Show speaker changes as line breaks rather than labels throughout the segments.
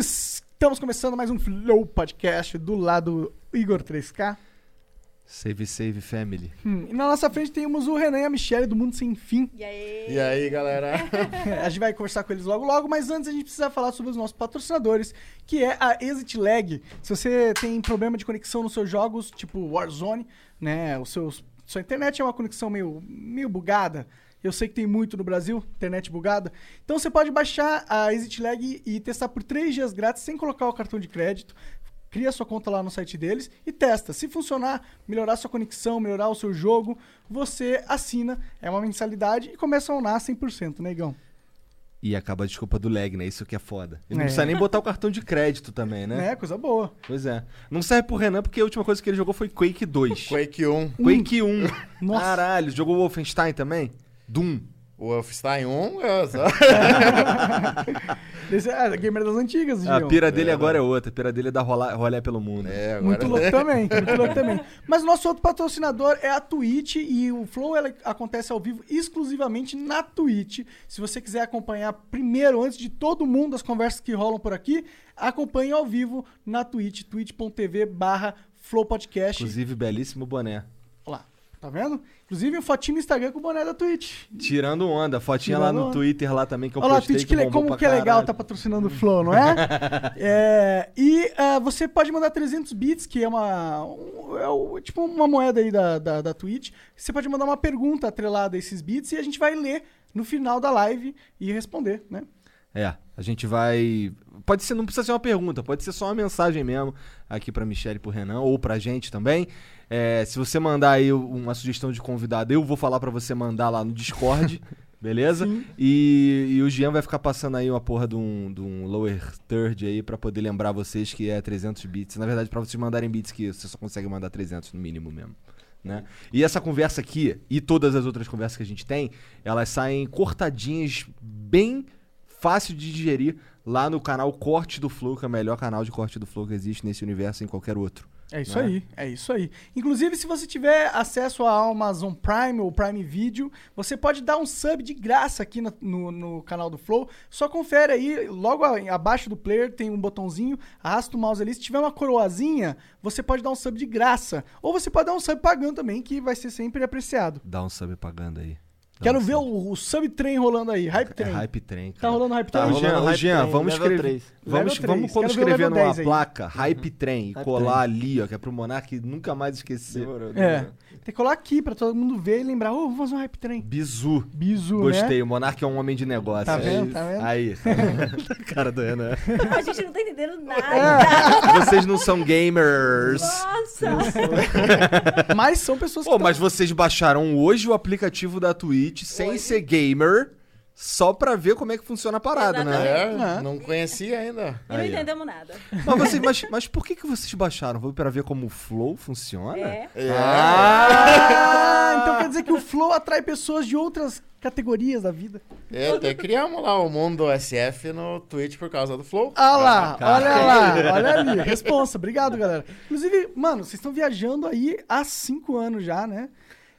Estamos começando mais um Flow Podcast do lado Igor 3K.
Save, save, family.
Hum, E na nossa frente temos o Renan e a Michelle do Mundo Sem Fim.
E aí?
E aí, galera?
A gente vai conversar com eles logo logo, mas antes a gente precisa falar sobre os nossos patrocinadores, que é a Exit Lag. Se você tem problema de conexão nos seus jogos, tipo Warzone, né, o seus, sua internet é uma conexão meio, meio bugada. Eu sei que tem muito no Brasil, internet bugada. Então você pode baixar a Exit Lag e testar por 3 dias grátis sem colocar o cartão de crédito. Cria sua conta lá no site deles e testa. Se funcionar, melhorar sua conexão, melhorar o seu jogo, você assina, é uma mensalidade e começa a onar 100%, né, Igão?
E acaba a desculpa do lag, né? Isso que é foda. Ele não
É.
precisa nem botar o cartão de crédito também, né?
É, coisa boa.
Pois é. Não serve pro Renan porque a última coisa que ele jogou foi Quake 2.
Quake 1,
Quake 1.
Nossa.
Caralho. Jogou Wolfenstein também? Doom.
o Wolfenstein é, 1, eu só...
Esse é gamer das antigas,
A
Gil.
Ah, pira dele agora é outra. A pira dele é dar rola- rolé pelo mundo.
é,
né?
Muito
agora...
louco também, muito louco também. Mas o nosso outro patrocinador é a Twitch e o Flow ela acontece ao vivo exclusivamente na Twitch. Se você quiser acompanhar primeiro, antes de todo mundo, as conversas que rolam por aqui, acompanhe ao vivo na Twitch, twitch.tv barra Flow Podcast.
Inclusive, belíssimo boné.
Olha lá, tá vendo? Inclusive, um fotinho no Instagram com o boné da Twitch.
Tirando onda. Fotinha lá
Tirando
no
onda.
Twitter lá também que eu
Olha lá,
postei.
Twitch, que le-
bombou
como
pra
que é legal
caralho.
tá patrocinando o Flow, não é? É, e ah, você pode mandar 300 bits, que é uma um- é o- tipo uma moeda aí da, da, da Twitch. Você pode mandar uma pergunta atrelada a esses bits e a gente vai ler no final da live e responder, né?
É, a gente vai. Pode ser, não precisa ser uma pergunta, pode ser só uma mensagem mesmo aqui pra Michelle e pro Renan, ou pra gente também. É, se você mandar aí uma sugestão de convidado, eu vou falar pra você mandar lá no Discord, beleza? E, e o Jean vai ficar passando aí uma porra de um, de um lower third aí pra poder lembrar vocês que é 300 bits. Na verdade, pra vocês mandarem bits que você só consegue mandar 300 no mínimo mesmo. Né? E essa conversa aqui e todas as outras conversas que a gente tem, elas saem cortadinhas bem fácil de digerir lá no canal Corte do Flow, que é o melhor canal de corte do Flow que existe nesse universo e em qualquer outro.
É isso
Né?
aí, é isso aí. Inclusive, se você tiver acesso à Amazon Prime ou Prime Video, você pode dar um sub de graça aqui na- no, no canal do Flow. Só confere aí, logo a- abaixo do player tem um botãozinho, arrasta o mouse ali. Se tiver uma coroazinha, você pode dar um sub de graça. Ou você pode dar um sub pagando também, que vai ser sempre apreciado.
Dá um sub pagando aí. Dá
Quero
um
ver
sub.
o, o sub trem rolando aí, hype
É
trem.
Hype Train, cara.
Tá rolando hype
Tá,
trem?
ô, Jean,
rolando
ô,
Hype
Jean,
Train,
vamos
level
escrever.
três.
Vamos,
Level três,
vamos quando
quero ver o level
escrever numa
10 aí.
placa, Hype Train, e
Hype
colar ali, ó, que é pro Monark nunca mais esquecer.
Demorou,
É,
demorou.
tem que colar aqui pra todo mundo ver e lembrar, ô, vamos fazer um hype trem.
Bizu.
Bizu, né?
Gostei, o Monark é um homem de negócio.
Tá
É
vendo,
isso.
tá vendo?
Aí, tá vendo? cara do Renan.
A gente não tá entendendo nada.
Vocês não são gamers.
Nossa!
né? Mas são pessoas que
Pô,
tão-
mas vocês baixaram hoje o aplicativo da Twitch sem ser gamer, só pra ver como é que funciona a parada, né?
Ah.
É, não conhecia ainda.
E não
Aí, ó.
entendemos nada.
Mas, vocês, mas, mas por que, que vocês baixaram? Foi pra ver como o Flow funciona? É,
É.
Ah,
Ah!
então quer dizer que o flow atrai pessoas de outras categorias da vida.
É, até criamos lá o Mundo SF no Twitch por causa do Flow.
Ah lá,
Caraca.
olha lá, olha ali. Responsa, obrigado, galera. Inclusive, mano, vocês estão viajando aí há cinco anos já, né?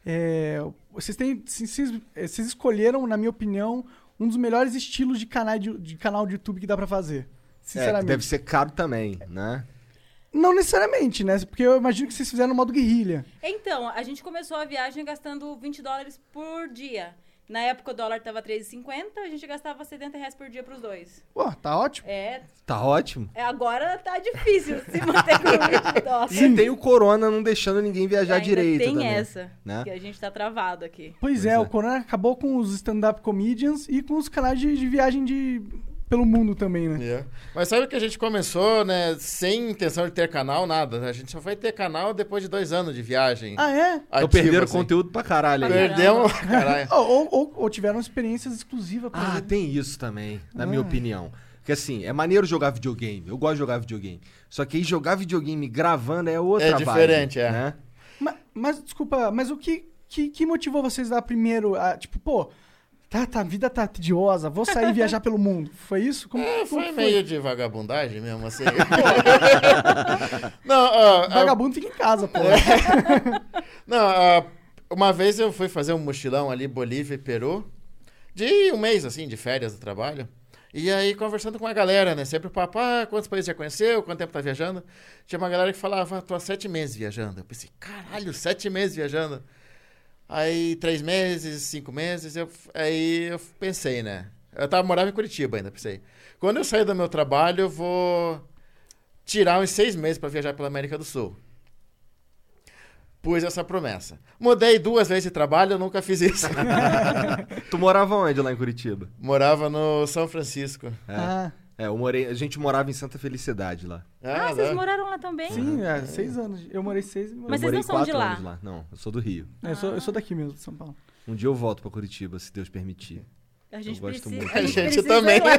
É, vocês, têm, c- vocês, eh, vocês escolheram, na minha opinião, um dos melhores estilos de canal de, de canal de YouTube que dá pra fazer.
É, que
Sinceramente.
deve ser caro também, né?
Não necessariamente, né? Porque eu imagino que vocês fizeram no modo guerrilha.
Então, a gente começou a viagem gastando 20 dólares por dia. Na época o dólar tava 3,50, a gente gastava 70 reais por dia pros dois.
Pô, tá ótimo.
É,
Tá ótimo.
é, agora tá difícil se manter com 20 dólares.
E tem o Corona não deixando ninguém viajar
Ainda
direito
Tem
também.
essa,
né?
que a gente tá travado aqui.
Pois
Pois
é,
é.
o Corona acabou com os stand-up comedians e com os canais de, de viagem de pelo mundo também, né?
É. Mas sabe que a gente começou, né, sem intenção de ter canal, nada. A gente só foi ter canal depois de dois anos de viagem.
Ah, é?
Então
Ativo,
perderam
assim.
conteúdo pra caralho. aí.
Perdemos, caralho.
Ou, ou- ou- ou tiveram experiências exclusivas pra
Ah,
ele.
tem isso também, na
É.
minha opinião. Porque assim, é maneiro jogar videogame. Eu gosto de jogar videogame. Só que aí jogar videogame gravando é outra
É
vibe,
diferente, é.
né?
Ma- Mas, desculpa, mas o que, que, que motivou vocês a primeiro, a, tipo, pô, tá, tá, a vida tá tediosa, vou sair viajar pelo mundo. Foi isso? Como,
É,
como
foi meio de vagabundagem mesmo, assim. não, ó, ó,
Vagabundo fica em casa, pô.
não, ó, uma vez eu fui fazer um mochilão ali, Bolívia e Peru, de um mês, assim, de férias do trabalho. E aí, conversando com a galera, né? Sempre o papo, ah, quantos países já conheceu, quanto tempo tá viajando. Tinha uma galera que falava, ah, tô há sete meses viajando. Eu pensei, caralho, sete meses viajando. Aí, três meses, cinco meses, eu, aí eu pensei, né? Eu tava, morava em Curitiba ainda, pensei. Quando eu sair do meu trabalho, eu vou tirar uns seis meses para viajar pela América do Sul. Pus essa promessa. Mudei duas vezes de trabalho, eu nunca fiz isso.
Tu morava onde lá em Curitiba?
Morava no São Francisco.
Ah,
É, eu morei, a gente morava em Santa Felicidade lá.
Ah,
lá.
vocês moraram lá também?
sim, é, seis anos. Eu morei seis e morei.
eu
vocês
morei
não são de
quatro
lá?
anos lá. Não, eu sou do Rio.
É, eu, sou, eu sou daqui mesmo, de São Paulo.
Um dia eu volto pra Curitiba, se Deus permitir.
A gente
Eu gosto
precisa.
muito.
A gente,
A gente
precisa
também.
ir lá.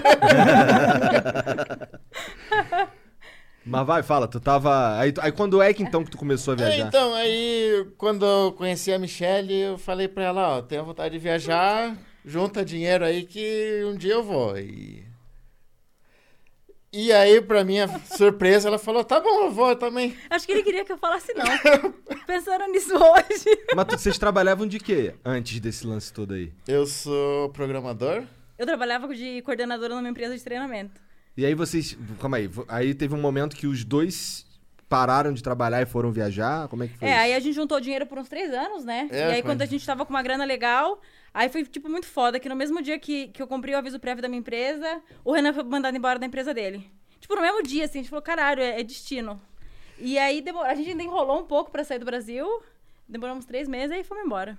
Mas vai, fala, tu tava. Aí, tu- aí quando é que então que tu começou a
É,
viajar?
então, aí quando eu conheci a Michelle, eu falei pra ela, ó, tenho vontade de viajar, junta dinheiro aí que um dia eu vou. E, e aí, pra minha surpresa, ela falou, tá bom, eu vou também.
Acho que ele queria que eu falasse não. Pensaram nisso hoje.
então.
Mas tu- vocês trabalhavam de quê antes desse lance todo aí?
Eu sou programador.
Eu trabalhava de coordenadora numa empresa de treinamento.
E aí vocês. Calma aí. vo- Aí teve um momento que os dois pararam de trabalhar e foram viajar? Como é que foi?
É,
isso?
aí a gente juntou dinheiro por uns três anos, né?
É,
e aí,
quando-
quando a gente tava com uma grana legal, aí foi, tipo, muito foda, que no mesmo dia que, que eu comprei o aviso prévio da minha empresa, o Renan foi mandado embora da empresa dele. Tipo, no mesmo dia, assim, a gente falou, caralho, é, é destino. E aí, demor... a gente ainda enrolou um pouco pra sair do Brasil, demoramos três meses, aí fomos embora.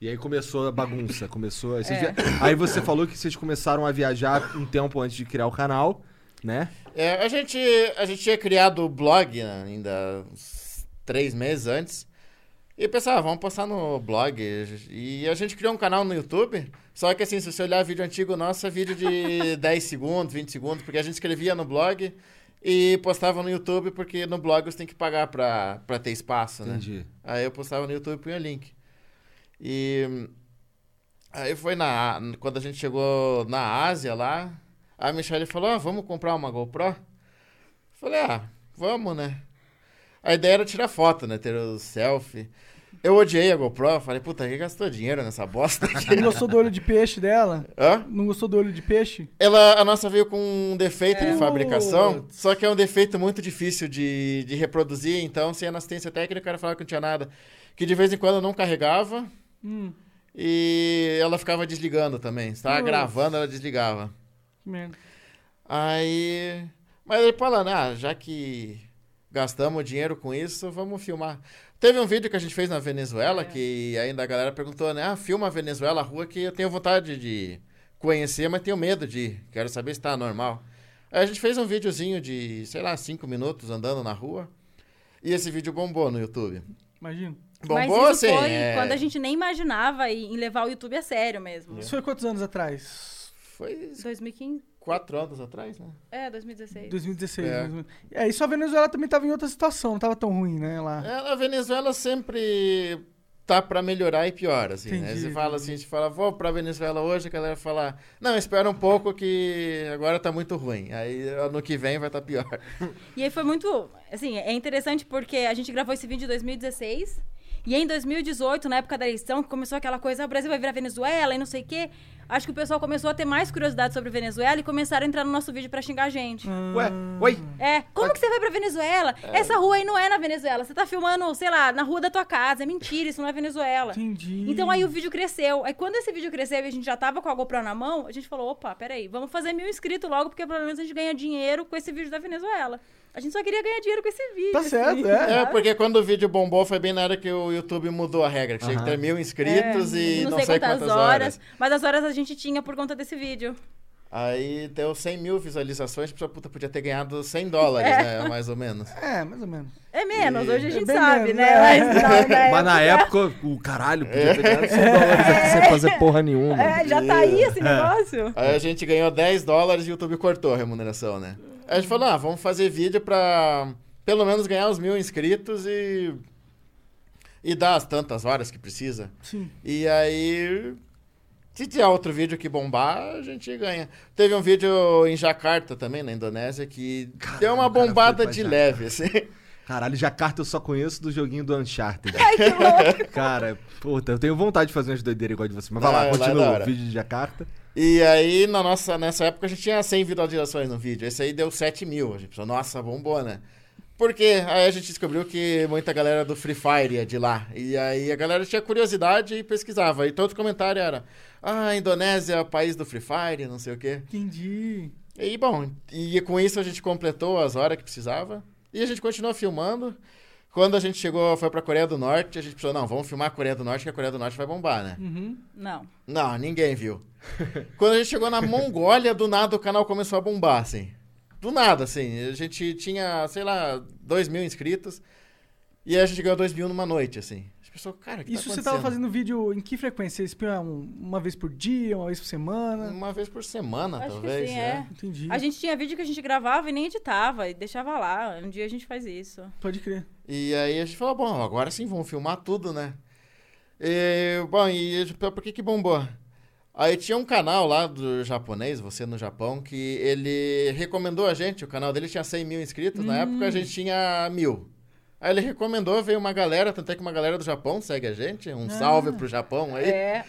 E aí começou a bagunça, começou. Aí,
É.
vocês via- aí você falou que vocês começaram a viajar um tempo antes de criar o canal, né?
É, a, gente, a gente tinha criado o blog né, ainda uns três meses antes. E pensava, ah, vamos postar no blog. E a gente criou um canal no YouTube. Só que assim, se você olhar vídeo antigo nosso, é vídeo de 10 segundos, 20 segundos, porque a gente escrevia no blog e postava no YouTube, porque no blog você tem que pagar pra, pra ter espaço, né?
Entendi.
Aí eu postava no YouTube e punha o link. E hum, aí foi na quando a gente chegou na Ásia lá, a Michelle falou: ah, "Vamos comprar uma GoPro?" Falei: "Ah, vamos, né?" A ideia era tirar foto, né, ter o selfie. Eu odiei a GoPro, falei: "Puta, que gastou dinheiro nessa bosta aqui?"
Não gostou do olho de peixe dela?
Hã?
Não gostou do olho de peixe?
Ela, a nossa veio com um defeito de fabricação,
É. Putz.
só que é um defeito muito difícil de, de reproduzir, então sem assistência técnica ela falava que não tinha nada. Que de vez em quando eu não carregava
Hum,
e ela ficava desligando também. Você tava
Nossa.
gravando, ela desligava.
que merda.
Aí. Mas ele falando, ah, já que gastamos dinheiro com isso, vamos filmar. Teve um vídeo que a gente fez na Venezuela, que ainda a galera perguntou, né? Ah, filma a Venezuela, a rua que eu tenho vontade de conhecer, mas tenho medo de ir. Quero saber se tá normal. Aí a gente fez um videozinho de, sei lá, cinco minutos andando na rua. E esse vídeo bombou no YouTube.
Imagina.
Bombou
Mas isso
assim.
foi
é,
quando a gente nem imaginava em em levar o YouTube a sério mesmo.
É.
Isso foi quantos anos atrás?
Foi
2015?
quatro anos atrás, né?
É, 2016.
2016.
É.
mais ou menos. É. isso a Venezuela também tava em outra situação, não tava tão ruim, né? Lá.
É, a Venezuela sempre tá pra melhorar e pior, assim, né?
Entendi.
Você fala assim, a gente fala, vou pra Venezuela hoje, a galera fala, não, espera um pouco que agora tá muito ruim. Aí ano que vem vai estar tá pior.
E aí foi muito. Assim, é interessante porque a gente gravou esse vídeo em 2016. E em 2018, na época da eleição, que começou aquela coisa, ah, o Brasil vai virar Venezuela e não sei o quê. Acho que o pessoal começou a ter mais curiosidade sobre Venezuela e começaram a entrar no nosso vídeo pra xingar a gente.
Ué, oi!
É, como que você vai pra Venezuela? Essa rua aí não é na Venezuela. Você tá filmando, sei lá, na rua da tua casa. É mentira, isso não é Venezuela.
Entendi.
Então aí o vídeo cresceu. Aí quando esse vídeo cresceu e a gente já tava com a GoPro na mão, a gente falou, opa, peraí, vamos fazer mil inscritos logo, porque pelo menos a gente ganha dinheiro com esse vídeo da Venezuela. A gente só queria ganhar dinheiro com esse vídeo.
Tá
assim.
certo, é.
É, porque quando o vídeo bombou foi bem na hora que o YouTube mudou a regra, que tinha que ter mil inscritos e É, não, sei, quantas, horas.
Mas as horas a gente tinha por conta desse vídeo.
Aí deu 100 mil visualizações, a pessoa puta, podia ter ganhado 100 dólares, né? Mais ou menos.
É, mais ou menos.
É menos, hoje a gente
bem
sabe,
menos,
né?
né?
Mas, na-
Mas na
É.
época, o caralho, podia ter ganhado 100 dólares aqui sem fazer porra nenhuma.
É, já tá aí esse negócio?
Aí a gente ganhou 10 dólares e o YouTube cortou a remuneração, né? Aí a gente falou, ah, vamos fazer vídeo pra pelo menos ganhar os mil inscritos e. E dar as tantas horas que precisa.
Sim.
E aí. Se tiver outro vídeo que bombar, a gente ganha. Teve um vídeo em Jacarta também, na Indonésia, que deu uma
o cara foi
bombada
pra
de
Jacarta.
leve, assim.
Caralho, Jacarta eu só conheço do joguinho do Uncharted.
Ai, que louco.
Cara, puta, eu tenho vontade de fazer umas doideiras igual de você. Mas vai
Não,
lá,
lá é da
continua
hora.
o vídeo de Jacarta.
E aí, na nossa, nessa época, a gente tinha 100 visualizações no vídeo. Esse aí deu 7 mil. A gente pensou, nossa, bombou, né? Porque aí a gente descobriu que muita galera do Free Fire é de lá. E aí a galera tinha curiosidade e pesquisava. E todo comentário era: Ah, Indonésia é o país do Free Fire, não sei o quê.
Entendi.
E bom, e com isso a gente completou as horas que precisava. E a gente continuou filmando. Quando a gente chegou, foi pra Coreia do Norte, a gente pensou, não, vamos filmar a Coreia do Norte, que a Coreia do Norte vai bombar, né?
Uhum.
Não.
Não, ninguém viu. Quando a gente chegou na Mongólia, do nada o canal começou a bombar, assim. Do nada, assim. A gente tinha, sei lá, 2 mil inscritos. E a gente ganhou 2 mil numa noite, assim. A gente pensou, cara, o que tá
Isso você tava
acontecendo?
fazendo vídeo em que frequência? Esse é um- Uma vez por dia, uma vez por semana?
Uma vez por semana,
Acho
talvez,
que sim,
né?
é.
Entendi.
A gente tinha vídeo que a gente gravava e nem editava, e deixava lá. Um dia a gente faz isso.
Pode crer.
E aí a gente falou, bom, agora sim, vamos filmar tudo, né? E, bom, e por que que bombou? Aí tinha um canal lá do japonês, você no Japão, que ele recomendou a gente, o canal dele tinha 100 mil inscritos, na época a gente tinha mil. Aí ele recomendou, veio uma galera, tanto é que uma galera do Japão segue a gente, um salve pro Japão aí.
É.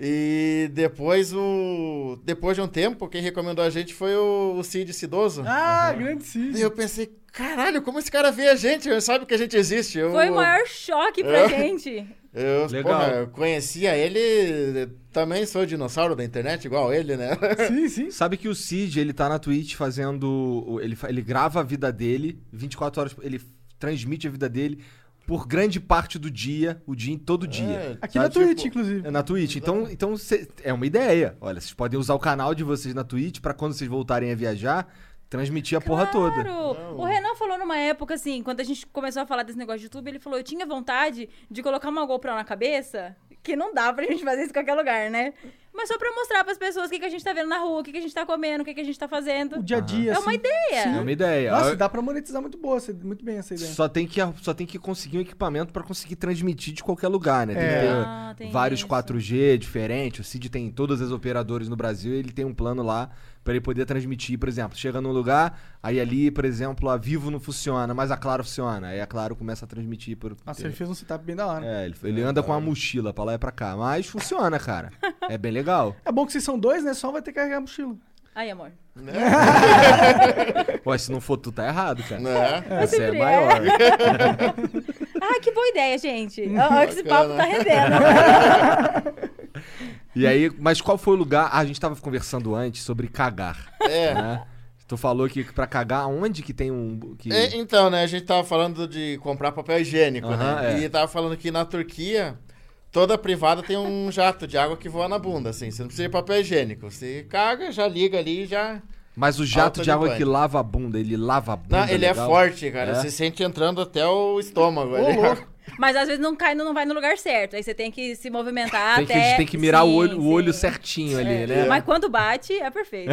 E depois, o depois de um tempo, quem recomendou a gente foi o, o Cid Cidoso.
Ah, grande sim.
E eu pensei, caralho, como esse cara vê a gente? Ele sabe que a gente existe. Eu,
Foi o maior choque pra gente.
Eu,
Legal.
porra, eu conhecia ele, também sou dinossauro da internet, igual ele, né?
Sim, sim.
Sabe que o Cid, ele tá na Twitch fazendo. o- Ele, fa- ele grava a vida dele, 24 horas. Ele transmite a vida dele por grande parte do dia, o dia todo dia.
Aqui
sabe?
na Twitch,
tipo,
inclusive.
É na Twitch. Então, então cê- é uma ideia. Olha, vocês podem usar o canal de vocês na Twitch pra quando vocês voltarem a viajar, transmitir a porra toda.
Claro. é. O Renan falou numa época, assim, quando a gente começou a falar desse negócio de YouTube, ele falou: eu tinha vontade de colocar uma GoPro na cabeça, que não dá pra gente fazer isso em qualquer lugar, né? Mas só pra mostrar pras pessoas o que, que a gente tá vendo na rua, o que, que a gente tá comendo, o que, que a gente tá
O
fazendo.
dia a dia,
É uma
assim.
ideia.
É uma ideia.
Nossa, dá pra monetizar muito boa, essa- muito bem essa ideia.
Só tem que, só tem que conseguir um equipamento pra conseguir transmitir de qualquer lugar, né? Tem
É.
que ter
Ah, tem
vários
isso.
4G diferentes. O Cid tem todas as operadoras no Brasil, ele tem um plano lá pra ele poder transmitir, por exemplo, chega num lugar, aí ali, por exemplo, a Vivo não funciona, mas a Claro funciona. Aí a Claro começa a transmitir por
Nossa, ele fez um setup bem da hora.
É, ele, ele anda com uma mochila pra lá e pra cá, mas funciona, cara. É bem legal.
É bom que vocês são dois, né? Só um vai ter que carregar a mochila.
Aí, amor.
Pô, se não for tu, tá errado, cara.
né?
Eu
Você é
sempre-
maior.
Ah, que boa ideia, gente. Ó, ó, que esse
Bacana.
papo tá rendendo.
E aí, mas qual foi o lugar? Ah, a gente tava conversando antes sobre cagar.
É.
né? Tu falou que pra cagar, onde que tem um. Que...
E- então, né, a gente tava falando de comprar papel higiênico,
Aham,
né?
é.
E tava falando que na Turquia, toda privada tem um jato de água que voa na bunda, assim. Você não precisa de papel higiênico. Você caga, já liga ali e já...
Mas o jato
Alta
de água é
limpante.
que lava a bunda, ele lava a bunda.
Não, ele é
legal?
forte, cara.
É?
Você sente entrando até o estômago ali.
Mas às vezes não cai, não vai no lugar certo. Aí você tem que se movimentar
Tem que,
até.
tem que mirar o,
Sim,
olho, o olho
sim.
certinho
É,
ali, né?
Mas quando bate, é perfeito.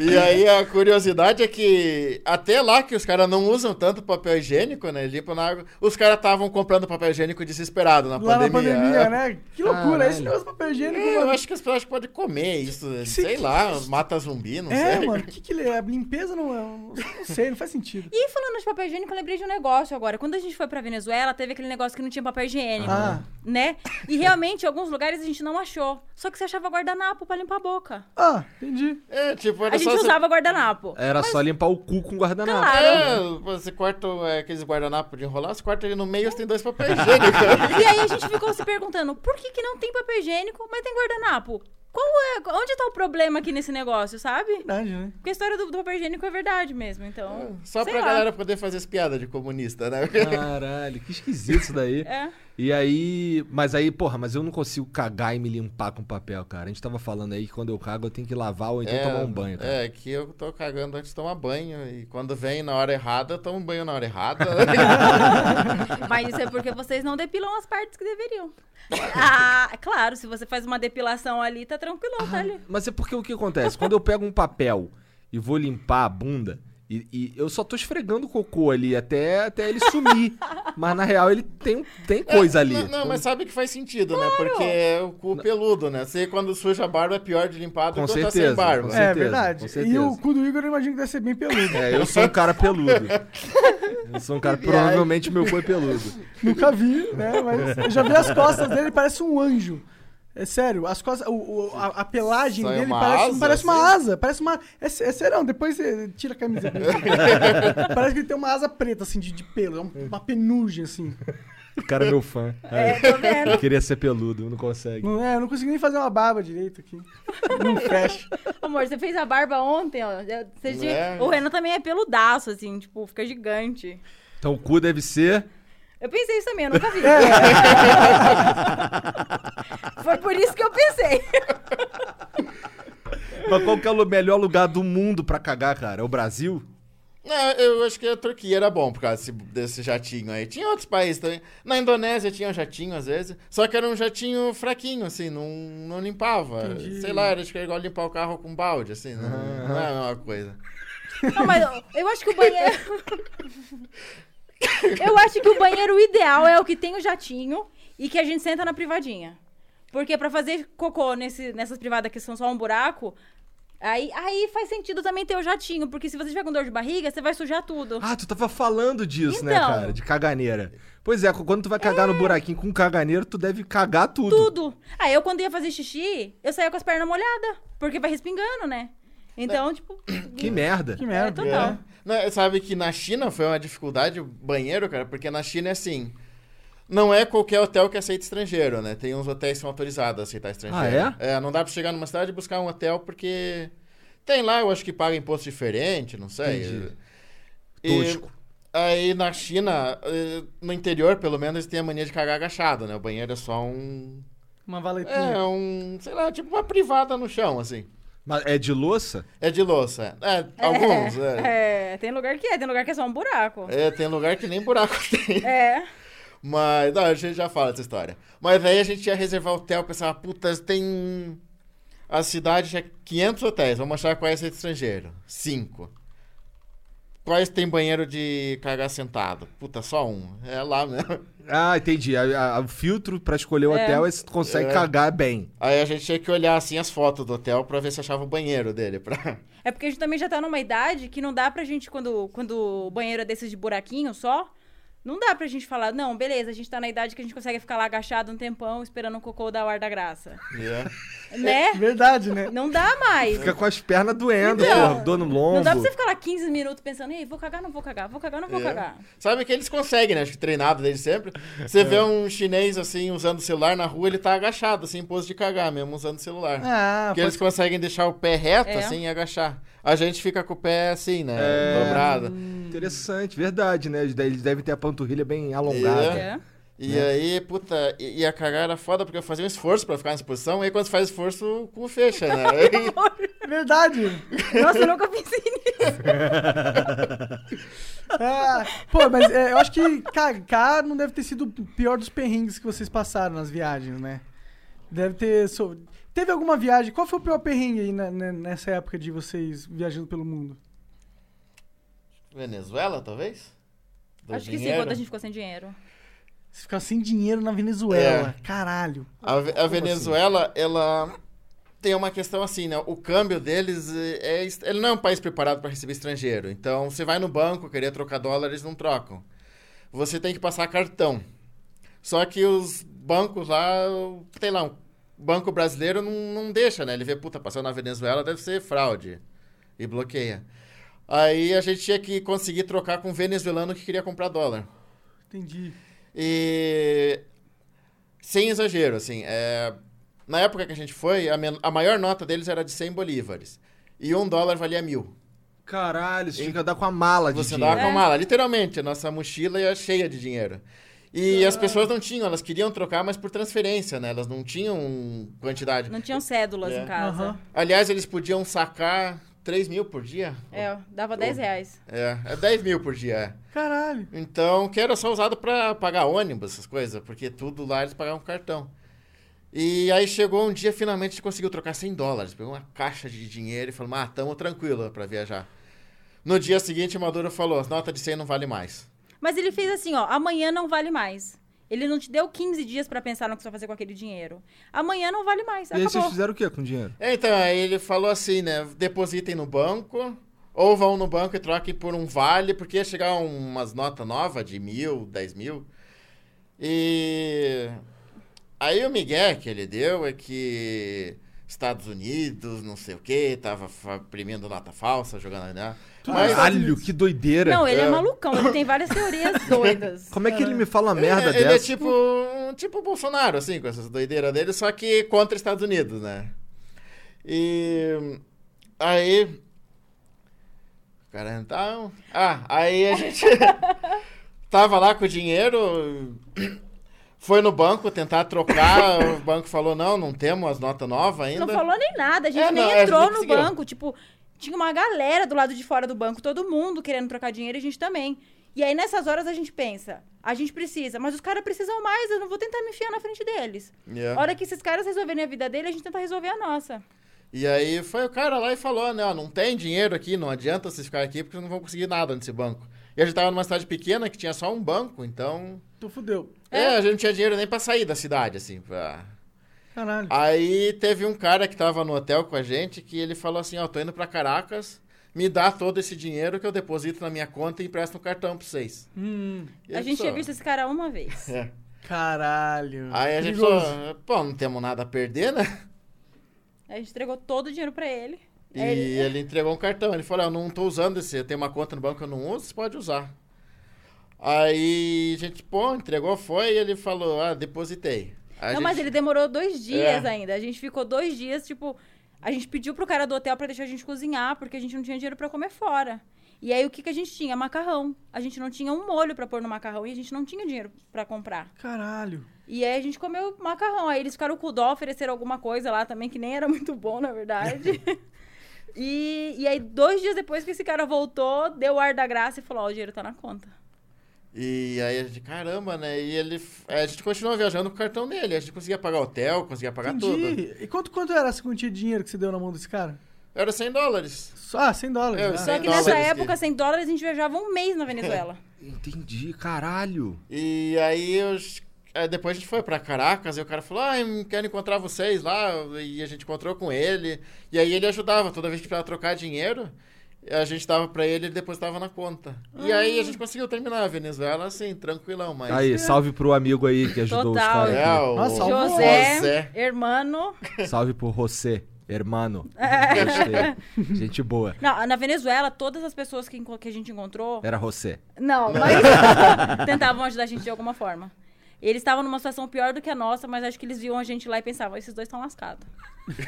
E aí a curiosidade é que até lá que os caras não usam tanto papel higiênico, né? Limpa na água. Os caras estavam comprando papel higiênico desesperado na
Lá
pandemia.
na pandemia, né? Que loucura,
Ah,
Caralho.
esse negócio de papel higiênico,
É, eu
mano.
acho que as pessoas podem comer isso,
Sim.
sei lá, mata zumbi, não
É,
sei.
mano, o que que ele é? Limpeza não é. Não sei, não faz sentido.
E falando de papel higiênico, eu lembrei de um negócio agora. Quando a gente foi pra Venezuela, teve aquele negócio que não tinha papel higiênico,
Ah.
né? E realmente, em alguns lugares a gente não achou. Só que você achava guardanapo pra limpar a boca.
Ah, entendi.
É, tipo, era
A gente
só você-
usava guardanapo.
Era só limpar o cu com guardanapo.
É, você corta é, aqueles guardanapos de enrolar, você corta ele no meio, você tem dois papéis higiênicos.
E aí a gente ficou se perguntando, por que, que não tem papel higiênico, mas tem guardanapo? Qual é, onde tá o problema aqui nesse negócio, sabe?
Verdade, né?
Porque a história do, do papel higiênico é verdade mesmo, então...
Só
sei
pra
lá.
galera poder fazer as piadas de comunista, né?
Caralho, que esquisito isso daí.
É.
E aí. Mas aí, porra, mas eu não consigo cagar e me limpar com papel, cara. A gente tava falando aí que quando eu cago eu tenho que lavar ou então tomar um banho, cara.
É, que eu tô cagando antes de tomar banho. E quando vem na hora errada, eu tomo banho na hora errada.
Mas isso é porque vocês não depilam as partes que deveriam. Ah, claro, se você faz uma depilação ali, tá tranquilão, tá ali.
Mas é porque o que acontece? Quando eu pego um papel e vou limpar a bunda, E, e eu só tô esfregando o cocô ali até, até ele sumir. mas na real ele tem, tem coisa ali.
É, Não, não, mas sabe que faz sentido, né? Porque é o cu peludo, né? Você, quando suja a barba, é pior de limpar do
Com
que quando tá
certeza,
sem barba.
com
é
certeza, com
verdade.
certeza.
E o cu do Igor eu imagino que deve ser bem peludo.
É, eu sou um cara peludo. Eu sou um cara, provavelmente meu foi peludo.
Nunca vi, né? Mas eu já vi as costas dele, parece um anjo. É sério, as costas. o- o- a, a pelagem
Só é
dele
uma
parece,
asa,
parece uma
assim?
asa. Parece uma. É, sé- é sério, depois você tira a camisa dele. parece que ele tem uma asa preta, assim, de, de pelo. É um- uma penugem, assim.
O cara é meu fã.
É, tô vendo.
Eu queria ser peludo, não consegue.
Não, é, eu não consigo nem fazer uma barba direito aqui. Um Não fecha.
Amor, você fez a barba ontem, ó. Você tinha-
É.
O Renan também é peludaço, assim, tipo, fica gigante.
Então o cu deve ser.
Eu pensei isso também, eu nunca vi. Foi por isso que eu pensei.
Mas qual que é o melhor lugar do mundo pra cagar, cara? É o Brasil?
Não, É, eu acho que a Turquia era bom por causa desse, desse jatinho aí. Tinha outros países também. Na Indonésia tinha um jatinho às vezes, só que era um jatinho fraquinho, assim, não, não limpava.
Entendi.
Sei lá, era acho que era igual limpar o carro com balde, assim, não, não é a mesma coisa.
Não, mas eu, eu acho que o banheiro. eu acho que o banheiro ideal é o que tem o jatinho e que a gente senta na privadinha. Porque pra fazer cocô nesse, nessas privadas que são só um buraco, aí, aí faz sentido também ter o jatinho. Porque se você tiver com dor de barriga, você vai sujar tudo.
Ah, tu tava falando disso, né,
Então.
cara? De caganeira. Pois é, quando tu vai cagar no buraquinho com um caganeiro, tu deve cagar tudo.
Tudo. Aí eu, quando ia fazer xixi, eu saía com as pernas molhadas. Porque vai respingando, né? Então, tipo.
Que merda.
Que
É,
merda.
total.
Não, sabe que na China foi uma dificuldade o banheiro, cara, porque na China é assim. Não é qualquer hotel que aceita estrangeiro, né? Tem uns hotéis que são autorizados a aceitar estrangeiro.
Ah,
é? não dá pra chegar numa cidade e buscar um hotel porque tem lá, eu acho que paga imposto diferente, não sei.
Entendi.
E-
Tosco.
Aí na China, eh, no interior, pelo menos, tem a mania de cagar agachado, né? O banheiro é só um.
Uma valetinha.
É, um. Sei lá, tipo uma privada no chão, assim.
Mas é de louça?
É de louça. É, alguns, é.
É, tem lugar que é, tem lugar que é só um buraco.
É, tem lugar que nem buraco tem.
É.
Mas, não, a gente já fala dessa história. Mas aí a gente ia reservar hotel, pensava, puta, tem. A cidade já 500 hotéis, vamos achar quais é estrangeiro. Cinco. Quais tem banheiro de cagar sentado? Puta, só um. É lá mesmo.
Ah, entendi. A- a- o filtro pra escolher o
É.
hotel é se tu consegue
É.
cagar bem.
Aí a gente tinha que olhar assim as fotos do hotel pra ver se achava o banheiro dele. Pra...
É porque a gente também já tá numa idade que não dá pra gente, quando, quando o banheiro é desses de buraquinho só, não dá pra gente falar, não, beleza, a gente tá na idade que a gente consegue ficar lá agachado um tempão esperando o cocô dar o ar da graça.
Yeah.
Né?
Verdade, né?
Não dá mais.
Fica com as pernas doendo,
Então,
porra, dor no
Não
lombo.
dá pra você ficar lá 15 minutos pensando, ei, vou cagar, não vou cagar, vou cagar, não vou
É.
cagar.
Sabe que eles conseguem, né? Acho que treinado desde sempre. Você vê um chinês assim usando o celular na rua, ele tá agachado, assim, em pose de cagar mesmo, usando o celular.
Ah, pode-
Porque eles conseguem deixar o pé reto,
É.
assim, e agachar. A gente fica com o pé assim, né?
É.
Dobrado.
Interessante, verdade, né? Eles de- eles devem ter a panturrilha bem alongada.
É.
E aí, puta, e, e a cagar era foda porque eu fazia um esforço pra ficar nessa posição. E aí, quando você faz esforço, o cu fecha, né?
É.
Aí-
Verdade.
Nossa, eu nunca pensei nisso.
Ah, pô, mas é, eu acho que cagar não deve ter sido o pior dos perrengues que vocês passaram nas viagens, né? Deve ter. so- Teve alguma viagem? Qual foi o pior perrengue aí na- na- nessa época de vocês viajando pelo mundo?
Venezuela, talvez? Do
Acho que sim,
dinheiro?
quando a gente ficou sem dinheiro.
Você ficar sem dinheiro na Venezuela. Caralho.
A, Ve- a Venezuela, ela tem uma questão assim, né? O câmbio deles eh, é, est- ele não é um país preparado para receber estrangeiro. Então, você vai no banco querer trocar dólar, eles não trocam. Você tem que passar cartão. Só que os bancos lá, o- sei lá, o banco brasileiro não, não deixa, né? Ele vê, puta, passou na Venezuela, deve ser fraude. E bloqueia. Aí a gente tinha que conseguir trocar com um venezuelano que queria comprar dólar.
Entendi.
E sem exagero, assim, é, na época que a gente foi, a, men- a maior nota deles era de 100 bolívares. E um dólar valia mil.
Caralho, você fica andar com a mala de
Você
dinheiro.
É.
andava com a mala, literalmente, a nossa mochila ia cheia de dinheiro. E as pessoas não tinham, elas queriam trocar, mas por transferência, né? Elas não tinham quantidade.
Não tinham cédulas
É.
em casa.
Aham.
Aliás, eles podiam sacar 3 mil por dia.
É, dava 10 reais.
É, é 10 mil por dia, é.
Caralho.
Então, que era só usado pra pagar ônibus, essas coisas, porque tudo lá eles pagavam com cartão. E aí chegou um dia, finalmente, a gente conseguiu trocar 100 dólares. Pegou uma caixa de dinheiro e falou, ah, tamo tranquilo pra viajar. No dia seguinte, o Maduro falou: nota de 100 não vale mais.
Mas ele fez assim, ó, amanhã não vale mais. Ele não te deu 15 dias pra pensar no que você vai fazer com aquele dinheiro. Amanhã não vale mais,
E aí vocês
acabou.
fizeram o quê com o dinheiro?
Então, aí ele falou assim, né? Depositem no banco, ou vão no banco e troquem por um vale, porque ia chegar um, umas notas novas de mil, dez mil. E aí o Miguel que ele deu é que Estados Unidos, não sei o quê, tava fa- imprimindo nota falsa, jogando. Né? Mas
Caralho, que doideira.
Não, ele é um malucão, ele tem várias teorias doidas.
Como é que ele me fala uma merda
ele, ele é
dessa?
tipo um tipo Bolsonaro, assim, com essas doideiras dele, só que contra Estados Unidos, né? E aí. Cara, então. Ah, aí a gente tava lá com o dinheiro, foi no banco tentar trocar, o banco falou, não, não temos as notas novas ainda.
Não falou nem nada, a gente
É,
nem
não, é,
entrou
não
no
conseguiu.
banco. Tipo, tinha uma galera do lado de fora do banco, todo mundo querendo trocar dinheiro e a gente também. E aí nessas horas a gente pensa, a gente precisa, mas os caras precisam mais, eu não vou tentar me enfiar na frente deles.
Yeah.
A hora que esses caras resolverem a vida dele, a gente tenta resolver a nossa.
E aí foi o cara lá e falou, né, ó, não tem dinheiro aqui, não adianta vocês ficarem aqui porque vocês não vão conseguir nada nesse banco. E a gente tava numa cidade pequena que tinha só um banco, então...
Tu fudeu.
É, a gente não tinha dinheiro nem pra sair da cidade, assim. Pra...
Caralho.
Ah. Aí teve um cara que tava no hotel com a gente que ele falou assim, ó, tô indo pra Caracas, me dá todo esse dinheiro que eu deposito na minha conta e empresto um cartão pra vocês.
Hum,
E
a
aí,
gente tinha
pessoal,
visto esse cara uma vez.
É.
caralho.
Aí a gente
Perigoso.
falou, pô, não temos nada a perder, né?
A gente entregou todo o dinheiro pra ele.
E
Aí
ele,
ele-
entregou um cartão. Ele falou, eu não tô usando esse, eu tenho uma conta no banco que eu não uso, você pode usar. Aí a gente, pô, entregou, foi, e ele falou, ah, depositei. Aí a
Não, mas
gente-
ele demorou dois dias
É.
ainda. A gente ficou dois dias, tipo. A gente pediu pro cara do hotel pra deixar a gente cozinhar, porque a gente não tinha dinheiro pra comer fora. E aí o que, que a gente tinha? Macarrão. A gente não tinha um molho pra pôr no macarrão e a gente não tinha dinheiro pra comprar.
Caralho.
E aí a gente comeu macarrão. Aí eles ficaram com dó, ofereceram alguma coisa lá também, que nem era muito bom, na verdade. e, e aí, dois dias depois que esse cara voltou, deu o ar da graça e falou: Ó, o dinheiro tá na conta.
E aí a gente, caramba, né? E ele. A gente continuou viajando com o cartão dele. A gente conseguia pagar hotel, conseguia pagar tudo.
Entendi. E quanto, quanto era essa quantia de dinheiro que você deu na mão desse cara?
Era 100 dólares.
Só, ah, 100 dólares.
É,
né?
cem
Só que
dólares
nessa
que-
época, 100 dólares, a gente viajava um mês na Venezuela.
tipo-
Entendi, caralho.
E aí os- aí depois a gente foi pra Caracas e o cara falou: Ah, eu quero encontrar vocês lá. E a gente encontrou com ele. E aí ele ajudava. Toda vez que precisava trocar dinheiro, a gente dava pra ele e ele depositava na conta. E
Ah.
aí a gente conseguiu terminar a Venezuela assim, tranquilão, mas.
Aí, salve pro amigo aí que ajudou os
Total.
É,
caras.
o
Nossa, salvou.
José,
José.
hermano.
É.
aqui. Salve pro você, hermano.
É.
Gostei. Gente boa.
Não, na Venezuela, todas as pessoas que, enco- que a gente
É.
encontrou.
Era você.
Não, mas tentavam ajudar a gente de alguma forma. Eles estavam numa situação pior do que a nossa, mas acho que eles viam a gente lá e pensavam, esses dois estão lascados.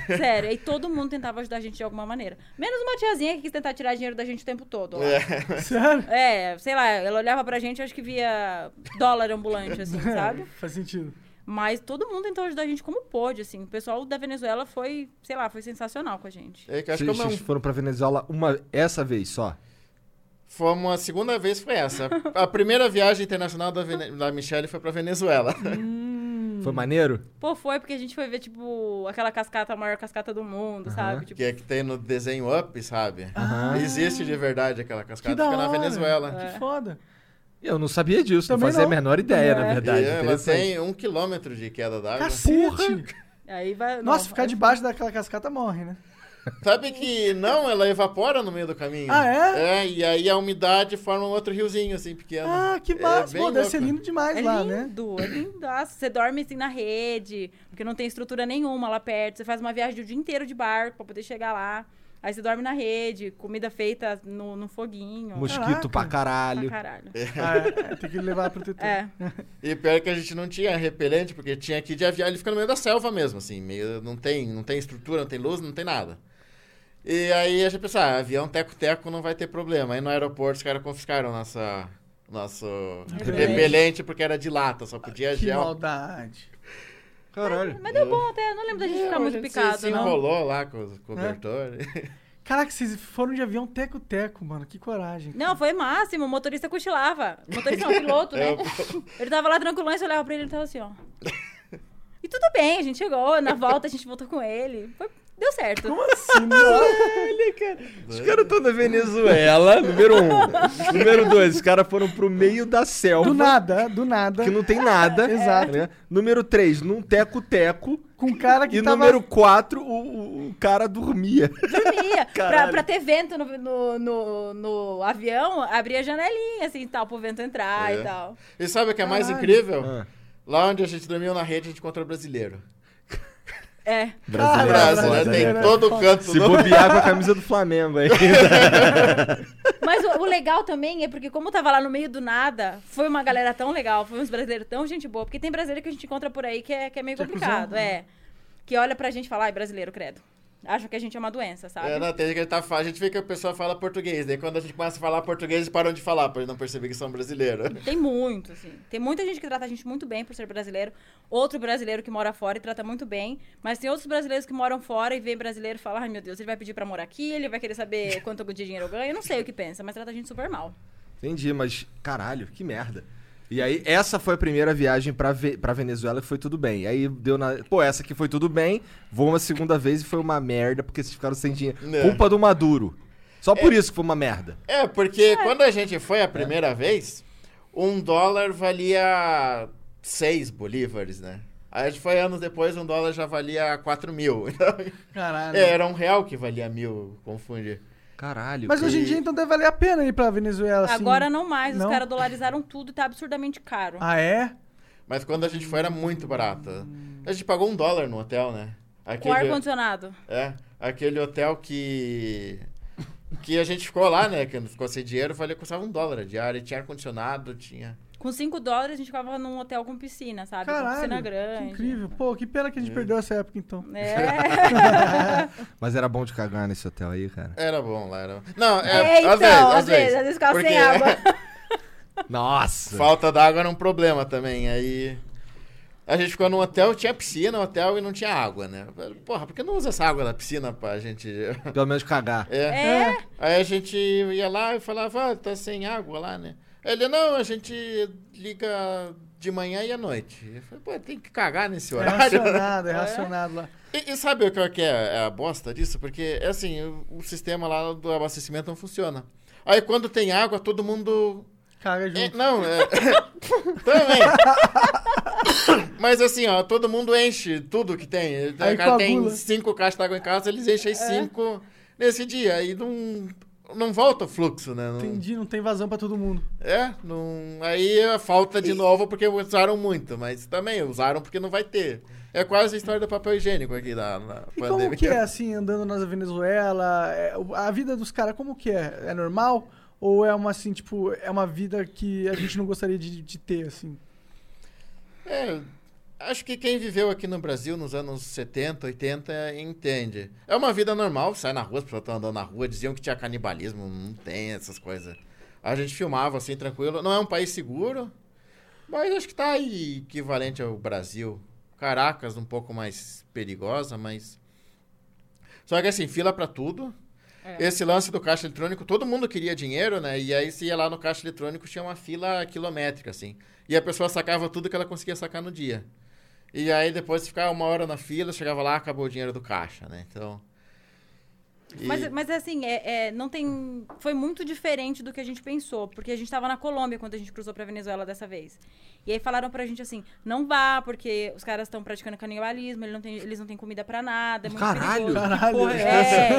Sério, e todo mundo tentava ajudar a gente de alguma maneira. Menos uma tiazinha que quis tentar tirar dinheiro da gente o tempo todo. lá.
Sério?
É, sei lá, ela olhava pra gente e acho que via dólar ambulante, assim, sabe?
Faz sentido.
Mas todo mundo tentou ajudar a gente como pôde, assim. O pessoal da Venezuela foi, sei lá, foi sensacional com a gente.
É que eu acho que
Vocês
como é um
vocês foram pra Venezuela uma, essa vez só.
Fomos, a segunda vez foi essa. A primeira viagem internacional da, Vene- da Michelle foi pra Venezuela.
Hum.
Foi maneiro?
Pô, foi porque a gente foi ver, tipo, aquela cascata, a maior cascata do mundo, sabe? Tipo,
que é que tem no desenho Up, sabe?
Aham.
Existe de verdade aquela cascata,
Ah. Que da
fica na
hora.
Venezuela.
É.
Que foda.
Eu não sabia disso,
Também
não fazia
não.
a menor ideia, na
É.
verdade.
e ela
Interessante.
tem um quilômetro de queda d'água.
Cacete.
aí vai...
Nossa,
não, é
ficar
aí-
debaixo daquela cascata morre, né?
Sabe que não, ela evapora no meio do caminho.
Ah, é?
É, e aí a umidade forma um outro riozinho, assim, pequeno.
Ah, que
É
massa.
bem
Pô, deve ser
louco.
lindo demais
É
lá, né?
lindo, é lindo. Nossa, você dorme assim na rede, porque não tem estrutura nenhuma lá perto. Você faz uma viagem o dia inteiro de barco pra poder chegar lá. Aí você dorme na rede, comida feita no, no foguinho.
Mosquito pra
Caraca.
Pra
caralho.
caralho.
Ah, é, tem que levar protetor.
É.
E pior que a gente não tinha repelente, porque tinha que ir de avião. Ele fica no meio da selva mesmo, assim. Meio, não, tem, não tem estrutura, não tem luz, não tem nada. E aí a gente pensou, ah, avião teco-teco não vai ter problema. Aí no aeroporto os caras confiscaram nossa, nosso
Repelente.
repelente, porque era de lata, só podia
Que
É gel.
maldade.
Caralho.
Mas deu bom até, não lembro da gente
É,
ficar
a
muito
gente se-
picado, né?
se
não.
enrolou lá com o cobertor.
Caraca, vocês foram de avião teco-teco, mano. Que coragem.
Não, foi máximo, o motorista cochilava. O Motorista não, o piloto, né? Ele tava lá tranquilão, e você olhava pra ele e ele tava assim, ó. E tudo bem, a gente chegou, na volta a gente voltou com ele. Foi Deu certo.
Assim,
Olha, cara. Os caras estão na Venezuela, número um. número dois, os caras foram pro meio da selva.
Do nada, do nada.
Que não tem nada.
Exato.
né? Número três, num teco-teco.
Com um cara que
E
tava...
número quatro, o, o cara dormia.
Dormia. pra,
Caralho.
pra ter vento no, no, no, no avião, abria a janelinha, assim, tal, pro vento entrar
É.
e tal.
E sabe o que é mais
Caralho.
incrível?
Ah.
Lá onde a gente dormiu na rede, a gente encontrou brasileiro.
É.
Caralho,
é foda,
Brasil, né?
brasileiro
né?
é
Tem todo canto.
Se
não-
bobear com a camisa do Flamengo aí.
Mas o, o legal também é porque, como tava lá no meio do nada, foi uma galera tão legal, foi uns brasileiros tão gente boa. Porque tem brasileiro que a gente encontra por aí que é, que é meio
Tipo
Que é
complicado,
cuzão,
é. Que olha pra gente e fala, ai, brasileiro, credo. Acham que a gente é uma doença, sabe?
É, não, tem gente que tá, a gente vê que a pessoa fala português, daí quando a gente começa a falar português, eles param de falar, pra eles não perceber que são brasileiros.
Tem muito, assim. Tem muita gente que trata a gente muito bem por ser brasileiro. Outro brasileiro que mora fora e trata muito bem. Mas tem outros brasileiros que moram fora e vem brasileiro e fala: ai meu Deus, ele vai pedir pra morar aqui, ele vai querer saber quanto de dinheiro eu ganho. Eu não sei o que pensa, mas trata a gente super mal.
Entendi, mas caralho, que merda. E aí, essa foi a primeira viagem pra, Ve- pra Venezuela que foi tudo bem. E aí deu na. Pô, essa aqui foi tudo bem, vou uma segunda vez e foi uma merda, porque vocês ficaram sem dinheiro.
É.
Culpa do Maduro. Só por isso que foi uma merda.
É, porque quando a gente foi a primeira vez, um dólar valia seis bolívares, né? Aí a gente foi anos depois, um dólar já valia quatro mil. Então,
Caralho.
é, era um real que valia mil, confunde.
Caralho.
Mas
cara.
hoje em dia, então, deve valer a pena ir pra Venezuela, assim.
Agora não mais,
Não?
os caras dolarizaram tudo e tá absurdamente caro.
Ah, é?
Mas quando a gente foi, era muito barato. A gente pagou um dólar no hotel, né?
Com ar-condicionado.
É, aquele hotel que. Que a gente ficou lá, né? Que ficou sem dinheiro, valia, custava um dólar a diária, tinha ar-condicionado, tinha.
Com 5 dólares a gente ficava num hotel com piscina, sabe? com
Caralho.
piscina
que
grande.
incrível. Pô, que pena que a gente perdeu essa época, então.
É.
Mas era bom de cagar nesse hotel aí, cara.
Era bom lá, era. Não, é.
É, então,
às vezes, às vezes.
às vezes ficava
Porque
sem água.
Nossa!
Falta d'água era um problema também. Aí. A gente ficou num hotel, tinha piscina, hotel e não tinha água, né? Porra, por que não usa essa água da piscina pra gente.
Pelo menos cagar.
É.
É.
Aí a gente ia lá e falava, ah, tá sem água lá, né? Ele, não, a gente liga de manhã e à noite. Eu falei, pô, tem que cagar nesse
É
horário.
racionado, é racionado lá.
E, e sabe o que é que é é a bosta disso? Porque, é assim, o, o sistema lá do abastecimento não funciona. Aí quando tem água, todo mundo.
Caga
É,
junto.
não, é. Também. Mas assim, ó, todo mundo enche tudo que tem. O
Aí
cara tem
coagula. É.
cinco caixas d'água em casa, eles enchem as cinco nesse dia. E não, não volta o fluxo, né? Não-
Entendi, não tem vazão pra todo mundo.
é, não. Aí é falta de novo porque usaram muito, mas também usaram porque não vai ter. É quase a história do papel higiênico aqui na, na
E
pandemia.
como que é, assim, andando na Venezuela? É, o- A vida dos caras, como que é? É normal? Ou é uma, assim, tipo, é uma vida que a gente não gostaria de, de ter, assim?
É, acho que quem viveu aqui no Brasil nos anos 70, 80 entende. É uma vida normal, sai na rua, as pessoas estão andando na rua, diziam que tinha canibalismo, não tem essas coisas. A gente filmava assim, tranquilo. Não é um país seguro, mas acho que tá aí equivalente ao Brasil. Caracas, um pouco mais perigosa, mas. Só que assim, fila pra tudo.
É.
Esse lance do caixa eletrônico, todo mundo queria dinheiro, né? E aí, se ia lá no caixa eletrônico, tinha uma fila quilométrica, assim. E a pessoa sacava tudo que ela conseguia sacar no dia. E aí depois ficava uma hora na fila, chegava lá, acabou o dinheiro do caixa, né? Então. e-
Mas, mas assim, é, é, não tem. Foi muito diferente do que a gente pensou, porque a gente estava na Colômbia quando a gente cruzou pra Venezuela dessa vez. E aí falaram pra gente assim: não vá, porque os caras estão praticando canibalismo, ele não tem- eles não têm comida pra nada. É muito
Caralho!
perigoso.
Caralho.
Porra, é.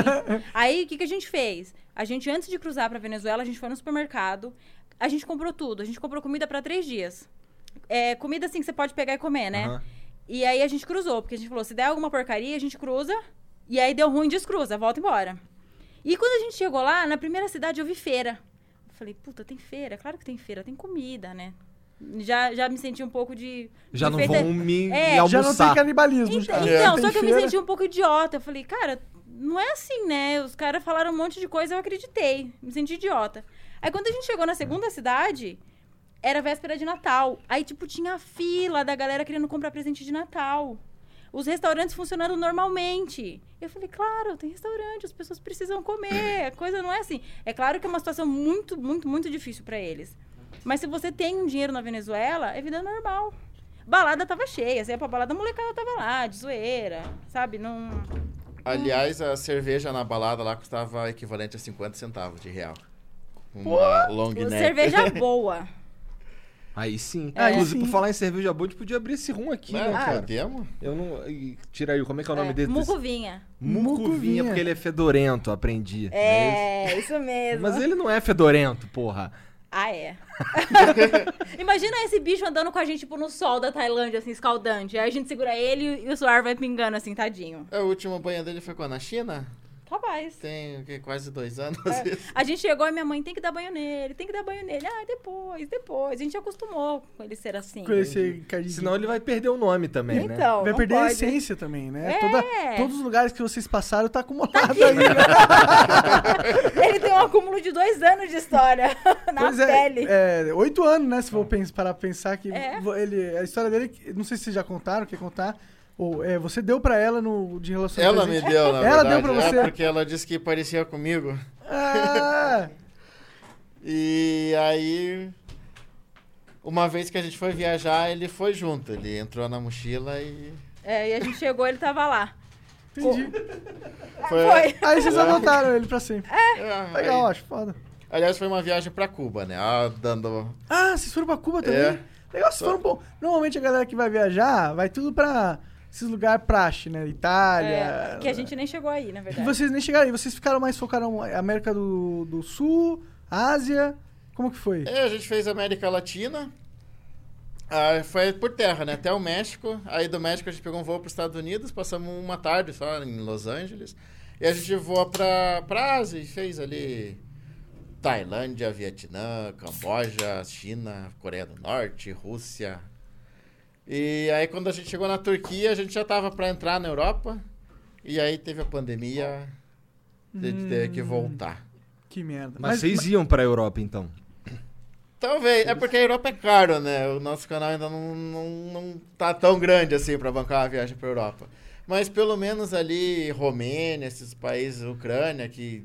Aí o que, que a gente fez? A gente, antes de cruzar pra Venezuela, a gente foi no supermercado, a gente comprou tudo, a gente comprou comida pra três dias. É, comida assim que você pode pegar e comer, né?
Aham.
E aí a gente cruzou, porque a gente falou, se der alguma porcaria, a gente cruza. E aí deu ruim, descruza, volta embora. E quando a gente chegou lá, na primeira cidade eu vi feira. Eu falei, puta, tem feira? Claro que tem feira, tem comida, né? Já, já me senti um pouco de...
Já
de
não
perder-
vão me,
É,
me
já
Já não tem
almoçar.
canibalismo.
Ent-
já.
Então,
Não tem
só que eu me
feira.
senti um pouco idiota. Eu falei, cara, não é assim, né? Os caras falaram um monte de coisa, eu acreditei. Me senti idiota. Aí quando a gente chegou na segunda cidade, era véspera de Natal. Aí, tipo, tinha a fila da galera querendo comprar presente de Natal. Os restaurantes funcionando normalmente. Eu falei, claro, tem restaurante, as pessoas precisam comer, a coisa não é assim. É claro que é uma situação muito, muito, muito difícil pra eles. Mas se você tem um dinheiro na Venezuela, é vida normal. Balada tava cheia, você ia pra balada, a molecada tava lá, de zoeira, sabe? Não...
Aliás, a cerveja na balada lá custava equivalente a 50 centavos de real. Uma long neck.
Uma cerveja boa.
Aí sim.
É,
Aí
Inclusive,
sim.
por falar em cerveja boa, a gente podia abrir esse rum aqui,
Não, ah,
né, cara?
podemos?
Eu não. e- Tira aí, como é que é o nome
É,
dele?
Mucuvinha.
Mucuvinha,
Mucuvinha.
porque ele é fedorento, aprendi. não isso?
É, isso mesmo.
Mas ele não é fedorento, porra.
Ah, é. Imagina esse bicho andando com a gente, tipo, no sol da Tailândia, assim, escaldante. Aí a gente segura ele e o suor vai pingando, assim, tadinho.
É, O último banho dele foi quando? Na China?
Rapaz.
Tem o quê? quase dois anos.
A gente chegou e minha mãe tem que dar banho nele, tem que dar banho nele. Ah, depois, depois. A gente acostumou com ele ser assim.
Com esse cardinho.
Senão ele vai perder o nome também, né?
Então,
Vai
não
perder a
pode.
essência também, né?
É.
Toda- todos os lugares que vocês passaram tá acumulado aí, né?
Ele tem um acúmulo de dois anos de história na
Pois
pele.
é, é, oito anos, né? Se for pens- parar pra pensar que
É.
vo- ele, a história dele, que- não sei se vocês já contaram, quer contar, ou é, você deu pra ela no de relacionamento.
Ela me deu, na
Ela
verdade.
deu pra você?
É porque ela disse que parecia comigo.
Ah,
E aí, uma vez que a gente foi viajar, ele foi junto. Ele entrou na mochila e.
É, e a gente chegou, ele tava lá.
entendi.
Foi.
Foi.
Aí
É.
vocês adotaram ele pra sempre.
É.
Ah,
Legal,
aí-
acho foda.
aliás, foi uma viagem pra Cuba, né? Ah, dando.
Ah, vocês foram pra Cuba também?
É.
Legal, vocês foram bom. Normalmente a galera que vai viajar vai tudo pra esses lugares praxe, né? Itália.
É, que a gente nem chegou aí,
É.
na
E
verdade.
vocês nem chegaram aí, vocês ficaram mais focaram em América do, do Sul, Ásia. Como que foi?
É, a gente fez América Latina. Ah, foi por terra, né? Até o México. Aí do México a gente pegou um voo para os Estados Unidos, passamos uma tarde só em Los Angeles. E a gente voa pra, pra Ásia e fez ali Tailândia, Vietnã, Camboja, China, Coreia do Norte, Rússia. E aí quando a gente chegou na Turquia, a gente já tava para entrar na Europa. E aí teve a pandemia, a gente teve que voltar.
Que merda.
Mas, vocês iam pra Europa, então.
Talvez. É porque a Europa é caro, né? O nosso canal ainda não, não, não tá tão grande assim para bancar uma viagem para Europa. Mas pelo menos ali, Romênia, esses países, Ucrânia, que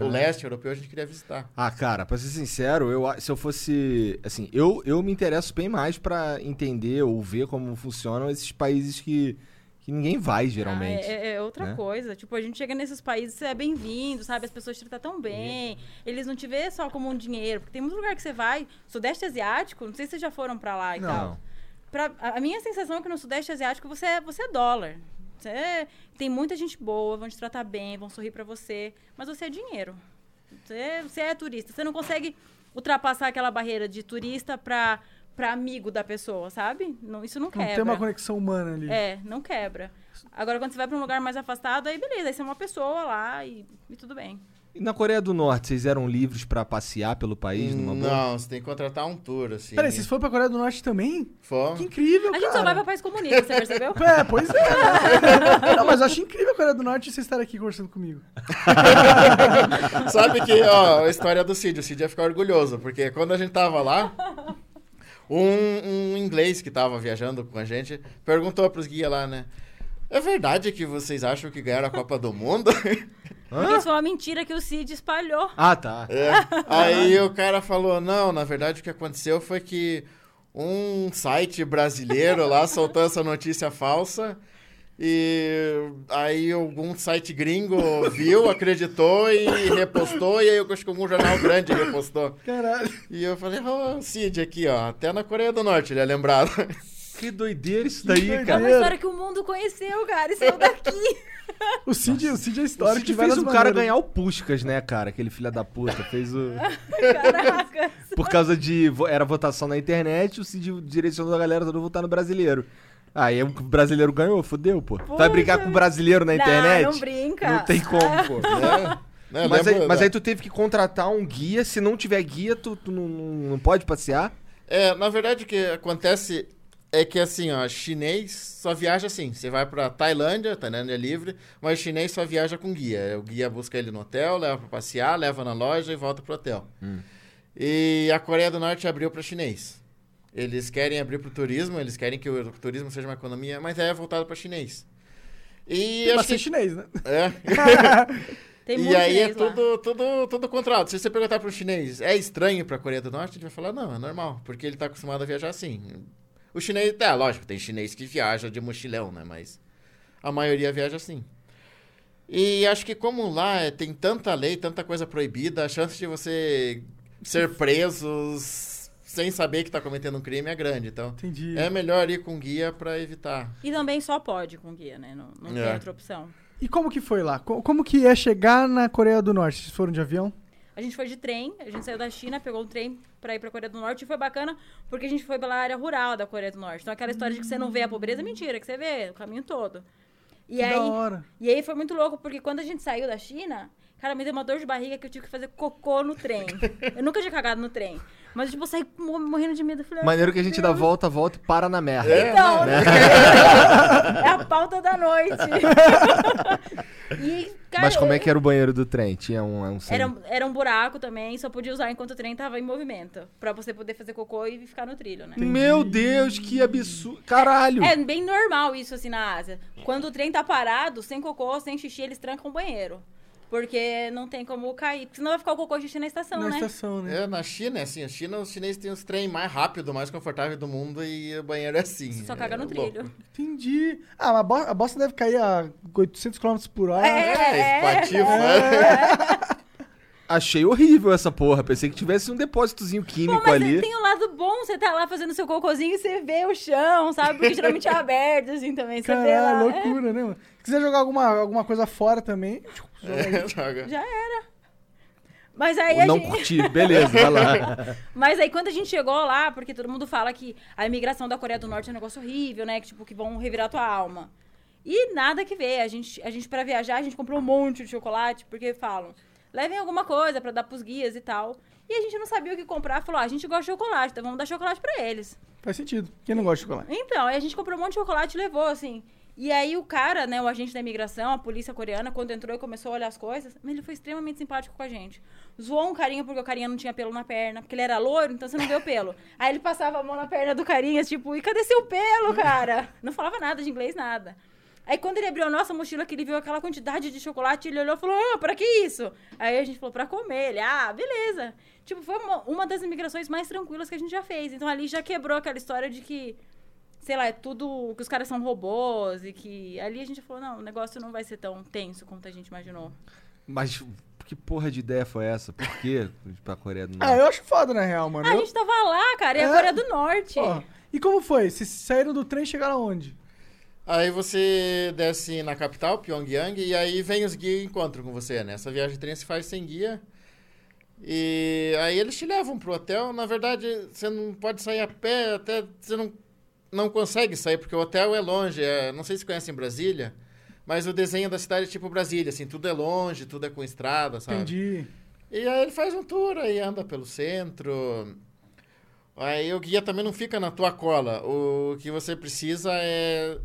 o leste europeu a gente queria visitar.
Ah, cara, pra ser sincero, eu, a- se eu fosse. Assim, eu, eu me interesso bem mais pra entender ou ver como funcionam esses países que, que ninguém vai, geralmente.
Ah, é, é outra
né?
coisa. Tipo, a gente chega nesses países, você é bem-vindo, sabe? As pessoas te tratam tão bem. Eles não te vê só como um dinheiro. Porque tem muito lugar que você vai, Sudeste Asiático, não sei se vocês já foram pra lá e tal.
Não.
Pra, a a minha sensação é que no Sudeste Asiático você é, você é dólar. Você é- tem muita gente boa, vão te tratar bem, vão sorrir pra você. Mas você é dinheiro. Você, você é turista. Você não consegue ultrapassar aquela barreira de turista pra, pra amigo da pessoa, sabe? Não, isso não
Não
quebra.
tem uma conexão humana ali.
É, não quebra. Agora, quando você vai pra um lugar mais afastado, aí beleza, aí você é uma pessoa lá e, e tudo bem.
E na Coreia do Norte, vocês eram livres pra passear pelo país numa boa?
Não, você tem que contratar um tour, assim.
Peraí, vocês foram pra Coreia do Norte também?
Fomos.
Que incrível,
A
cara.
gente só vai pra país comunista, você percebeu?
É, pois é. né? Não, mas eu acho incrível a Coreia do Norte vocês estarem aqui conversando comigo.
Sabe que, ó, a história do Cid, o Cid ia ficar orgulhoso, porque quando a gente tava lá, um, um inglês que tava viajando com a gente perguntou pros guias lá, né? É verdade que vocês acham que ganharam a Copa do Mundo?
Porque isso foi uma mentira que o Cid espalhou.
Ah, tá.
É. Aí o cara falou: não, na verdade o que aconteceu foi que um site brasileiro lá soltou essa notícia falsa. E aí algum site gringo viu, acreditou e repostou, e aí eu acho que algum jornal grande repostou.
Caralho.
E eu falei, ó, Cid aqui, ó, até na Coreia do Norte ele é lembrado.
Que doideira isso daí,
doideira.
É
cara.
uma história que o mundo conheceu, cara, e saiu daqui.
O Cid, o Cid é
O
histórico.
Cid
de
fez
várias
o um cara
maneiras.
ganhar o Puscas, né, cara? Aquele filho da puta. Fez o.
Caraca.
Por causa de. vo- Era votação na internet, o Cid direcionou a galera toda a votar no brasileiro. Aí o brasileiro ganhou, fodeu, pô. Vai
Puxa
brigar com o brasileiro na
Não,
internet?
não brinca.
Não tem como, pô.
né? Né,
Mas,
lembra
aí, mas
da-
aí tu teve que contratar um guia. Se não tiver guia, tu, tu não, não- não pode passear.
É, na verdade, o que acontece é que, assim, ó, chinês só viaja assim. Você vai pra Tailândia, Tailândia é livre, mas chinês só viaja com guia. O guia busca ele no hotel, leva pra passear, leva na loja e volta pro hotel. E a Coreia do Norte abriu pra chinês. Eles querem abrir pro turismo, eles querem que o turismo seja uma economia, mas é voltado pra chinês. E
Mas
acho
ser
que...
chinês, né?
É.
Tem
e
muito
aí é
chinês lá.
tudo, tudo, tudo contrário. Se você perguntar para o chinês, é estranho para a Coreia do Norte? Ele vai falar, não, é normal, porque ele está acostumado a viajar assim. O chinês, é lógico, tem chinês que viaja de mochilão, né? Mas a maioria viaja assim. E E acho que como lá eh, tem tanta lei, tanta coisa proibida, a chance de você ser preso s- sem saber que tá cometendo um crime é grande. Então,
Entendi.
é melhor ir com guia pra evitar.
E também só pode com guia, né? Não, não tem
É.
outra opção.
E como que foi lá? Co- Como que é chegar na Coreia do Norte? Vocês foram de avião?
A gente foi de trem, a gente saiu da China, pegou um trem pra ir pra Coreia do Norte e foi bacana porque a gente foi pela área rural da Coreia do Norte. Então aquela história de que você não vê a pobreza é mentira, que você vê o caminho todo. E
que
aí,
da hora.
e aí foi muito louco porque quando a gente saiu da China, cara, me deu uma dor de barriga que eu tive que fazer cocô no trem. eu nunca tinha cagado no trem, mas tipo, eu saí mo- morrendo de medo, Eu falei,
Maneiro que a gente dá volta, volta e para na merda.
então, né? é a pauta da noite. E, cara,
Mas como é que era o banheiro do trem? Tinha um, um
Era, um- era um buraco também, só podia usar enquanto o trem tava em movimento. Pra você poder fazer cocô e ficar no trilho, né?
Meu Deus, que absurdo. Caralho!
É bem normal isso assim na Ásia. Quando o trem tá parado, sem cocô, sem xixi, eles trancam o banheiro. Porque não tem como cair. Porque senão vai ficar o cocô e xixi na estação,
na
né?
estação, né?
É, na China é assim, a China, os chineses têm os trem mais rápido, mais confortável do mundo e o banheiro é assim.
Você só
é
caga no
louco.
trilho.
Entendi. Ah, mas a bo- a bosta deve cair a 800 km por hora.
É, espatifa.
Achei horrível essa porra. Pensei que tivesse um depósitozinho
Pô,
químico
mas
ali.
tem um lado bom, você tá lá fazendo seu cocôzinho e você vê o chão, sabe? Porque geralmente é aberto, assim, também. Você vê lá.
Caralho, loucura, né, mano? Se quiser jogar alguma, alguma coisa fora também, tipo,
É, joga.
Já era. Mas aí a
Não
gente...
curti, beleza, vai lá.
Mas aí quando a gente chegou lá, porque todo mundo fala que a imigração da Coreia do Norte é um negócio horrível, né? Que tipo, que vão revirar tua alma. E nada que ver. A gente, a gente para viajar, a gente comprou um monte de chocolate, porque falam, levem alguma coisa pra dar pros guias e tal. E a gente não sabia o que comprar, falou, ah, a gente gosta de chocolate, então vamos dar chocolate pra eles.
faz sentido. Quem não gosta de chocolate?
Então, aí a gente comprou um monte de chocolate e levou, assim. E aí o cara, né, o agente da imigração, a polícia coreana, quando entrou e começou a olhar as coisas, mas ele foi extremamente simpático com a gente. Zoou um carinha porque o carinha não tinha pelo na perna, porque ele era loiro, então você não deu pelo. aí ele passava a mão na perna do carinha, tipo, e cadê seu pelo, cara? Não falava nada de inglês, nada. Aí quando ele abriu a nossa mochila, que ele viu aquela quantidade de chocolate, ele olhou e falou, ah, pra que isso? Aí a gente falou, pra comer. Ele, ah, beleza. Tipo, foi uma, uma das imigrações mais tranquilas que a gente já fez. Então ali já quebrou aquela história de que, sei lá, é tudo que os caras são robôs e que... Ali a gente falou, não, o negócio não vai ser tão tenso quanto a gente imaginou.
Mas que porra de ideia foi essa? Por que pra Coreia do
Ah,
Norte?
eu acho foda, na real, mano.
Ah, a
Eu-
gente tava lá, cara, e
É.
agora é do norte.
Ó, E como foi? Vocês saíram do trem e chegaram aonde?
Aí você desce na capital, Pyongyang, e aí vem os guias e encontram com você, né? Essa viagem de trem se faz sem guia. E aí eles te levam pro hotel. Na verdade, você não pode sair a pé, até você não, não consegue sair, porque o hotel é longe. é- não sei se conhecem Brasília, mas o desenho da cidade é tipo Brasília, assim, tudo é longe, tudo é com estrada, sabe?
Entendi.
E aí ele faz um tour, aí anda pelo centro. Aí o guia também não fica na tua cola. O que você precisa é.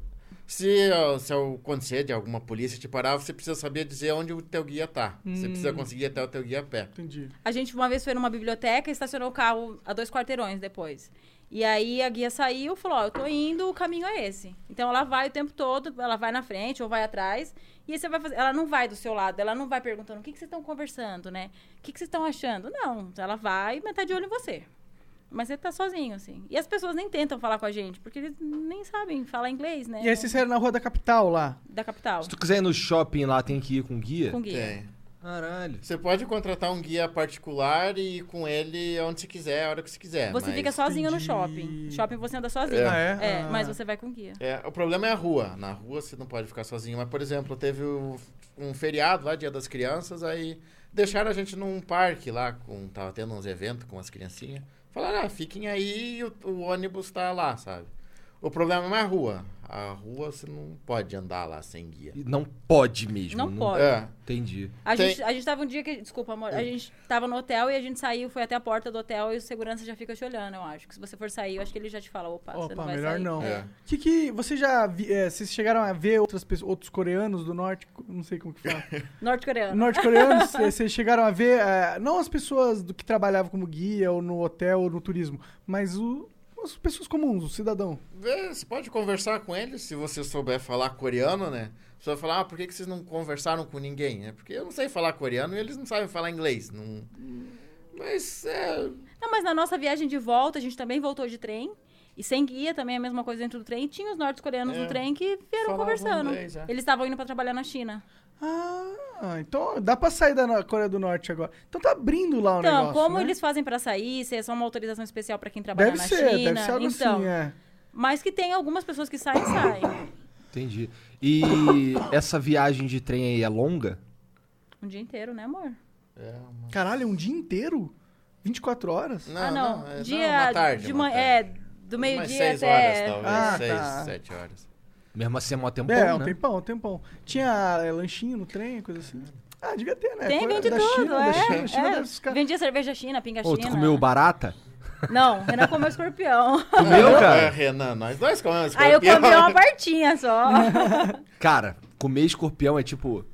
Se, ó, se acontecer de alguma polícia te parar, você precisa saber dizer onde o teu guia tá. Você
Hum.
precisa conseguir até o teu guia a pé.
Entendi.
A gente uma vez foi numa biblioteca e estacionou o carro a dois quarteirões depois. E aí a guia saiu e falou: Ó, eu tô indo, o caminho é esse. Então ela vai o tempo todo, ela vai na frente ou vai atrás. E aí você vai fazer. Ela não vai do seu lado, ela não vai perguntando o que, que vocês estão conversando, né? O que, que vocês estão achando? Não, ela vai, mas tá de olho em você. Mas você tá sozinho, assim. E as pessoas nem tentam falar com a gente, porque eles nem sabem falar inglês, né?
E aí vocês saíram na rua da capital lá.
Da capital.
Se tu quiser ir no shopping lá, tem que ir com guia?
Com guia.
Tem.
Caralho.
Você pode contratar um guia particular e ir com ele onde você quiser, a hora que você quiser.
Você
É, mas-
fica sozinho
Entendi.
no shopping. No shopping você anda sozinho.
Ah, é?
é
Ah.
mas você vai com guia.
É, o problema é a rua. Na rua você não pode ficar sozinho. Mas, por exemplo, teve o- um feriado lá, Dia das Crianças, aí deixaram a gente num parque lá, com, tava tendo uns eventos com as criancinhas. Falaram, ah, fiquem aí e o, o ônibus tá lá, sabe? O problema não é a rua. A rua você não pode andar lá sem guia.
Não pode mesmo.
Não pode.
É.
Entendi.
A,
Tem-
gente, a gente tava um dia que. Desculpa, amor.
Hum.
A gente tava no hotel e a gente saiu, foi até a porta do hotel e o segurança já fica te olhando, eu acho. Que se você for sair, eu acho que ele já te fala, opa, você não
Opa,
vai
melhor
sair.
não.
É.
Que que você já vi- é, vocês chegaram a ver outras pessoas, outros coreanos do norte, co- não sei como que fala.
Norte-coreano.
Norte-coreanos, vocês vocês chegaram a ver é, não as pessoas do que trabalhavam como guia ou no hotel ou no turismo, mas o- as pessoas comuns, o cidadão.
Vê, Você pode conversar com eles se você souber falar coreano, né? Você vai falar, ah, por que, que vocês não conversaram com ninguém? É porque eu não sei falar coreano e eles não sabem falar inglês. Não...
Hum.
Mas é,
Não, mas na nossa viagem de volta, a gente também voltou de trem. E sem guia também é a mesma coisa dentro do trem. E tinha os norte-coreanos
É.
no trem que vieram
Falavam
conversando.
inglês,
né?
é.
Eles estavam indo pra trabalhar na China.
Ah, então dá pra sair da no- Coreia do Norte agora. Então tá abrindo lá o
então,
negócio,
como
né?
eles fazem pra sair? Se é só uma autorização especial pra quem trabalha
Deve
na
ser,
China?
deve ser algo
então,
assim, é.
Mas que tem algumas pessoas que saem, saem.
Entendi. E essa viagem de trem aí é longa?
Um dia inteiro, né, amor?
É, uma-
Caralho, é um dia inteiro? 24 horas?
Hum,
Não,
ah, não.
é-
dia
uma tarde.
de
uma
manhã.
tarde.
É, do
Umas
meio-dia
seis
até.
horas, talvez.
Ah,
seis,
tá.
sete horas.
Mesmo assim é mó tempão,
é, um
né?
tempão, um tempão. Tinha é, lanchinho no trem, coisa assim. Ah, devia ter, né?
Tem,
Coisa
vende
da
tudo.
China,
é,
da China, China
é.
deve ficar-
Vendia cerveja China, pinga
Ô,
China.
tu comeu barata?
Não, Renan comeu escorpião.
Comeu,
Ah,
cara?
é, Renan, nós dois comemos
Aí Ah, eu
escorpião.
comi uma partinha só.
Cara, comer escorpião é tipo.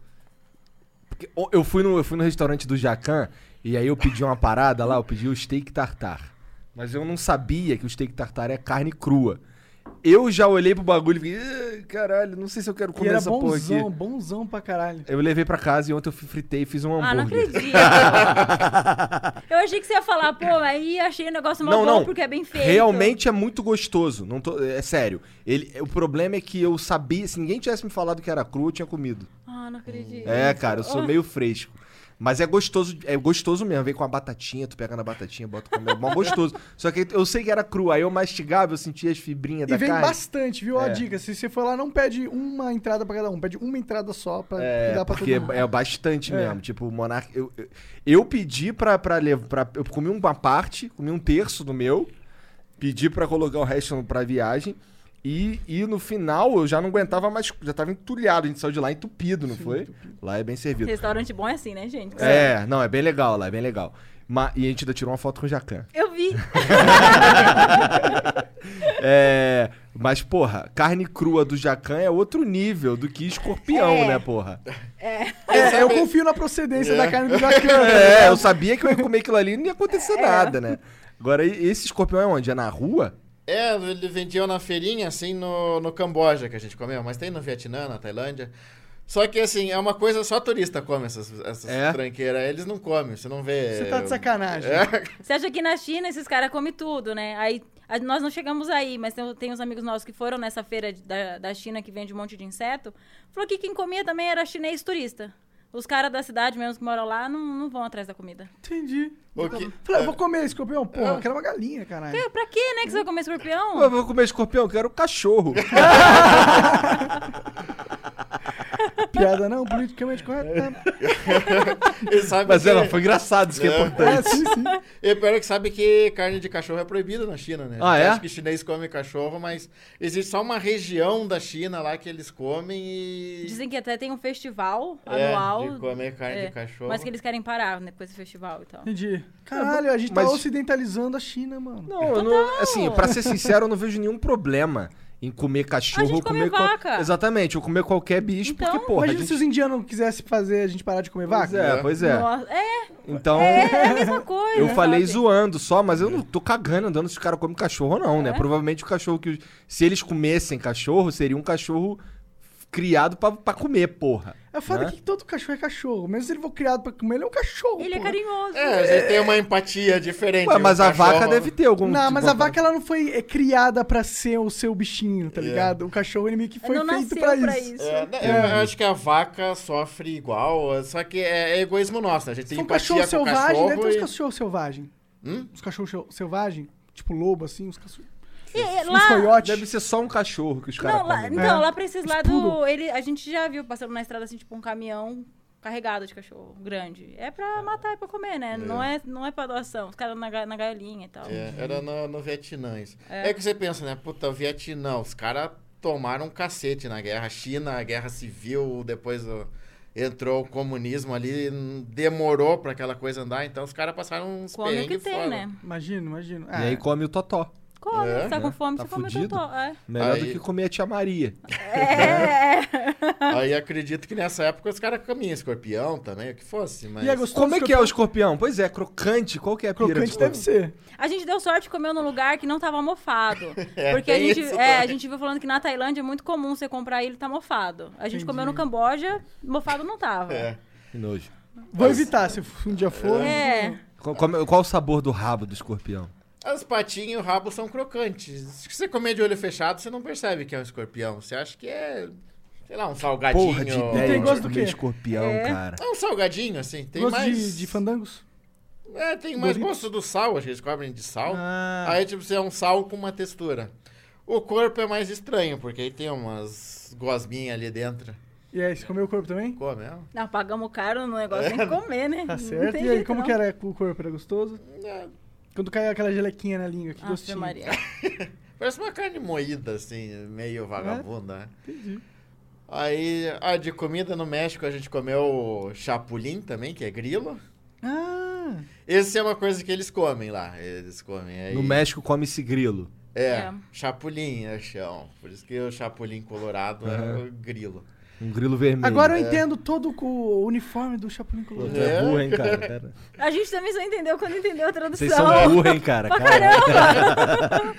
Porque o- Eu fui no, eu fui no restaurante do Jacan e aí eu pedi uma parada lá, eu pedi o steak tartar. Mas eu não sabia que o steak tartar é carne crua. Eu já olhei pro bagulho e fiquei, "Ih, caralho, não sei se eu quero
E
comer
era
essa porra aqui.
bonzão, bonzão pra caralho.
Eu levei pra casa e ontem eu fui- fritei e fiz um
Ah, não
hambúrguer.
acredito. Eu achei que você ia falar, pô, aí achei o negócio mal bom porque é bem feito.
Realmente é muito gostoso. Não tô, é sério. Ele, o problema é que eu sabia, se ninguém tivesse me falado que era cru, eu tinha comido.
Ah, não acredito.
É, cara, eu sou
Ah.
meio fresco. Mas é gostoso, é gostoso mesmo. Vem com a batatinha, tu pega na batatinha, bota com mel, mó gostoso. Só que eu sei que era cru, aí eu mastigava, eu sentia as fibrinhas
E
da
vem
carne.
bastante, viu? Ó A
É.
dica, se você for lá, não pede uma entrada pra cada um, pede uma entrada só pra
É,
dar pra
porque
todo mundo.
é bastante
É.
mesmo. Tipo, o Monark. Eu, eu, eu pedi pra, pra levar. pra- eu comi uma parte, comi um terço do meu, pedi pra colocar o resto no- pra viagem. E, e no final eu já não aguentava mais. Já tava entulhado, a gente saiu de lá entupido, não foi? Lá é bem servido.
Restaurante bom é assim, né, gente?
É, não, é bem legal lá, é bem legal. Ma- e a gente ainda tirou uma foto com o Jacan.
Eu vi.
É, mas, porra, carne crua do Jacan é outro nível do que escorpião,
É.
né, porra?
É, eu confio na procedência
É.
da carne do Jacan. né?
É, eu sabia que eu ia comer aquilo ali e não ia acontecer nada, né? Agora, e- esse escorpião é onde? É na rua?
É, ele vendia na feirinha, assim, no, no Camboja que a gente comeu, mas tem no Vietnã, na Tailândia. Só que, assim, é uma coisa, só turista come essas, essas
É?
tranqueiras. Eles não comem, você não vê.
Você tá de sacanagem.
Você acha que na China esses caras comem tudo, né? Aí a- nós não chegamos aí, mas tem, tem uns amigos nossos que foram nessa feira de- da, da China que vende um monte de inseto. Falou que quem comia também era chinês turista. Os caras da cidade mesmo que moram lá não, não vão atrás da comida.
Entendi. Então,
O que-
Falei,
é.
eu vou comer escorpião? Porra, eu quero uma galinha, caralho.
Que- Pra quê, né, que você vai comer escorpião?
Pô, eu vou comer escorpião, eu quero cachorro.
Piada não, politicamente né? correta.
E sabe
Mas
que-
ela foi engraçado, isso que é
É.
É,
importante.
sim, sim.
E pior é que sabe que carne de cachorro é proibida na China, né?
Ah,
A gente
é?
acha que chinês come cachorro, mas existe só uma região da China lá que eles comem e.
Dizem que até tem um festival
É,
anual.
de comer carne
É,
de cachorro.
Mas que eles querem parar né, com esse festival e tal.
Entendi. Caralho, a gente
Mas-
tá ocidentalizando a China, mano.
Não, eu não, assim, pra ser sincero, eu não vejo nenhum problema em comer
A
cachorro
gente
ou comer...
come vaca.
Exatamente, ou comer qualquer bicho,
Então,
porque, porra, a
Imagina
gente...
se os indianos quisessem fazer a gente parar de comer
Pois
vaca.
é, pois é.
Nossa, é,
Então...
é, é a mesma coisa.
Eu falei
sabe?
zoando só, mas
É.
eu não tô cagando andando se os caras comem cachorro ou
É.
não, né? Provavelmente o cachorro que. os- Se eles comessem cachorro, seria um cachorro criado pra, pra comer, porra.
É foda
Né?
que todo cachorro é cachorro. Mesmo se ele for criado pra comer, ele é um cachorro.
Ele é
porra.
carinhoso.
É, a gente tem uma empatia diferente.
Ué, mas
O
a
cachorro-
vaca deve ter algum.
um Não,
tipo-
mas a vaca ela não foi é, criada pra ser o seu bichinho, tá ligado? O cachorro ele meio que foi
não
feito
nasceu
pra
pra,
isso.
isso.
É, né, Eu acho que a vaca sofre igual, só que é, é egoísmo nosso, né? A gente tem
São
empatia
um cachorro
com
né?
o
selvagem,
cachorro.
deve ter uns
e-
cachorros selvagens.
Hum?
Os cachorros selvagens, tipo lobo, assim, os cachorros.
E, e,
Uns
É, lá,
coiotes.
Deve ser só um cachorro que os caras
Não, lá,
comem. né?
É.
então, lá pra esses lados,
poodle.
ele, a gente já viu passando na estrada, assim, tipo, um caminhão carregado de cachorro grande. É pra matar, é pra comer, né? Não, é, não é pra doação. Os caras na, ga- na galinha e tal.
É, era no, no Vietnã isso. É. que você pensa, né? Puta, Vietnã, os caras tomaram um cacete na guerra. China, a guerra civil, depois o- entrou o comunismo ali, n- demorou pra aquela coisa andar, então os caras passaram uns
Come o que
perrengues
tem,
foda.
né?
Imagino, imagino. É,
E aí come o totó.
Come,
É,
você tá com
né?
fome,
Tá
você come
fudido.
tudo. É.
Melhor do
Aí-
que comer a tia Maria.
É,
Aí acredito que nessa época os caras caminham escorpião também, o que fosse, mas...
E é gostoso.
Como é que é o escorpião? Pois é, crocante. Qual que é a pira?
tipo,
Crocante
do
deve ser.
A gente deu sorte e comeu num lugar que não tava mofado.
É,
porque a
tem
gente,
isso
é, a
também.
gente viu falando que na Tailândia é muito comum você comprar ele tá mofado. A gente
Entendi.
comeu no Camboja, mofado não tava.
É.
Que nojo.
Vou evitar, se um dia for.
É.
Qual, qual- qual o sabor do rabo do escorpião?
As patinhas e o rabo são crocantes. Se você comer de olho fechado, você não percebe que é um escorpião. Você acha que é, sei lá, um salgadinho.
Porra de
Não
ideia
tem
de
gosto do
comer
quê?
escorpião,
É.
cara.
É um salgadinho, assim. Tem
Gosto
mais.
de, de fandangos?
É, tem mais
Doritos.
gosto do sal, acho que eles cobrem de sal.
Ah.
Aí, tipo, você é um sal com uma textura. O corpo é mais estranho, porque aí tem umas gosminhas ali dentro.
E aí, você comeu o corpo também?
Ficou mesmo?
Não, pagamos caro no negócio, tem que comer, né?
Tá
Não
certo.
tem
E aí,
jeito,
como
não.
que era com o corpo? Era gostoso?
É,
Quando caiu aquela gelequinha na língua, que
Ave
gostinho.
Maria.
parece uma carne moída, assim,
É?
meio vagabunda, né?
Entendi.
Aí, ah, de comida no México a gente comeu chapulim também, que é grilo.
Ah,
Esse é uma coisa que eles comem lá. Eles comem
É
aí.
No México come-se grilo.
É,
É.
chapulim, é chão. Por isso que o chapulim colorado é
Aham.
o grilo.
Um grilo vermelho.
agora
é.
eu entendo todo co- o uniforme do Chapolin
Pô,
Colorado.
tu é burro, hein, cara? Pera.
A gente também só entendeu quando entendeu a tradução.
Vocês são burros, hein, cara? Caralho.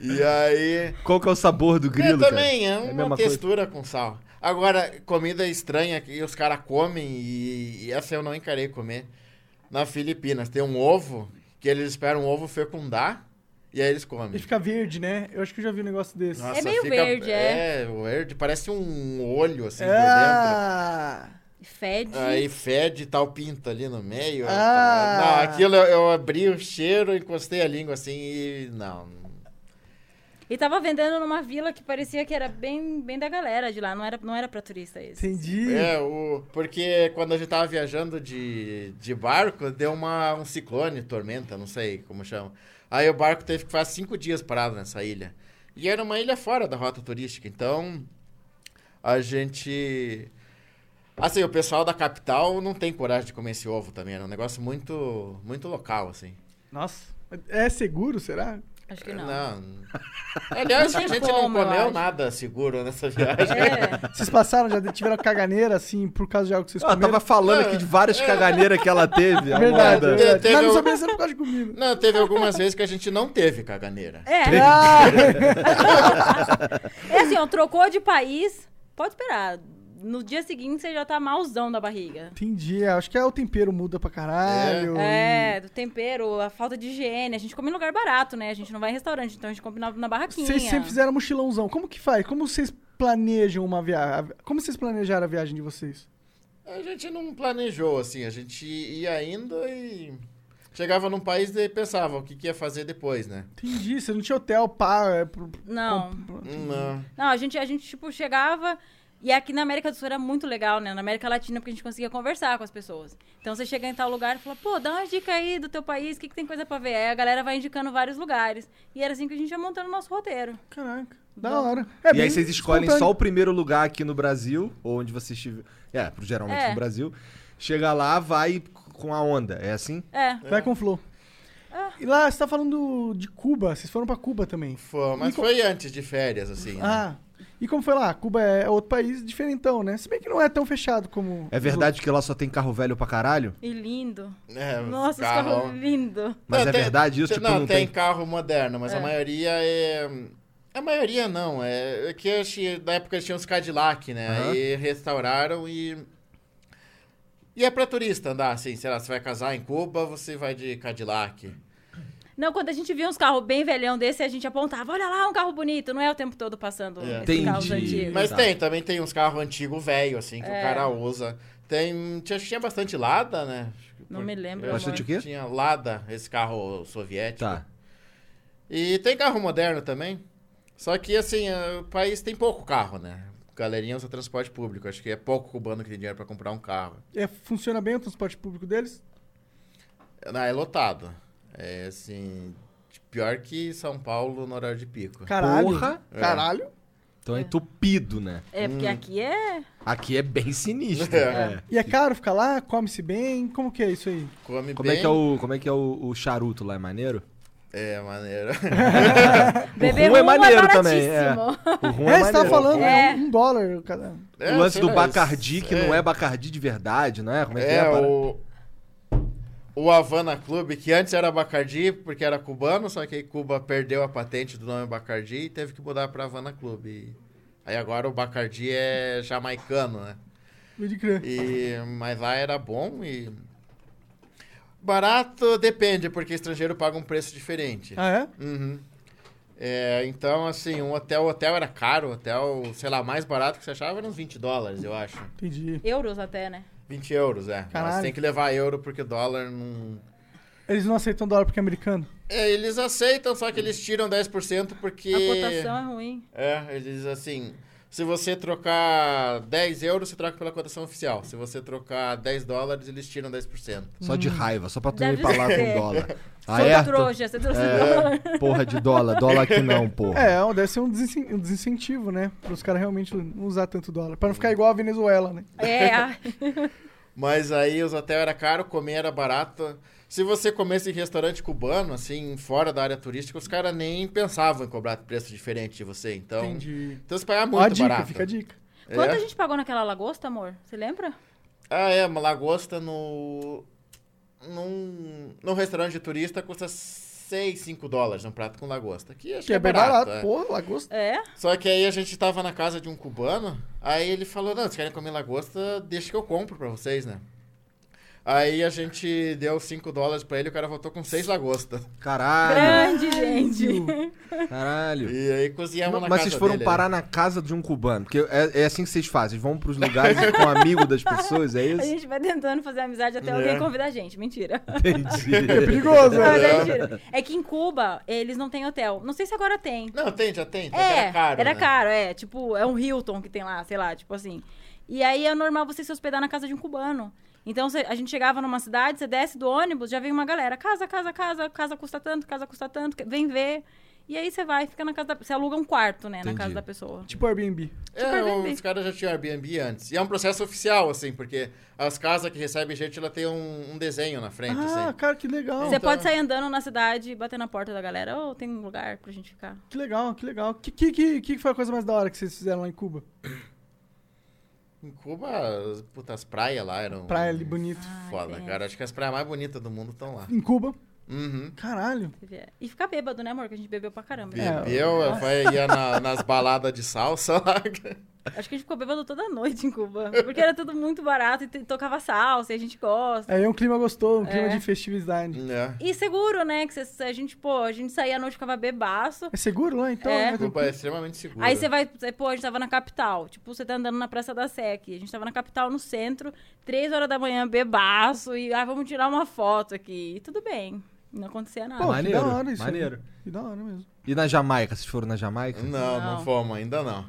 E aí.
Qual que é o sabor do grilo,
é,
cara?
também, é
a
uma
mesma coisa.
textura com sal. Agora, comida estranha que os caras comem e, e essa eu não encarei comer. Na Filipinas tem um ovo que eles esperam o ovo fecundar e aí eles comem.
Ele fica verde, né? Eu acho que eu já vi um negócio desse.
Nossa,
meio verde, é.
É, verde, parece um olho assim por
ah,
Fede.
dentro. Aí fede e tal, pinta ali no meio.
Ah.
Não, aquilo eu, eu abri o cheiro, encostei a língua assim e. Não.
E tava vendendo numa vila que parecia que era bem, bem da galera de lá, não era, não era pra turista esse.
entendi.
É, o, porque quando a gente tava viajando de, de barco, deu uma, um ciclone, tormenta, não sei como chama. Aí o barco teve que ficar cinco dias parado nessa ilha. E era uma ilha fora da rota turística, então a gente. Assim, o pessoal da capital não tem coragem de comer esse ovo também, era um negócio muito, muito local, assim.
Nossa. É seguro, será?
Acho que não. É,
Aliás,
Não
a
tem
gente
como,
não
eu
comeu
acho.
nada seguro nessa viagem.
É.
Vocês passaram, já tiveram caganeira, assim, por causa de algo que vocês
Ela
comeram?
Ah, tava falando aqui de várias
É.
caganeiras que ela teve. a
Verdade,
moda.
verdade.
Teve
Mas não
um-
sabia se era por causa de comida.
Não, teve algumas vezes que a gente não teve caganeira.
É.
Ah,
É assim, ó, trocou de país, pode esperar. No dia seguinte você já tá malzão da barriga.
entendi. Acho que é o tempero muda pra caralho.
É, do tempero, a falta de higiene. A gente come em lugar barato, né? A gente não vai em restaurante, então a gente come na, na barraquinha.
Vocês sempre fizeram mochilãozão. Como que faz? Como vocês planejam uma viagem? Como vocês planejaram a viagem de vocês?
A gente não planejou, assim, a gente ia ainda e chegava num país e pensava o que, que ia fazer depois, né?
Entendi. Você não tinha hotel, pá. É pro...
Não.
Não.
Não, a gente, a gente, tipo, chegava. E aqui na América do Sul era muito legal, né? Na América Latina, porque a gente conseguia conversar com as pessoas. Então você chega em tal lugar e fala, pô, dá uma dica aí do teu país, o que, que tem coisa pra ver? Aí a galera vai indicando vários lugares. E era assim que a gente ia montando o nosso roteiro.
Caraca. Da hora. É
e
bem
aí vocês escolhem
espontâneo.
só o primeiro lugar aqui no Brasil, ou onde vocês estiver. É, pro- geralmente
É.
no Brasil. Chega lá, vai com a onda. É assim?
É.
Vai com o flow. E lá, você tá falando de Cuba. Vocês foram pra Cuba também.
Foi, mas foi antes de férias, assim. né?
Ah. E como foi lá? Cuba é outro país diferentão, né? Se bem que não é tão fechado como.
É
os
verdade que lá só tem carro velho pra caralho?
E lindo.
É,
Nossa, esse
carro-
carro é lindo.
Mas
Não,
é
tem-
verdade isso?
tem-
Tipo,
não,
não
tem
tem.
carro moderno, mas a maioria é. A maioria não, é é que eu achei- na época eles tinham os Cadillac, né?
Aham.
Aí restauraram e. E é pra turista andar, assim, sei lá, você vai casar em Cuba, você vai de Cadillac.
Não, quando a gente via uns carros bem velhão desse, a gente apontava, olha lá, um carro bonito. Não é o tempo todo passando
É.
esses carros
Entendi.
antigos.
Mas
Tá.
tem, também tem uns carros antigos velho, assim,
É.
que o cara usa. Tem. Tinha, tinha bastante Lada, né?
Não me lembro.
Bastante
amor.
o quê?
Tinha Lada, esse carro soviético.
Tá.
E tem carro moderno também. Só que, assim, eh, o país tem pouco carro, né? Galerinha usa transporte público. Acho que é pouco cubano que tem dinheiro pra comprar um carro.
É, funciona bem o transporte público deles?
Não, é lotado. É, assim, pior que São Paulo no horário de pico.
Caralho.
Porra.
Caralho.
Então é entupido, né?
É, porque aqui é.
Aqui é bem sinistro.
É.
É.
E é caro ficar lá? Come-se bem? Como que é isso aí?
Come
Como,
bem.
é que é o, como é que é o, o charuto lá? É maneiro?
É, maneiro.
rum é
Beber rum é
maneiro também, é.
baratíssimo.
O rum
é,
é,
você tava
maneiro.
falando,
É.
é um dólar cada.
É,
o lance
sei
do
lá,
Bacardi,
isso-
que não é Bacardi de verdade, não é? Como é que é?
É,
a parada?
o. O Havana Clube, que antes era Bacardi, porque era cubano, só que aí Cuba perdeu a patente do nome Bacardi e teve que mudar para Havana Clube. Aí agora o Bacardi é jamaicano, né?
Pode crer.
E, mas lá era bom e. Barato depende, porque estrangeiro paga um preço diferente.
Ah, é?
Uhum. É, então, assim, um hotel, o hotel era caro, o hotel, sei lá, mais barato que você achava era uns 20 dólares, eu acho.
Entendi.
Euros até, né?
20 euros, é.
Caralho.
Mas tem que levar euro, porque dólar não.
Eles não aceitam dólar porque é americano?
É, eles aceitam, só que eles tiram 10% porque.
A cotação é ruim.
É, eles assim. Se você trocar 10 euros, você troca pela cotação oficial. Se você trocar 10 dólares, eles tiram 10%.
Só de raiva, só pra tu
Hum. Deve
ir pra lá
ser.
com dólar. Ah,
Sou
é?
trouxa, você trouxe
É.
dólar.
Tu- Porra de dólar, dólar aqui não, porra.
É, deve ser um, desin- um desincentivo, né? Para os caras realmente não usar tanto dólar. Pra não ficar igual a Venezuela, né?
É, ai.
Mas aí os hotéis era caro, comer era barato. Se você comesse em restaurante cubano, assim, fora da área turística, os caras nem pensavam em cobrar preço diferente de você. Então,
Entendi.
então você pagar
Ó a
muito
dica,
barato.
fica a dica.
É.
Quanto a gente pagou naquela lagosta, amor? Você lembra?
Ah, é, uma lagosta no. Num, num restaurante de turista custa 6, 5 dólares um prato com lagosta. Que acho
Que é bem barato.
barato é.
Porra, lagosta.
É.
Só que aí a gente tava na casa de um cubano, aí ele falou, não, vocês querem comer lagosta, deixa que eu compro pra vocês, né? Aí a gente deu 5 dólares pra ele, o cara voltou com 6 lagostas.
Caralho,
Grande, gente.
caralho.
E aí cozinhamos
Não,
na
mas
casa
vocês foram
dele, né?
parar na casa de um cubano, porque é, é assim que vocês fazem, vocês vão pros lugares com um amigo das pessoas, é
A
isso?
gente vai tentando fazer amizade até alguém
É.
convidar a gente. Mentira.
É
Entendi.
perigoso,
Mas
né?
é mentira. É que em Cuba, eles não têm hotel. Não sei se agora tem.
Não, tem, já tem, só que
É,
era caro, né?
caro, é. Tipo, é um Hilton que tem lá, sei lá, tipo assim. E aí é normal você se hospedar na casa de um cubano. Então cê- a gente chegava numa cidade, você desce do ônibus, já vem uma galera. Casa, casa, casa, casa custa tanto, casa custa tanto, que- vem ver. E aí você vai, fica na casa da. Você aluga um quarto, né,
Entendi.
na casa da pessoa.
Tipo Airbnb.
É,
Airbnb.
os caras já tinham Airbnb antes. E é um processo oficial, assim, porque as casas que recebem gente, ela tem um, um desenho na frente,
Ah,
assim.
cara, que legal.
Você
tá.
pode sair andando na cidade e bater na porta da galera. Ou tem um lugar pra gente ficar.
Que legal, que legal. Que, que, que, que foi a coisa mais da hora que vocês fizeram lá em Cuba?
Em Cuba, as, puta, as praias lá eram...
Praia ali bonito.
Foda,
tem.
cara. Acho que as praias mais bonitas do mundo estão lá.
Em Cuba?
Uhum.
Caralho.
E ficar bêbado, né, amor? Que a gente bebeu pra caramba. né?
É.
Bebeu, vai ia na- nas baladas de salsa lá.
Acho que a gente ficou bêbado toda noite em Cuba. Porque era tudo muito barato e te- tocava salsa e a gente gosta.
Aí é um clima gostoso, um clima
É.
de festividade.
né?
E seguro, né? Que cê- a gente, pô, a gente saía à noite, ficava bebaço.
É seguro lá, então?
É.
né?
Cuba é extremamente seguro.
Aí você vai, cê- pô, a gente tava na capital. Tipo, você tá andando na Praça da Sé aqui. A gente tava na capital, no centro, três horas da manhã, bebaço. E, ah, vamos tirar uma foto aqui. E tudo bem. Não acontecia nada.
Pô, que
Maneiro,
da hora isso.
maneiro.
Que da hora mesmo.
E na Jamaica, vocês foram na Jamaica?
Não, não,
Não.
fomos, ainda não.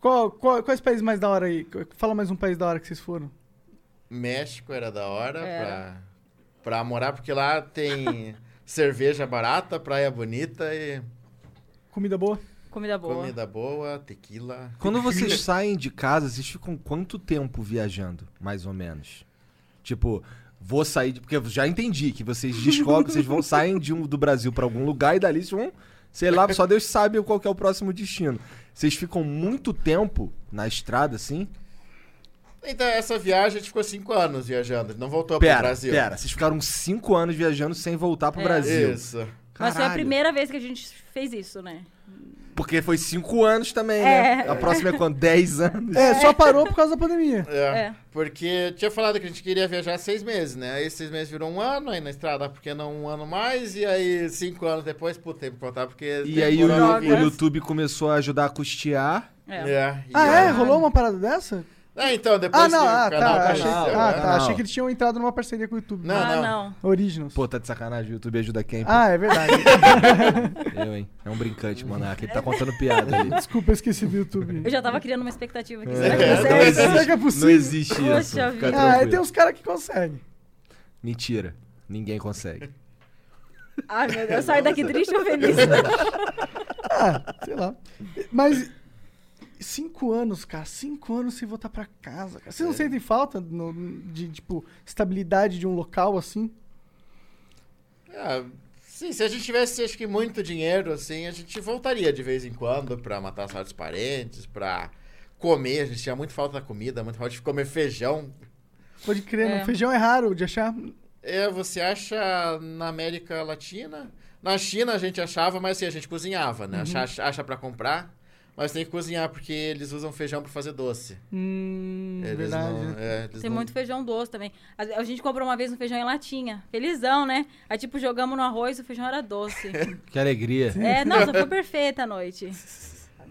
Qual, qual- quais países mais da hora aí? Fala mais um país da hora que vocês foram.
México era da hora
Era.
Pra, pra morar, porque lá tem cerveja barata, praia bonita e
Comida boa?
Comida boa.
comida boa, tequila.
Quando vocês saem de casa, vocês ficam quanto tempo viajando, mais ou menos? Tipo, vou sair, de- porque eu já entendi que vocês descobrem, vocês vão saem de um do Brasil pra algum lugar e dali vocês vão, sei lá, só Deus sabe qual que é o próximo destino. Vocês ficam muito tempo na estrada assim?
Então, essa viagem a gente ficou cinco anos viajando, não voltou
Pera,
pro Brasil.
pera, vocês ficaram cinco anos viajando sem voltar pro
É.
Brasil.
Isso.
Mas foi a
Caralho.
primeira vez que a gente fez isso, né?
Porque foi cinco anos também, né?
É.
A próxima é quando? Dez anos.
É, só parou por causa da pandemia.
É,
É.
Porque eu tinha falado que a gente queria viajar seis meses, né? Aí seis meses virou um ano, aí na estrada, porque não um ano mais, e aí cinco anos depois, puta, tem que contar, porque.
E
tem
aí o,
corona,
o
vírus.
YouTube começou a ajudar a custear.
É.
É, e
Ah, é?
aí-
Rolou uma parada dessa?
Ah, então, depois
Ah, não,
que
ah,
o canal
tá. Achei,
cresceu,
canal,
ah,
né?
tá. Achei que eles tinham entrado numa parceria com o YouTube.
Não,
ah,
não.
não.
Originals.
Pô, tá de sacanagem, o YouTube ajuda quem? pô?
Ah, é verdade.
Eu, hein? É um brincante, Monark. Ele tá contando piada ali.
Desculpa, eu esqueci do YouTube.
Eu já tava criando uma expectativa aqui.
É,
Será que deu
não
certo?
Será que é
não
possível?
existe
Poxa
isso. Fica
vida.
Ah, é,
tranquilo.
tem uns caras que conseguem.
Mentira. Ninguém consegue.
Ai, meu Deus, eu saio daqui triste ou feliz?
Ah, sei lá. Mas. Cinco anos, cara. Cinco anos sem voltar pra casa. Cara. Vocês não sentem falta no- de, tipo, estabilidade de um local assim?
Ah, sim, se a gente tivesse, acho que, muito dinheiro, assim, a gente voltaria de vez em quando pra matar saudades dos parentes, pra comer. A gente tinha muito falta da comida, muito falta de comer feijão.
Pode crer,
É.
não. Feijão é raro de achar.
É, você acha na
Uhum.
América Latina? Na China a gente achava, mas assim, a gente cozinhava, né? Acha, acha pra comprar. mas tem que cozinhar, porque eles usam feijão pra fazer doce.
Hum,
Eles
verdade.
não- é, eles
Tem
não-
muito feijão doce também. A, a gente comprou uma vez um feijão em latinha. Felizão, né? Aí, tipo, jogamos no arroz o feijão era doce.
Que alegria.
é, nossa, foi perfeita a noite.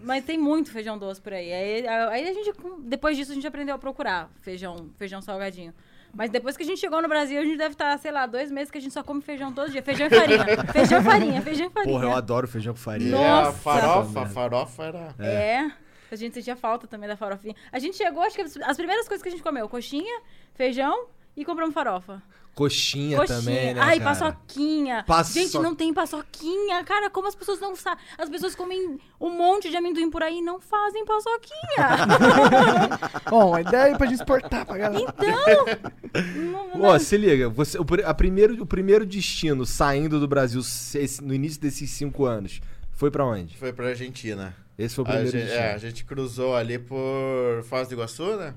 Mas tem muito feijão doce por aí. Aí, a- aí a gente, depois disso, a gente aprendeu a procurar feijão, feijão salgadinho. Mas depois que a gente chegou no Brasil, a gente deve estar, sei lá, dois meses que a gente só come feijão todo dia. Feijão e farinha. feijão e farinha, feijão e farinha.
Porra, eu adoro feijão com farinha.
É, a
Nossa!
farofa, a farofa era.
É. A gente sentia falta também da farofinha. A gente chegou, acho que as- as primeiras coisas que a gente comeu, coxinha, feijão e compramos farofa.
Coxinha,
Coxinha.
também, né,
Ai,
cara?
paçoquinha.
Paço-
Gente, não tem paçoquinha. Cara, como as pessoas não sabem. As pessoas comem um monte de amendoim por aí e não fazem paçoquinha.
Bom, uma ideia é pra gente exportar pra galera.
então. não-
Ó, se liga, você, o, pr- a primeiro, o primeiro destino saindo do Brasil se- esse- no início desses cinco anos foi pra onde?
Foi pra Argentina.
Esse foi o
A
primeiro
gente,
destino.
é, a gente cruzou ali por Foz do Iguaçu, né?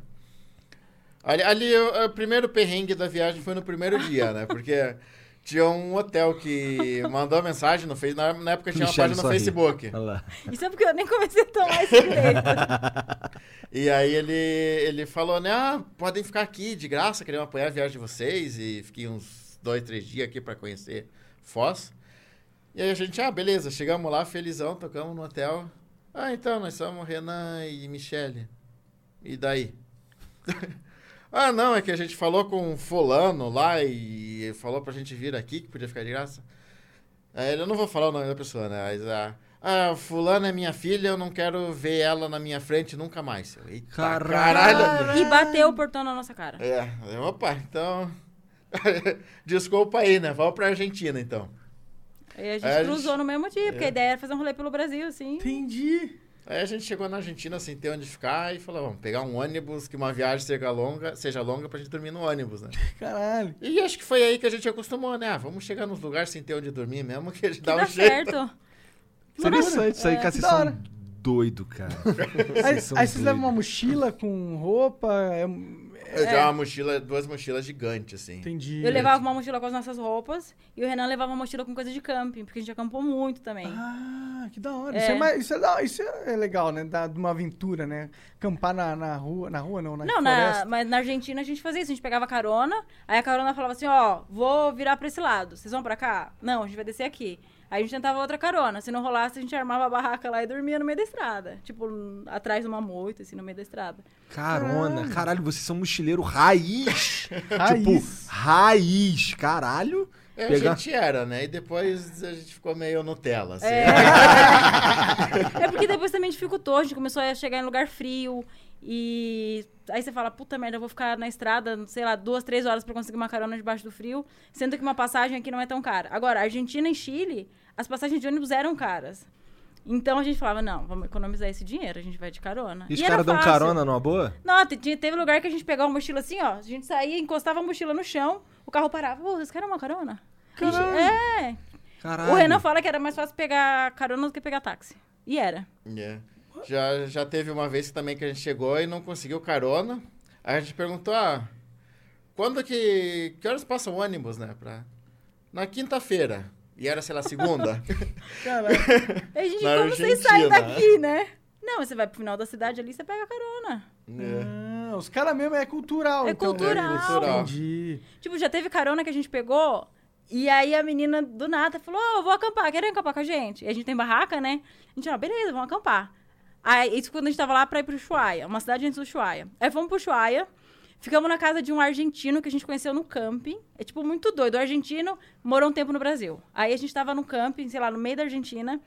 Ali, ali o, o primeiro perrengue da viagem foi no primeiro dia, né? Porque tinha um hotel que mandou mensagem no Facebook. Na, na época tinha uma
Michele
página no
sorri.
Facebook.
Olha lá.
Isso é porque eu nem comecei a tomar isso direito.
E aí ele, ele falou, né? Ah, podem ficar aqui de graça, queremos apoiar a viagem de vocês. E fiquei uns dois, três dias aqui pra conhecer Foz. E aí a gente, ah, beleza, chegamos lá, felizão, tocamos no hotel. Ah, então, nós somos Renan e Michele. E daí? ah, não, é que a gente falou com fulano lá e falou pra gente vir aqui, que podia ficar de graça. Aí ele, eu não vou falar o nome da pessoa, né? Mas, ah, ah, fulano é minha filha, eu não quero ver ela na minha frente nunca mais. Eu, Eita,
Caralho!
caralho!
E bateu o portão na nossa cara.
É, eu, opa, então... Desculpa aí, né? Vamos pra Argentina, então.
E a gente
É, a
cruzou
gente-
no mesmo dia, porque a ideia era fazer um rolê pelo Brasil, assim.
Entendi.
Aí a gente chegou na Argentina sem ter onde ficar e falou, vamos pegar um ônibus, que uma viagem seja longa, seja longa pra gente dormir no ônibus, né?
Caralho.
E acho que foi aí que a gente acostumou, né? Ah, vamos chegar nos lugares sem ter onde dormir mesmo, que a gente dá
dá
um jeito.
certo.
Interessante
É.
isso aí, cara. Vocês
Da
são
hora.
doido, cara.
Aí, aí
são
vocês levam uma
doidos.
mochila com roupa. é um-
Eu tinha uma mochila, duas mochilas gigantes, assim.
Entendi.
Eu levava uma mochila com as nossas roupas e o Renan levava uma mochila com coisa de camping, porque a gente acampou muito também.
Ah, que da hora.
É.
Isso, é mais- isso é da- isso é legal, né? Da- de uma aventura, né? Acampar na, na rua. Na rua não, na
Não, na,
né? floresta.
mas na Argentina a gente fazia isso, a gente pegava carona, aí a carona falava assim, ó, vou virar pra esse lado, vocês vão pra cá? Não, a gente vai descer aqui. Aí a gente tentava outra carona, se não rolasse a gente armava a barraca lá e dormia no meio da estrada, tipo, n- atrás de uma moita, assim, no meio da estrada.
Carona, caralho, vocês são mochileiro raiz.
Raiz.
Tipo, raiz, caralho.
É,
Pegar-
A gente era, né? E depois a gente ficou meio Nutella, assim.
É porque depois também dificultou, a gente começou a chegar em lugar frio e aí você fala, puta merda, eu vou ficar na estrada, sei lá, duas, três horas pra conseguir uma carona debaixo do frio, sendo que uma passagem aqui não é tão cara. Agora, Argentina e Chile, as passagens de ônibus eram caras. Então a gente falava, não, vamos economizar esse dinheiro, a gente vai de carona.
E os
era
caras dão
fácil.
carona numa boa?
Não, te- te- teve lugar que a gente pegava uma mochila assim, ó. A gente saía, encostava a mochila no chão, o carro parava. Pô, vocês querem uma carona? A gente- É.
Caralho.
O Renan fala que era mais fácil pegar carona do que pegar táxi. E era.
É. Já, já teve uma vez também que a gente chegou e não conseguiu carona. Aí a gente perguntou, ah, quando que... Que horas passa o ônibus, né? Pra... Na quinta-feira. E era, sei lá, segunda.
Caralho.
Aí, gente,
Na
como vocês saem
Argentina,
daqui, né? Não, você vai pro final da cidade ali, você pega carona. Hum.
É.
Ah, os caras mesmo é cultural.
É
então, né?
cultural.
É cultural.
Entendi.
Tipo, já teve carona que a gente pegou. E aí a menina do nada falou: Ô, eu vou acampar, querem acampar com a gente? E a gente tem barraca, né? A gente falou: beleza, vamos acampar. Aí, isso quando a gente tava lá pra ir pro Ushuaia, uma cidade antes do Ushuaia. Aí fomos pro Ushuaia, ficamos na casa de um argentino que a gente conheceu no camping. É tipo muito doido. O argentino morou um tempo no Brasil. Aí a gente tava no camping, sei lá, no meio da Argentina.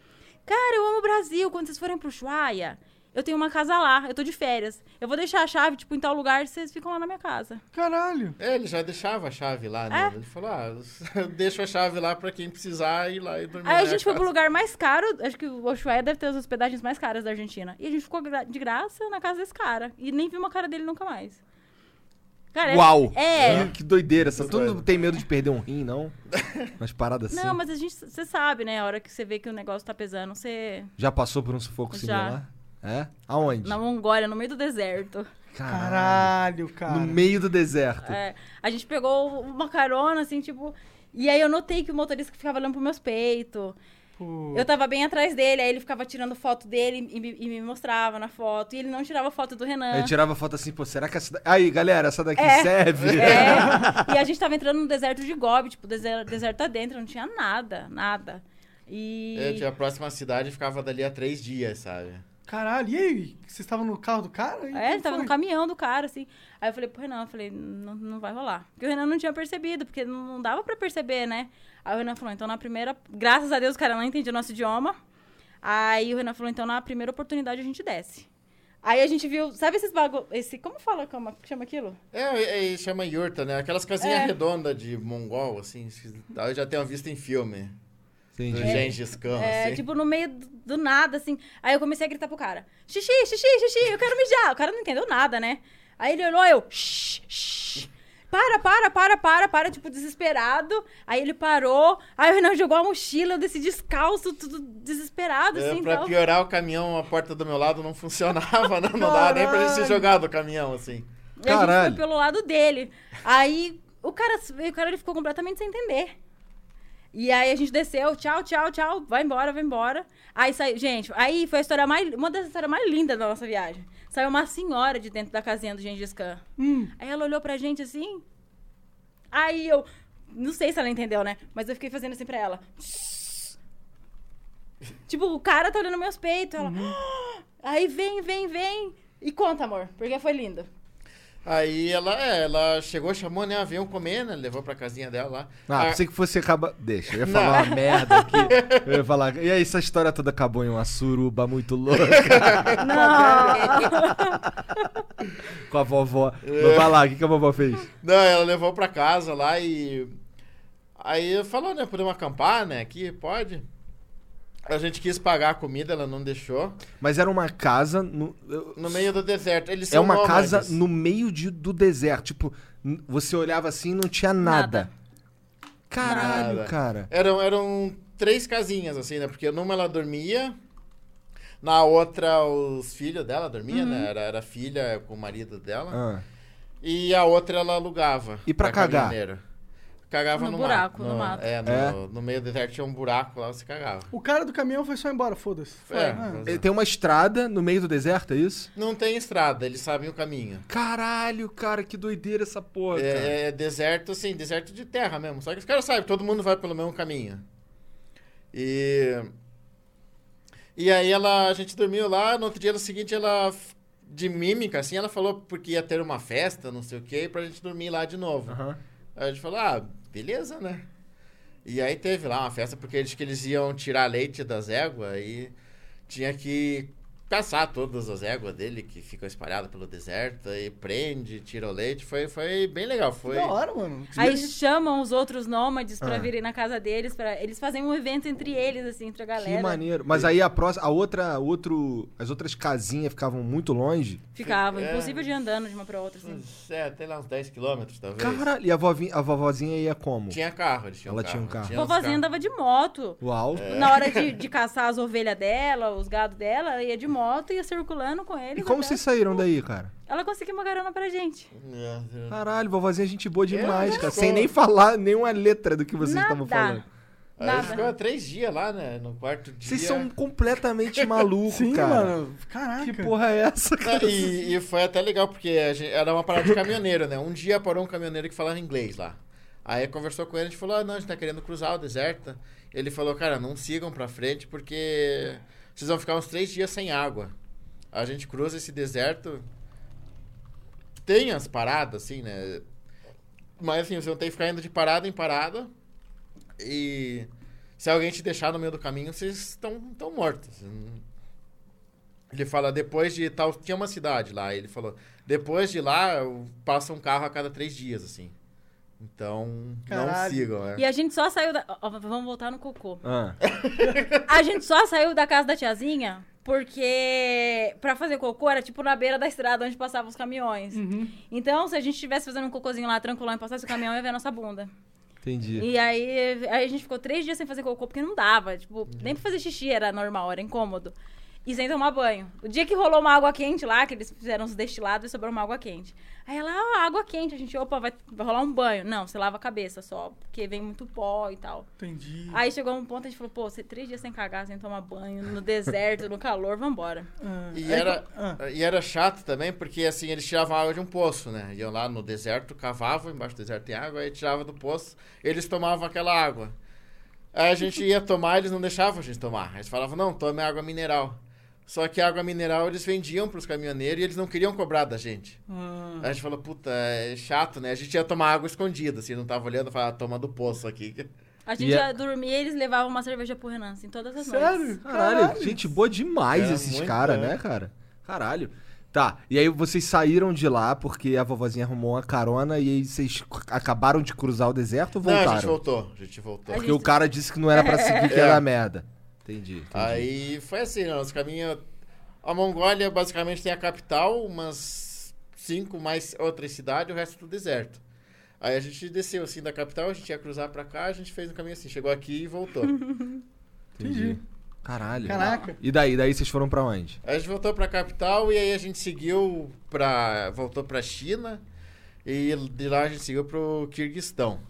Cara, eu amo o Brasil. Quando vocês forem pro Ushuaia, eu tenho uma casa lá, eu tô de férias. Eu vou deixar a chave, tipo, em tal lugar, vocês ficam lá na minha casa.
Caralho.
É, ele já deixava a chave lá,
É.
né? Ele falou, ah, eu deixo a chave lá pra quem precisar ir lá e dormir. né,
Aí a
na
gente foi pro
casa.
lugar mais caro, acho que o Ushuaia deve ter as hospedagens mais caras da Argentina. E a gente ficou gra- de graça na casa desse cara. E nem viu uma cara dele nunca mais. Cara, é-
Uau!
É.
Que doideira. Essa. Todo
Doido.
mundo tem medo de perder um rim, não? Umas paradas assim.
Não, mas a gente, você sabe, né? A hora que você vê que o negócio tá pesando, você.
Já passou por um sufoco
Já.
similar? É? Aonde?
Na Mongólia, no meio do deserto.
Caralho, cara.
No meio do deserto.
É, a gente pegou uma carona, assim, tipo. E aí eu notei que o motorista ficava olhando pros meus peitos.
Tipo.
Eu tava bem atrás dele, aí ele ficava tirando foto dele e me, e me mostrava na foto. E ele não tirava foto do Renan.
Ele tirava foto assim, pô, será que essa. da- Aí, galera, essa daqui
É.
serve?
É, e a gente tava entrando no deserto de Gobi, tipo, deserto, deserto adentro, não tinha nada, nada. E.
Eu É, tinha a próxima cidade e ficava dali há três dias, sabe?
Caralho, e aí? Vocês estavam no carro do cara? E
É,
como
ele tava
foi?
no caminhão do cara, assim. Aí eu falei pro Renan, eu falei, não, não vai rolar. Porque o Renan não tinha percebido, porque não, não dava pra perceber, né? Aí o Renan falou, então na primeira. Graças a Deus, o cara não entendia o nosso idioma. Aí o Renan falou, então na primeira oportunidade a gente desce. Aí a gente viu, sabe esses bagulho. Esse, como fala, como chama aquilo?
É, é, chama Yurta, né? Aquelas casinhas
É.
redondas de mongol, assim. Eu já tenho visto em filme. Do
Entendi.
Gengis Khan,
É,
assim.
tipo, no meio do do nada, assim. Aí eu comecei a gritar pro cara: xixi, xixi, xixi, eu quero mijar. O cara não entendeu nada, né? Aí ele olhou, eu, shh, shh. Para, para, para, para, para, tipo, desesperado. Aí ele parou. Aí o Renan jogou a mochila, eu desci descalço, tudo desesperado,
É,
assim,
pra
tal.
piorar, o caminhão, a porta do meu lado não funcionava, né? Não dava nem pra gente se
Caralho.
jogar do caminhão, assim.
E a
Caralho.
gente foi pelo lado dele. Aí o cara, o cara ele ficou completamente sem entender. E aí a gente desceu, tchau, tchau, tchau, vai embora, vai embora. Aí saiu, gente, aí foi a história mais, uma das histórias mais lindas da nossa viagem. Saiu uma senhora de dentro da casinha do Gengis Khan.
Hum.
Aí ela olhou pra gente assim. Aí eu, não sei se ela entendeu, né? Mas eu fiquei fazendo assim pra ela. Tipo, o cara tá olhando meus peitos. Ela, "Ah!" aí vem, vem, vem. E conta, amor, porque foi lindo.
Aí ela, é, ela chegou, chamou, né? Veio comer, né? Levou pra casinha dela lá.
Ah,
Ah,
pensei que fosse acabar. Deixa, eu ia
Não.
falar uma merda aqui. Eu ia falar. E aí, essa história toda acabou em uma suruba muito louca
Não!
com a vovó. Mas Vai lá, o que, que a vovó fez?
Não, ela levou pra casa lá e. Aí falou, né? Podemos acampar, né? Aqui, pode. A gente quis pagar a comida, ela não deixou.
Mas era uma casa. No, eu-
No meio do deserto. Eles
é
são
uma
nômades.
casa no meio de, do deserto. Tipo, n- você olhava assim e não tinha nada.
Nada.
Caralho,
Nada.
cara.
Eram, eram três casinhas, assim, né? Porque numa ela dormia, na outra os filhos dela dormiam,
Uhum.
né? Era, era filha com o marido dela.
Ah,
E a outra ela alugava.
E pra cagar?
caminhoneiro. Cagava
No
no,
buraco,
mato.
no mato.
É, no,
É?
no meio do deserto tinha um buraco lá, você cagava.
O cara do caminhão foi só embora, foda-se. Foi.
É,
Ah.
Eh, Tem uma estrada no meio do deserto, é isso?
Não tem estrada, eles sabem o caminho.
Caralho, cara, que doideira essa porra. cara.
É, é deserto, assim, deserto de terra mesmo. Só que os caras sabem, todo mundo vai pelo mesmo caminho. E. E aí ela, a gente dormiu lá, no outro dia no seguinte ela, f- de mímica, assim, ela falou porque ia ter uma festa, não sei o quê, pra gente dormir lá de novo.
Aham.
Aí a gente falou, ah, beleza, né? E aí teve lá uma festa, porque eles que eles iam tirar leite das éguas e tinha que caçar todas as éguas dele que ficam espalhadas pelo deserto e prende, tira o leite. Foi, foi bem legal.
Que
Foi.
Da hora, mano. Que
Aí
experiência.
chamam os outros nômades pra
Ah.
virem na casa deles. Pra... Eles fazem um evento entre eles, assim, entre a galera.
Que maneiro. Mas aí a próxima, a outra, outro, as outras casinhas ficavam muito longe.
Ficava,
É.
impossível de ir andando de uma pra outra, assim.
Uns, É, até lá uns 10 quilômetros, talvez.
Caralho, e a, vovinha, a vovozinha ia como?
Tinha carro, eles tinham
Ela
carro.
tinha um carro.
tinha uns
Vovozinha
carros.
andava de moto.
Uau.
Na hora de, de caçar as ovelhas dela, os gados dela, ela ia de moto, ia circulando com
E
eles.
como
até-
vocês saíram daí, cara?
Ela conseguiu uma carona pra gente.
É,
Caralho, vovozinha é gente boa demais,
É,
cara.
só-
Sem nem falar nenhuma letra do que vocês
Nada.
estavam falando.
Aí a gente ficou
Nada.
três dias lá, né? No quarto dia.
Vocês são completamente malucos,
Sim,
cara.
mano. Caraca.
Que porra é essa,
Não,
cara?
e, e foi até legal, porque a gente- era uma parada de caminhoneiro, né? Um dia parou um caminhoneiro que falava inglês lá. Aí conversou com ele, a gente falou, ah, não, a gente tá querendo cruzar o deserto. Ele falou, cara, não sigam pra frente, porque vocês vão ficar uns três dias sem água. A gente cruza esse deserto, tem as paradas, assim, né? Mas, assim, você não tem que ficar indo de parada em parada. E se alguém te deixar no meio do caminho, vocês estão tão mortos. Ele fala, depois de tal. Tinha uma cidade lá, ele falou, depois de lá eu- passa um carro a cada três dias, assim. Então, não
Caralho.
sigam,
É.
né?
E a gente só saiu da. ó, ó, vamos voltar no cocô.
Ah,
A gente só saiu da casa da tiazinha porque pra fazer cocô era tipo na beira da estrada onde passavam os caminhões.
Uhum.
Então, se a gente estivesse fazendo um cocôzinho lá, tranquilão, e passasse o caminhão, ia ver a nossa bunda.
entendi.
E aí, aí a gente ficou três dias sem fazer cocô, porque não dava. Tipo, nem pra fazer xixi era normal, era incômodo. e sem tomar banho. O dia que rolou uma água quente lá, que eles fizeram os destilados e sobrou uma água quente. Aí ela, ah, água quente, a gente, opa, vai, vai rolar um banho. Não, você lava a cabeça só, porque vem muito pó e tal.
Entendi.
Aí chegou um ponto, a gente falou, pô, você três dias sem cagar, sem tomar banho, no deserto, no calor, vambora.
Ah,
E
aí
era,
co- ah,
e era chato também, porque assim, eles tiravam água de um poço, né? Iam lá no deserto, cavavam, embaixo do deserto tem água, aí tirava do poço, eles tomavam aquela água. Aí a gente ia tomar, eles não deixavam a gente tomar. Eles falavam, não, tome água mineral. Só que a água mineral eles vendiam pros caminhoneiros e eles não queriam cobrar da gente.
ah.
Aí a gente falou, puta, é chato, né? A gente ia tomar água escondida, assim, não tava olhando, falava, toma do poço aqui.
A gente
E a-
ia dormir e eles levavam uma cerveja pro Renan, assim, todas as
Sério?
noites.
Caralho, gente boa demais
É,
esses
muito,
caras,
é.
né, cara? Caralho. Tá, e aí vocês saíram de lá porque a vovozinha arrumou uma carona e aí vocês c- acabaram de cruzar o deserto ou voltaram?
Não, a gente voltou, a gente voltou.
A
Porque
gente-
o cara disse que não era pra seguir, que
É.
era merda. Entendi. entendi.
Aí foi assim, né, nosso caminho. A Mongólia basicamente tem a capital, umas cinco mais outras cidades, o resto tudo deserto. Aí a gente desceu assim da capital, a gente ia cruzar pra cá, a gente fez um caminho assim, chegou aqui e voltou.
Entendi.
Caralho.
Caraca.
E daí? Daí vocês foram pra onde?
Aí a gente voltou pra capital e aí a gente seguiu pra. voltou pra China e de lá a gente seguiu pro Kirguistão.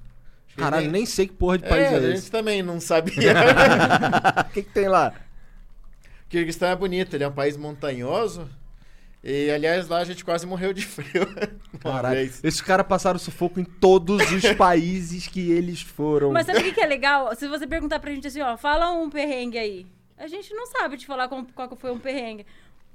Acho que
Caralho, nem sei que porra de
é,
país é,
a
esse.
gente também não sabia.
O que, que tem lá?
Kirguistão é bonito, ele é um país montanhoso. E, aliás, lá a gente quase morreu de frio. uma
Caralho.
vez.
Esses caras passaram sufoco em todos os países que eles foram.
Mas sabe o que, que é legal? Se você perguntar pra gente assim, ó, fala um perrengue aí. A gente não sabe te falar qual, qual que foi um perrengue.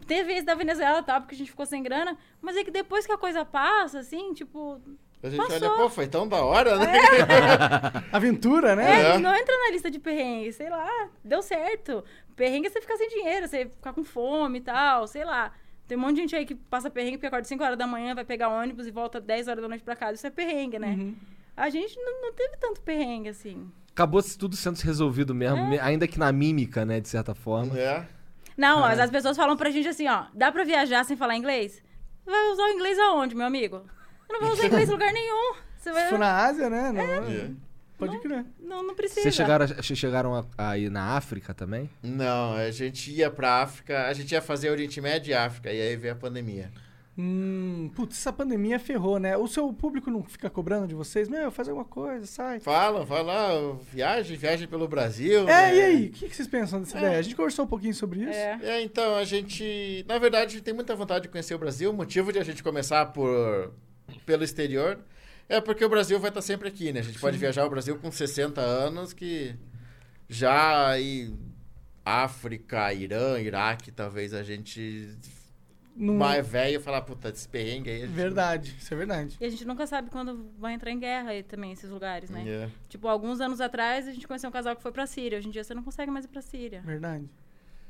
Teve esse da Venezuela e tal, porque a gente ficou sem grana, mas é que depois que a coisa passa, assim, tipo.
A gente
Passou.
olha, pô, foi tão da hora, né?
É. Aventura,
É,
né?
É.
a gente não entra na lista de perrengue, sei lá, deu certo. Perrengue é você ficar sem dinheiro, você ficar com fome e tal, sei lá. Tem um monte de gente aí que passa perrengue porque acorda 5 horas da manhã, vai pegar ônibus e volta 10 horas da noite pra casa. Isso é perrengue, né?
Uhum.
A gente não, não teve tanto perrengue assim.
Acabou se tudo sendo resolvido mesmo,
É.
me- ainda que na mímica, né, de certa forma.
É.
Não, mas as pessoas falam pra gente assim, ó, dá pra viajar sem falar inglês? Vai usar o inglês aonde, meu amigo? Eu não vou usar inglês em lugar nenhum. Você
Se
vai...
for na Ásia, né? Não,
É.
Pode crer.
Não, não precisa.
Vocês chegaram, a- vocês chegaram a- a ir na África também?
Não, a gente ia pra África, a gente ia fazer Oriente Médio e África, e aí veio a pandemia.
Hum, putz, essa pandemia ferrou, né? O seu público não fica cobrando de vocês? Meu, faz alguma coisa, sai.
Falam, falam, ah, viagem, viagem pelo Brasil.
É,
né?
e aí? O que que vocês pensam dessa ideia? A gente conversou um pouquinho sobre isso.
É.
É, então, a gente. Na verdade, a gente tem muita vontade de conhecer o Brasil. O motivo de a gente começar por, pelo exterior é porque o Brasil vai estar sempre aqui, né? A gente pode viajar o Brasil com 60 anos, que já aí. África, Irã, Iraque, talvez a gente.
Não-
Mais velho falar, puta, esse perrengue aí. a gente não-
Verdade, isso é verdade.
E a gente nunca sabe quando vai entrar em guerra aí também, esses lugares, né?
É.
Tipo, alguns anos atrás a gente conheceu um casal que foi pra Síria. Hoje em dia você não consegue mais ir pra Síria.
Verdade.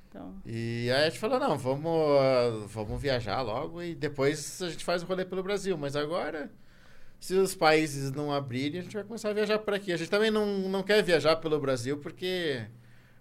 Então,
E aí a gente falou, não, vamos, ah, vamos viajar logo e depois a gente faz o rolê pelo Brasil. Mas agora, se os países não abrirem, a gente vai começar a viajar por aqui. A gente também não, não quer viajar pelo Brasil porque...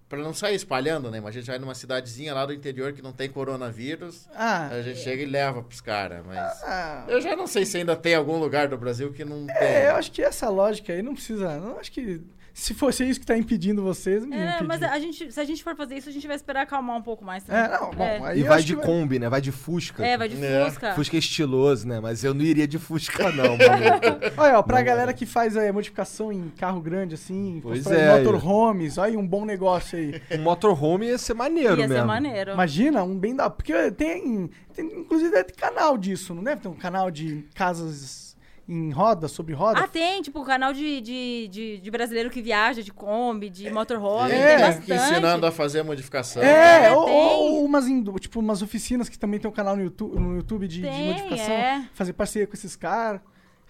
Pra não sair espalhando, né? Mas a gente vai numa cidadezinha lá do interior que não tem coronavírus.
Ah,
É
A gente chega e leva pros caras, mas...
ah,
Eu já não sei se ainda tem algum lugar do Brasil que não tem.
é, eu acho que essa lógica aí não precisa. Não acho que. Se fosse isso que tá impedindo vocês, me
é,
impediu.
mas a gente, se a gente for fazer isso, a gente vai esperar acalmar um pouco mais também.
É, não, bom,
É.
aí
E
eu
vai
acho
de
que
Kombi, né? Vai de Fusca.
É, vai de
Né?
Fusca.
Fusca é estiloso, né? Mas eu não iria de Fusca, não, maluco.
Olha, ó, pra
Não,
galera que faz é, modificação em carro grande, assim,
Pois
constrói
é,
motorhomes, olha aí um bom negócio aí.
Um motorhome ia ser maneiro
Ia
mesmo.
ser maneiro.
Imagina, um bem da. Porque tem, tem. Inclusive deve ter canal disso, não deve ter um canal de casas em roda, sobre roda?
Ah, tem, tipo, o canal de, de, de, de brasileiro que viaja, de Kombi, de motorhome,
Tem
É.
tem
gente
bastante.
que ensinando a fazer modificação.
é,
é,
ou,
tem.
ou umas, indu- tipo, umas oficinas que também tem um canal no YouTube, no YouTube de, de
Tem,
modificação,
é.
fazer parceria com esses caras.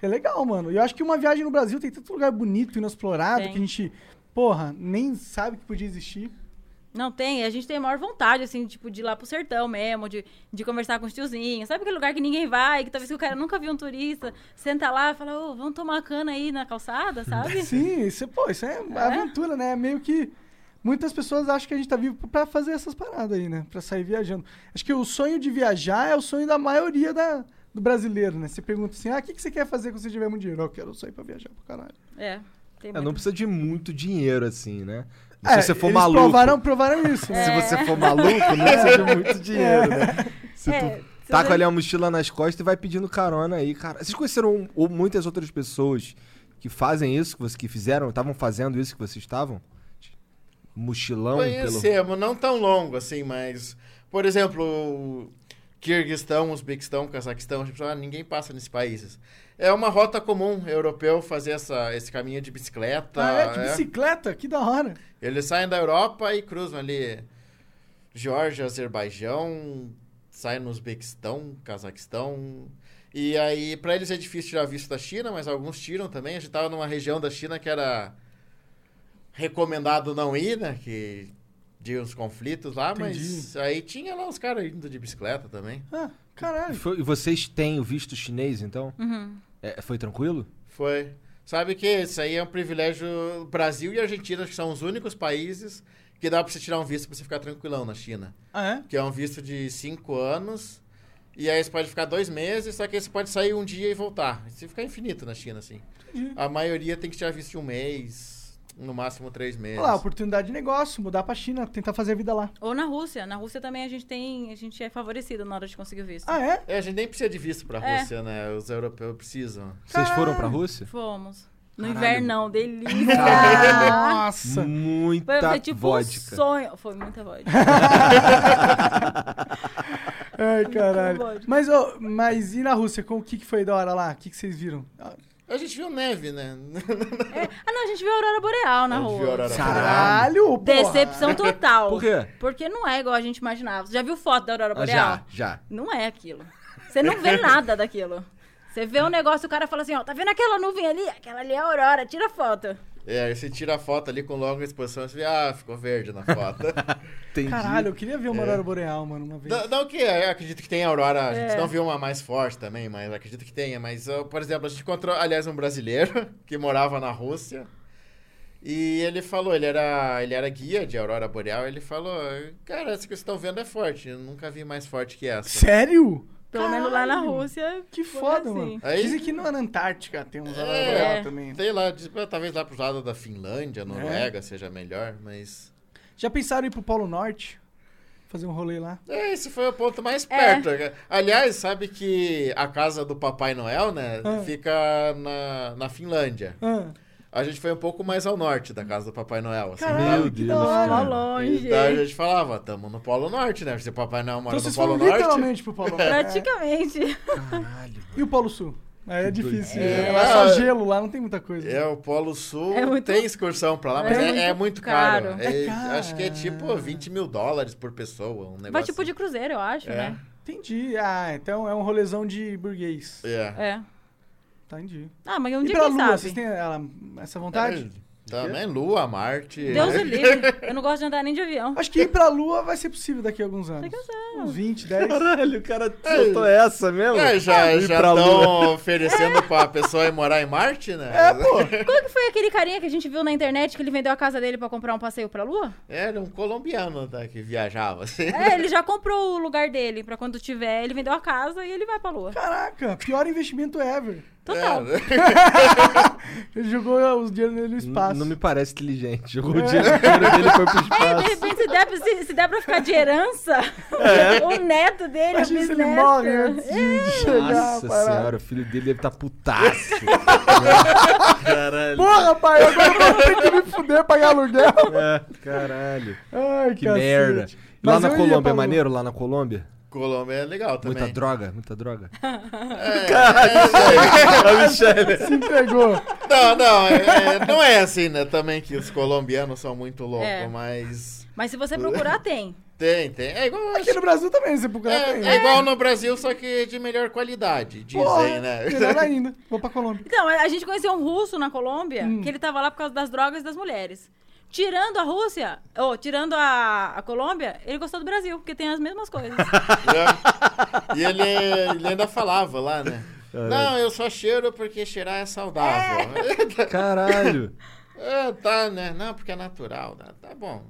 É legal, mano. E eu acho que uma viagem no Brasil tem tanto lugar bonito, inexplorado,
Tem.
que a gente, porra, nem sabe que podia existir.
Não tem, a gente tem a maior vontade, assim, tipo, de ir lá pro sertão mesmo, de, de conversar com os tiozinhos. Sabe aquele lugar que ninguém vai, que talvez que o cara nunca viu um turista, senta lá e fala, ô, vamos tomar cana aí na calçada, sabe?
Né?
Sim, isso, é- pô, isso é, aventura, né? Meio que. Muitas pessoas acham que a gente tá vivo pra fazer essas paradas aí, né? Pra sair viajando. Acho que o sonho de viajar é o sonho da maioria da, do brasileiro, né? Você pergunta assim: ah, o que, que você quer fazer quando você tiver muito dinheiro? Eu quero sair pra viajar pra caralho.
É, tem
É, não
muito.
precisa de muito dinheiro, assim, né? Se você for
É, eles
maluco.
Provaram, provaram isso.
É.
né? É.
Se você for maluco, não precisa de muito dinheiro, né? Se tu
É, se
taca
você-
ali a mochila nas costas e vai pedindo carona aí, cara. Vocês conheceram um, ou muitas outras pessoas que fazem isso, que vocês que fizeram, estavam fazendo isso que vocês estavam? Mochilão pelo.
Conhecemos, não tão longo assim, mas. Por exemplo, o Kirguistão, Uzbequistão, Cazaquistão, a gente fala, ah, ninguém passa nesses países. É uma rota comum europeu fazer essa, esse caminho de
tá,
bicicleta.
Ah, é, de
é.
bicicleta, que da hora.
Eles saem da Europa e cruzam ali Geórgia, Azerbaijão, saem no Uzbequistão, Cazaquistão. E aí, pra eles é difícil tirar visto da China, mas alguns tiram também. A gente tava numa região da China que era recomendado não ir, né? Que de uns conflitos lá, mas
Entendi.
aí tinha lá os caras indo de bicicleta também.
Ah, caralho.
Foi- E vocês têm o visto chinês, então?
Uhum.
É, foi tranquilo?
Foi. Sabe que isso aí é um privilégio. Brasil e Argentina, acho que são os únicos países que dá pra você tirar um visto pra você ficar tranquilão na China.
Ah, é?
que é um visto de cinco anos. E aí você pode ficar dois meses, só que aí você pode sair um dia e voltar. Você fica infinito na China, assim. A maioria tem que tirar visto de um mês, no máximo três meses.
Olha lá, oportunidade de negócio, mudar pra China, tentar fazer a vida lá.
Ou na Rússia. Na Rússia também a gente tem. A gente é favorecido na hora de conseguir o visto.
Ah, é?
É, a gente nem precisa de visto pra
É.
Rússia, né? Os europeus precisam.
Vocês foram pra Rússia?
Fomos. No
é. Caralho.
inverno, não. Delícia!
Nossa.
Muita
Foi, foi tipo um
Tá vodka.
sonho. Foi muita vodka. É.
Ai, caralho.
pode.
Mas, ô, mas e na Rússia? Com, o que, que foi da hora lá? O que, que vocês viram? Ah,
A gente viu neve, né?
É. Ah, não, a gente viu a Aurora Boreal na
A gente
rua.
viu a Aurora Boreal.
Caralho, porra.
Decepção total.
Por quê?
Porque não é igual a gente imaginava. Você já viu foto da Aurora
Ah,
Boreal?
já, já.
Não é aquilo. Você não vê nada daquilo. Você vê um negócio, o cara fala assim, ó, tá vendo aquela nuvem ali? Aquela ali é a Aurora, tira foto.
É, aí você tira a foto ali com longa exposição, você vê, ah, ficou verde na foto.
Entendi.
Caralho, eu queria ver uma Aurora Boreal, mano, uma vez.
Não, não que eu acredito que tem Aurora, a gente
É.
não viu uma mais forte também, mas acredito que tenha. Mas, ó, por exemplo, a gente encontrou, aliás, um brasileiro que morava na Rússia. E ele falou, ele era, ele era guia de Aurora Boreal, ele falou, cara, essa que vocês estão vendo é forte, eu nunca vi mais forte que essa.
Sério?
Pelo menos lá na
Caralho,
Rússia.
Que
foi
foda,
assim.
mano.
Aí-
Dizem que não é na Antártica tem uns Aurora
É.
Boreal também.
Sei lá, diz- talvez lá pro lado da Finlândia, Noruega, seja melhor, mas...
Já pensaram em ir pro Polo Norte? Fazer um rolê lá?
É, esse foi o ponto mais perto. Aliás, sabe que a casa do Papai Noel, né,
Ah.
fica na, na Finlândia.
Ah,
A gente foi um pouco mais ao norte da casa do Papai Noel, assim.
Caralho,
Meu
que
Deus,
da hora.
Lá
cara.
longe.
Então a gente falava, tamo no Polo Norte, né? Se o Papai Noel mora
Então
no
vocês
Polo
foram
Norte.
literalmente pro Polo Norte.
Praticamente.
Caralho.
E o Polo Sul? Aí é difícil.
É.
É, lá é só gelo, lá não tem muita coisa.
É, o Polo Sul
É muito-
tem excursão pra lá, mas
É
é,
muito
é muito caro.
caro.
É,
É caro.
Acho que é tipo 20 mil dólares por pessoa, um negócio.
Vai tipo de cruzeiro, eu acho,
É.
né?
Entendi. Ah, então é um rolezão de burguês.
É.
É.
Entendi.
Ah, mas um
e
dia
pra
quem
Lua,
sabe?
vocês têm ela- essa
É
vontade?
Também É, tá, né? Lua, Marte. né?
Deus é o livre. Eu não gosto de andar nem de avião.
Acho que ir pra Lua vai ser possível daqui a alguns anos.
Daqui a uns
Uns 20, 10.
Caralho, o cara soltou essa mesmo?
É, já
Ir pra Lua.
estão oferecendo pra pessoa ir morar em Marte, né? É, pô.
Qual que foi aquele carinha que a gente viu na internet que ele vendeu a casa dele pra comprar um passeio pra lua?
Era um colombiano tá, que viajava, assim.
É, ele já comprou o lugar dele pra quando tiver, ele vendeu a casa e ele vai pra lua.
Caraca, pior investimento ever.
Total.
É.
Ele jogou os dinheiro dele no espaço.
N- Não me parece inteligente. Jogou o dinheiro inteiro dele e foi pro
De
espaço.
repente, se der, pra- se, se der pra ficar de herança, o neto dele, o
É. Imagina se ele
bisneto.
morre antes de,
É.
de chegar.
Nossa
parada.
senhora, o filho dele deve estar tá putaço. caralho.
Porra, pai, agora eu vou ter que me fuder pagar aluguel.
É, caralho.
Ai,
Que merda. Lá
Mas eu
na
ia
Colômbia
pra um Lua.
é maneiro? Lá na Colômbia?
Colômbia é legal também.
Muita droga, muita droga.
É,
Se entregou.
Não, não, é- é- não é assim, né? Também que os colombianos são muito loucos,
É.
mas.
Mas se você procurar, tem.
Tem, tem. É igual.
Aqui no Brasil também, você procurar
é-
tem.
é igual no Brasil, só que de melhor qualidade, dizem,
Porra,
né?
Melhor ainda. Vou pra Colômbia.
Então, a gente conheceu um russo na Colômbia,
Hum.
que ele tava lá por causa das drogas e das mulheres. Tirando a Rússia, ou tirando a, a Colômbia, ele gostou do Brasil, porque tem as mesmas coisas.
É. E ele, ele ainda falava lá, né?
É.
Não, eu só cheiro porque cheirar é saudável.
Caralho.
É, tá, né? Não, porque é natural. Tá, tá bom.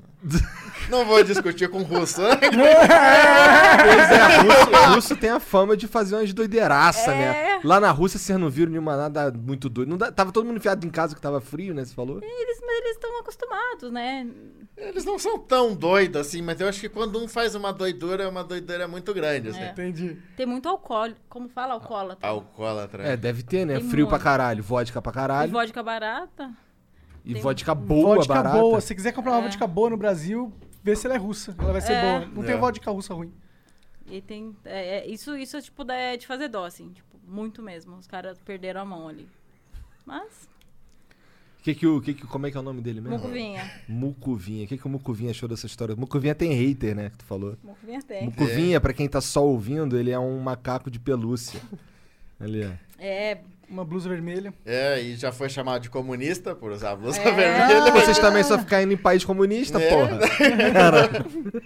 Não vou discutir com o russo.
Pois é, russo, russo tem a fama de fazer umas doideiraça, né? Lá na Rússia vocês não viram nenhuma nada muito doido. Não dá- tava todo mundo enfiado em casa que tava frio, né? Você falou?
Eles, mas eles estão acostumados, né?
Eles não são tão doidos assim, mas eu acho que quando um faz uma doidura, é uma doidura muito grande, assim.
É.
Entendi.
Tem muito alcoólico. Como fala alcoólatra?
Alcoólatra.
É, deve ter, né?
Tem
frio pra
muito.
caralho, vodka pra
E
caralho.
vodka barata?
E
tem-
vodka boa,
vodka
barata.
boa. Se quiser comprar uma
É.
vodka boa no Brasil, vê se ela é russa. Ela vai ser
É.
boa. Não
É.
tem vodka russa ruim.
E tem. é, é, isso, isso é tipo da- é de fazer dó, assim. Tipo, muito mesmo. Os caras perderam a mão ali. Mas,
Que que o, que que, como é que é o nome dele mesmo?
Mucuvinha.
Mucuvinha. O que, que o Mucuvinha achou dessa história? Mucuvinha tem hater, né? Que tu falou.
Mucuvinha
É.
tem.
Mucuvinha, pra quem tá só ouvindo, ele é um macaco de pelúcia. Ali, ó.
É,
Uma blusa vermelha.
É, e já foi chamado de comunista por usar a blusa
É.
vermelha.
Ah, Vocês também só ficam indo em país comunista,
É.
porra.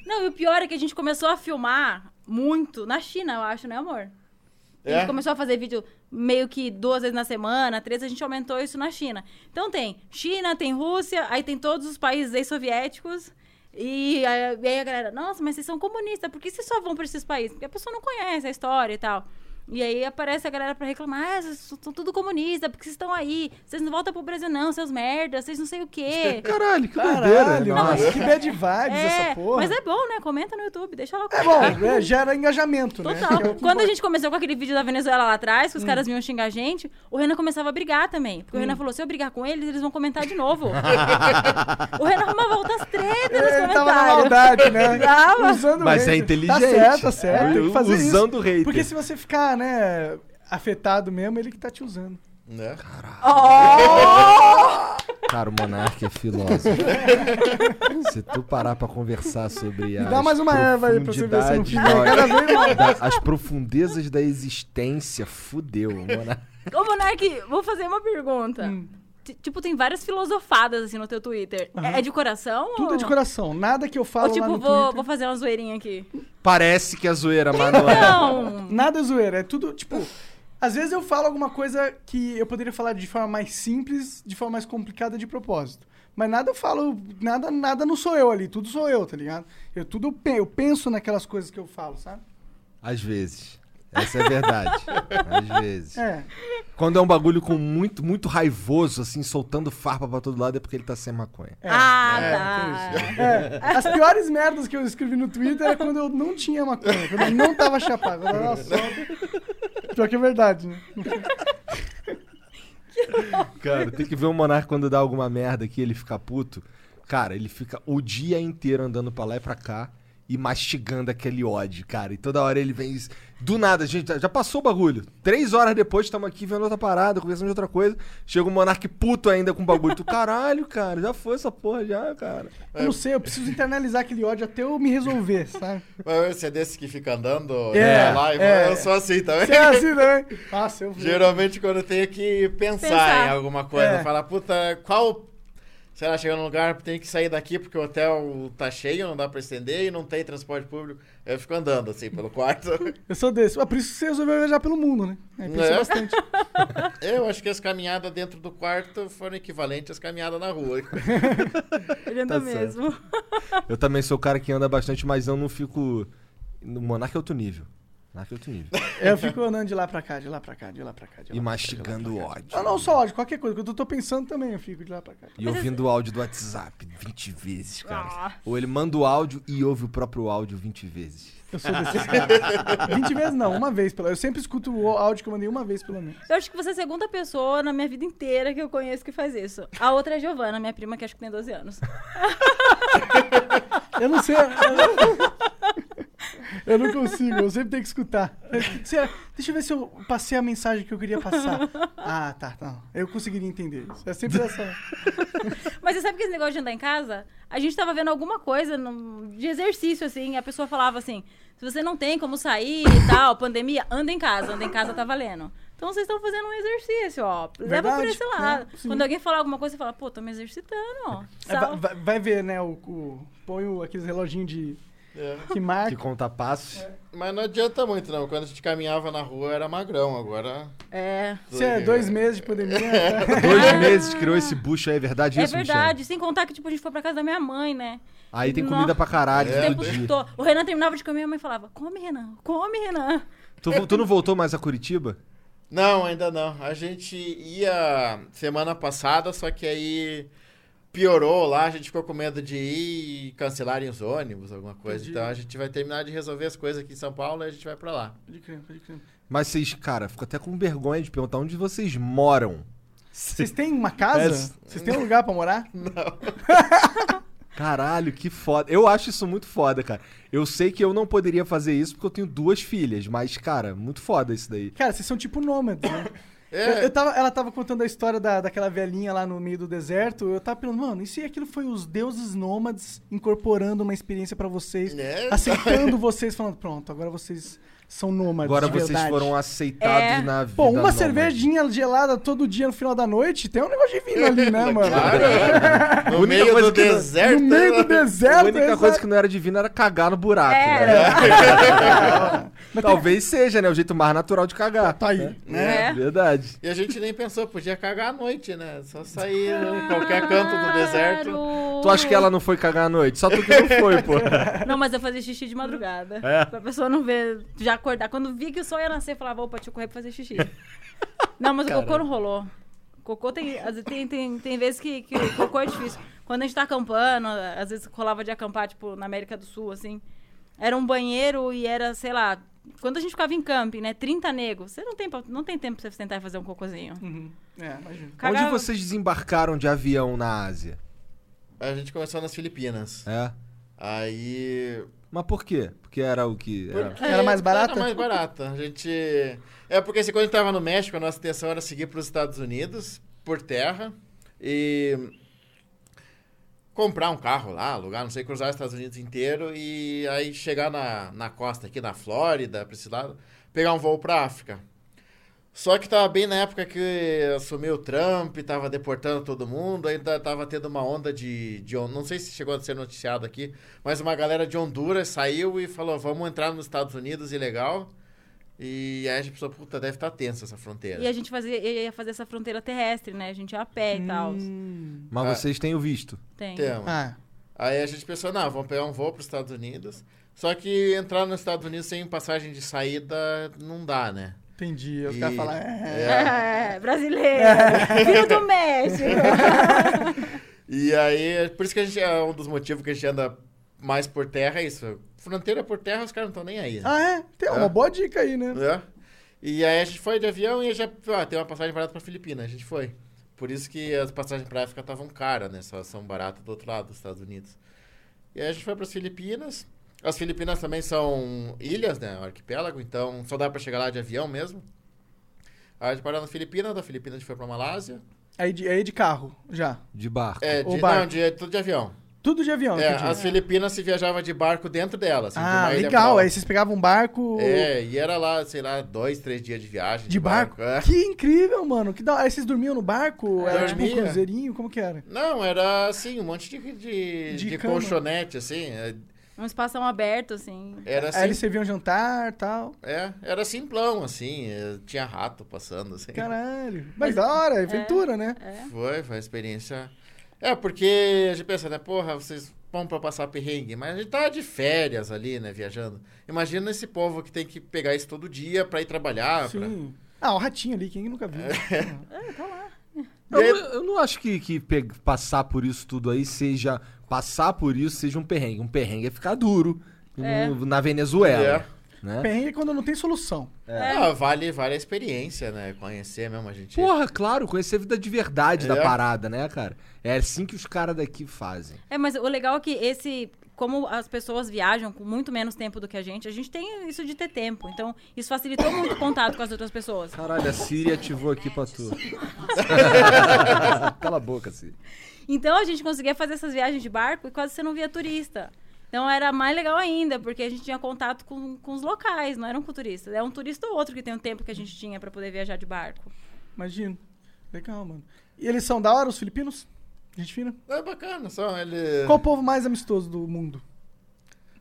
Não, e o pior é que a gente começou a filmar muito na China, eu acho, né, amor? A gente
É.
começou a fazer vídeo meio que duas vezes na semana, três, a gente aumentou isso na China. Então tem China, tem Rússia, aí tem todos os países ex-soviéticos. E aí e aí a galera, nossa, mas vocês são comunistas, por que vocês só vão pra esses países? Porque a pessoa não conhece a história e tal. E aí aparece a galera pra reclamar, ah, vocês são tudo comunista, porque vocês estão aí, vocês não voltam pro Brasil não, seus merdas, vocês não sei o quê.
Caralho, que doideira.
Caralho,
Nossa.
mano, que bad vibes essa porra.
mas é bom, né? Comenta no YouTube, deixa lá
É bom, é, gera engajamento, né? Hum.
Total.
É o que
Quando a
importa.
gente começou com aquele vídeo da Venezuela lá atrás, que os caras vinham xingar a gente, o Renan começava a brigar também. Porque o
Hum.
Renan falou: se eu brigar com eles, eles vão comentar de novo. o Renan arrumava outras tretas nos
Ele tava na
comentários.
maldade, né?
Tava.
Usando o
Mas é
hater.
inteligente.
Tá certo, tá certo. Tem que fazer
Usando o hater.
isso. Porque se você ficar, né, afetado mesmo, ele que tá te usando.
Né?
Cara, o Monark é filósofo. se tu parar pra conversar sobre
dá mais uma erva aí pra você ver se não fica cada
profundidades da-
vez mais.
da- as profundezas da existência, fudeu. o Monark.
Ô, Monark, vou fazer uma pergunta.
Hum.
T- Tipo, tem várias filosofadas assim no teu Twitter. É de coração?
Tudo
ou...
é de coração. Nada que eu falo
Ou tipo,
lá no
vou,
Twitter.
vou fazer uma zoeirinha aqui.
Parece que é zoeira, mas não é.
Não!
Nada é zoeira, é tudo, tipo... Às vezes eu falo alguma coisa que eu poderia falar de forma mais simples, de forma mais complicada de propósito. Mas nada eu falo, nada, nada não sou eu ali, tudo sou eu, tá ligado? Eu tudo pe- eu penso naquelas coisas que eu falo, sabe?
Às vezes. Essa é a verdade. Às vezes.
É.
Quando é um bagulho com muito, muito raivoso, assim, soltando farpa pra todo lado, é porque ele tá sem maconha.
Ah,
É,
tá.
É, as piores merdas que eu escrevi no Twitter é quando eu não tinha maconha, quando eu não tava chapado. Eu tava só. Pior que é verdade, né?
Cara, tem que ver o Monark quando dá alguma merda aqui, ele fica puto. Cara, ele fica o dia inteiro andando pra lá e pra cá e mastigando aquele ódio, cara. E toda hora ele vem. e- Do nada, gente, já- já passou o bagulho. Três horas depois, estamos aqui vendo outra parada, conversando de outra coisa. Chega o Monark puto ainda com o bagulho. Tu, caralho, cara, já foi essa porra já, cara.
Eu não sei, eu preciso internalizar aquele ódio até eu me resolver, sabe?
Mas Você é desse que fica andando
É,
é, lá e
é.
eu sou assim também.
Você é assim também? Nossa, eu vou.
Geralmente quando eu tenho que pensar,
Pensar.
em alguma coisa,
É.
falar, puta, qual. Sei lá, chegando num lugar, tem que sair daqui porque o hotel tá cheio, não dá pra estender e não tem transporte público. Eu fico andando assim pelo quarto.
Eu sou desse. Ah, por isso que você resolveu viajar pelo mundo, né? É, pensei
É.
bastante.
Eu acho que as caminhadas dentro do quarto foram equivalentes às caminhadas na rua.
Ele anda
Tá certo.
mesmo.
Eu também sou o cara que anda bastante, mas eu não fico. O Monark é outro nível. Monark é outro nível.
É, Eu fico andando de lá pra cá, de lá pra cá, de lá pra cá. De lá pra
E
cá.
mastigando o ódio.
Ah, não, só ódio, qualquer coisa. Quando eu tô pensando também, eu fico de lá pra cá.
E ouvindo o áudio do WhatsApp 20 vezes, cara.
Ah.
Ou ele manda o áudio e ouve o próprio áudio 20 vezes.
Eu sou desse cara. 20 vezes não, uma vez pelo Eu sempre escuto o áudio que eu mandei uma vez pelo menos.
Eu acho que você é a segunda pessoa na minha vida inteira que eu conheço que faz isso. A outra é a Giovana, minha prima, que acho que tem 12 anos.
Eu não sei. eu- Eu não consigo, eu sempre tenho que escutar. Será- Deixa eu ver se eu passei a mensagem que eu queria passar. Ah, tá, tá. Eu conseguiria entender isso. É sempre essa.
Mas você sabe que esse negócio de andar em casa? A gente tava vendo alguma coisa num- de exercício, assim, e a pessoa falava assim: se você não tem como sair e tal, pandemia, anda em casa, anda em casa tá valendo. Então vocês estão fazendo um exercício, ó. Leva por
Verdade,
esse lado.
né? Sim.
Quando alguém falar alguma coisa, você fala, pô, tô me exercitando, ó.
É, va-
Sal-
va- vai ver, né? O, o- põe o, aqueles reloginhos de.
É.
que
Que
marca.
conta passos.
É.
Mas não adianta muito, não. Quando a gente caminhava na rua era magrão, agora.
É.
Você é dois meses de pandemia. tá?
Dois meses criou esse bucho aí, é verdade
É
isso, Michele?
verdade, sem contar que, tipo, a gente foi pra casa da minha mãe, né?
Aí tem
Nossa.
comida pra caralho
É,
todo
O
dia.
tempo todo. O Renan terminava de comer, a mãe falava, come, Renan, come, Renan.
Tu, vo- tu não voltou mais a Curitiba?
Não, ainda não. A gente ia semana passada, só que aí piorou lá, a gente ficou com medo de ir e cancelarem os ônibus, alguma coisa.
Entendi.
Então a gente vai terminar de resolver as coisas aqui em São Paulo e a gente vai pra lá.
Pode crer, pode crer.
Mas vocês, cara, fico até com vergonha de perguntar onde vocês moram.
Vocês têm uma casa? Vocês têm um lugar pra morar?
Caralho, que foda. Eu acho isso muito foda, cara. Eu sei que eu não poderia fazer isso porque eu tenho duas filhas, mas, cara, muito foda isso daí.
Cara, vocês são tipo nômades, né? Eu,
É,
eu tava, ela tava contando a história da, daquela velhinha lá no meio do deserto. Eu tava pensando, mano, e se aquilo foi os deuses nômades incorporando uma experiência pra vocês?
né?
Aceitando vocês, falando, pronto, agora vocês são nômades.
Agora
de
vocês
verdade."
foram aceitados
É.
na vida.
Pô, uma
nômade.
cervejinha gelada todo dia no final da noite, tem um negócio divino ali, né, mano?
Claro, é.
A
No
única
meio
coisa
do
que não- no
deserto. né?
No meio do
A
deserto,
única
exato.
coisa que não era divina era cagar no buraco,
É.
né?
Mas tem-
Talvez seja, né? O jeito mais natural de cagar.
Tá aí,
né? É.
Verdade.
E a gente nem pensou, podia cagar à noite, né? Só sair em qualquer canto do deserto.
Claro.
Tu acha que ela não foi cagar à noite? Só tu que não foi, pô.
Não, mas eu fazia xixi de madrugada. Pra pessoa não ver, já acordar. Quando via que o sol ia nascer, eu falava, opa, deixa eu correr pra fazer xixi. não, mas o cocô não rolou. Cocô tem, às vezes, tem, tem, tem vezes que, que o cocô é difícil. Quando a gente tá acampando, às vezes rolava de acampar, tipo, na América do Sul, assim. Era um banheiro e era, sei lá, quando a gente ficava em camping, né? 30 negros. Você não tem, pra- não tem tempo pra você tentar fazer um cocôzinho.
Uhum. É, imagina.
Onde vocês desembarcaram de avião na Ásia?
A gente começou nas Filipinas.
É.
Aí.
Mas por quê? Porque era o que. Era...
porque
Era mais barata?
Era mais barata. A gente. É porque assim, quando a gente tava no México, a nossa intenção era seguir para os Estados Unidos por terra e comprar um carro lá, alugar, não sei, cruzar os Estados Unidos inteiro e aí chegar na, na costa aqui, na Flórida, pra esse lado, pegar um voo pra África. Só que tava bem na época que assumiu o Trump, tava deportando todo mundo, ainda tava tendo uma onda de, de. Hon- Não sei se chegou a ser noticiado aqui, mas uma galera de Honduras saiu e falou: vamos entrar nos Estados Unidos, ilegal. E aí a gente pensou: puta, deve estar tensa essa fronteira.
E a gente fazia, ia fazer essa fronteira terrestre, né? A gente ia a pé e tal.
Hum.
Mas
Ah.
vocês têm o visto.
Tem.
Então,
Ah,
Aí a gente pensou, não, vamos pegar um voo para os Estados Unidos. Só que entrar nos Estados Unidos sem passagem de saída não dá, né?
entendi. Os
E-
caras falam, é,
É, brasileiro, filho do México.
E aí, por isso que a gente é um dos motivos que a gente anda mais por terra, é isso. Fronteira por terra, os caras não estão nem aí. né?
Ah, é? Tem uma
É.
boa dica aí, né?
É. E aí a gente foi de avião e já ah, tem uma passagem barata para Filipinas, a gente foi. Por isso que as passagens para África estavam caras, né? Só são baratas do outro lado dos Estados Unidos. E aí a gente foi para as Filipinas. As Filipinas também são ilhas, né? Arquipélago, então só dá para chegar lá de avião mesmo. Aí a gente parou na Filipinas, da Filipinas a gente foi para Malásia.
Aí de, aí de carro, já.
De barco.
É,
Ou
de,
barco.
não, de, tudo de avião.
Tudo de avião,
É,
entendi.
as Filipinas se viajava de barco dentro delas. assim, de
ah,
uma ilha pra
legal.
outra.
Aí vocês pegavam um barco
É, e era lá, sei lá, dois, três dias de viagem.
de barco.
é.
Que incrível, mano. Que da... Aí vocês dormiam no barco?
É.
Era tipo um
Dormia.
cruzeirinho? Como que era?
Não, era assim, um monte de, de,
De
de
cama.
colchonete, assim. é,
Um espação aberto, assim.
Era
Aí eles
assim.
serviam jantar e tal.
É, era simplão, assim. é, Tinha rato passando, assim.
Caralho. Mas
É.
da hora, aventura, né?
Foi, foi a experiência. É, porque a gente pensa, né, porra, vocês vão pra passar perrengue, mas a gente tá de férias ali, né, viajando. Imagina esse povo que tem que pegar isso todo dia pra ir trabalhar. pra- É.
Sim. Ah, o ratinho ali, quem nunca viu?
Eu, não- eu não acho que, que pe- passar por isso tudo aí seja. Passar por isso seja um perrengue. Um perrengue é ficar duro
É.
no- na Venezuela. Né?
Perrengue é quando não tem solução.
É. Ah, vale, vale a experiência, né? Conhecer mesmo a gente.
Porra, claro, conhecer a vida de verdade da
É.
parada, né, cara? É assim que os caras daqui fazem.
É, mas o legal é que esse. Como as pessoas viajam com muito menos tempo do que a gente, a gente tem isso de ter tempo. Então, isso facilitou muito o contato com as outras pessoas.
Caralho, a Siri ativou aqui pra tu. Cala a boca, Siri.
Então, a gente conseguia fazer essas viagens de barco e quase você não via turista. Então, era mais legal ainda, porque a gente tinha contato com, com os locais, não eram com turistas. É um turista ou outro que tem o tempo que a gente tinha pra poder viajar de barco.
Imagino. Legal, mano. E eles são da hora, os filipinos? Gente fina.
É bacana, só ele.
Qual o povo mais amistoso do mundo?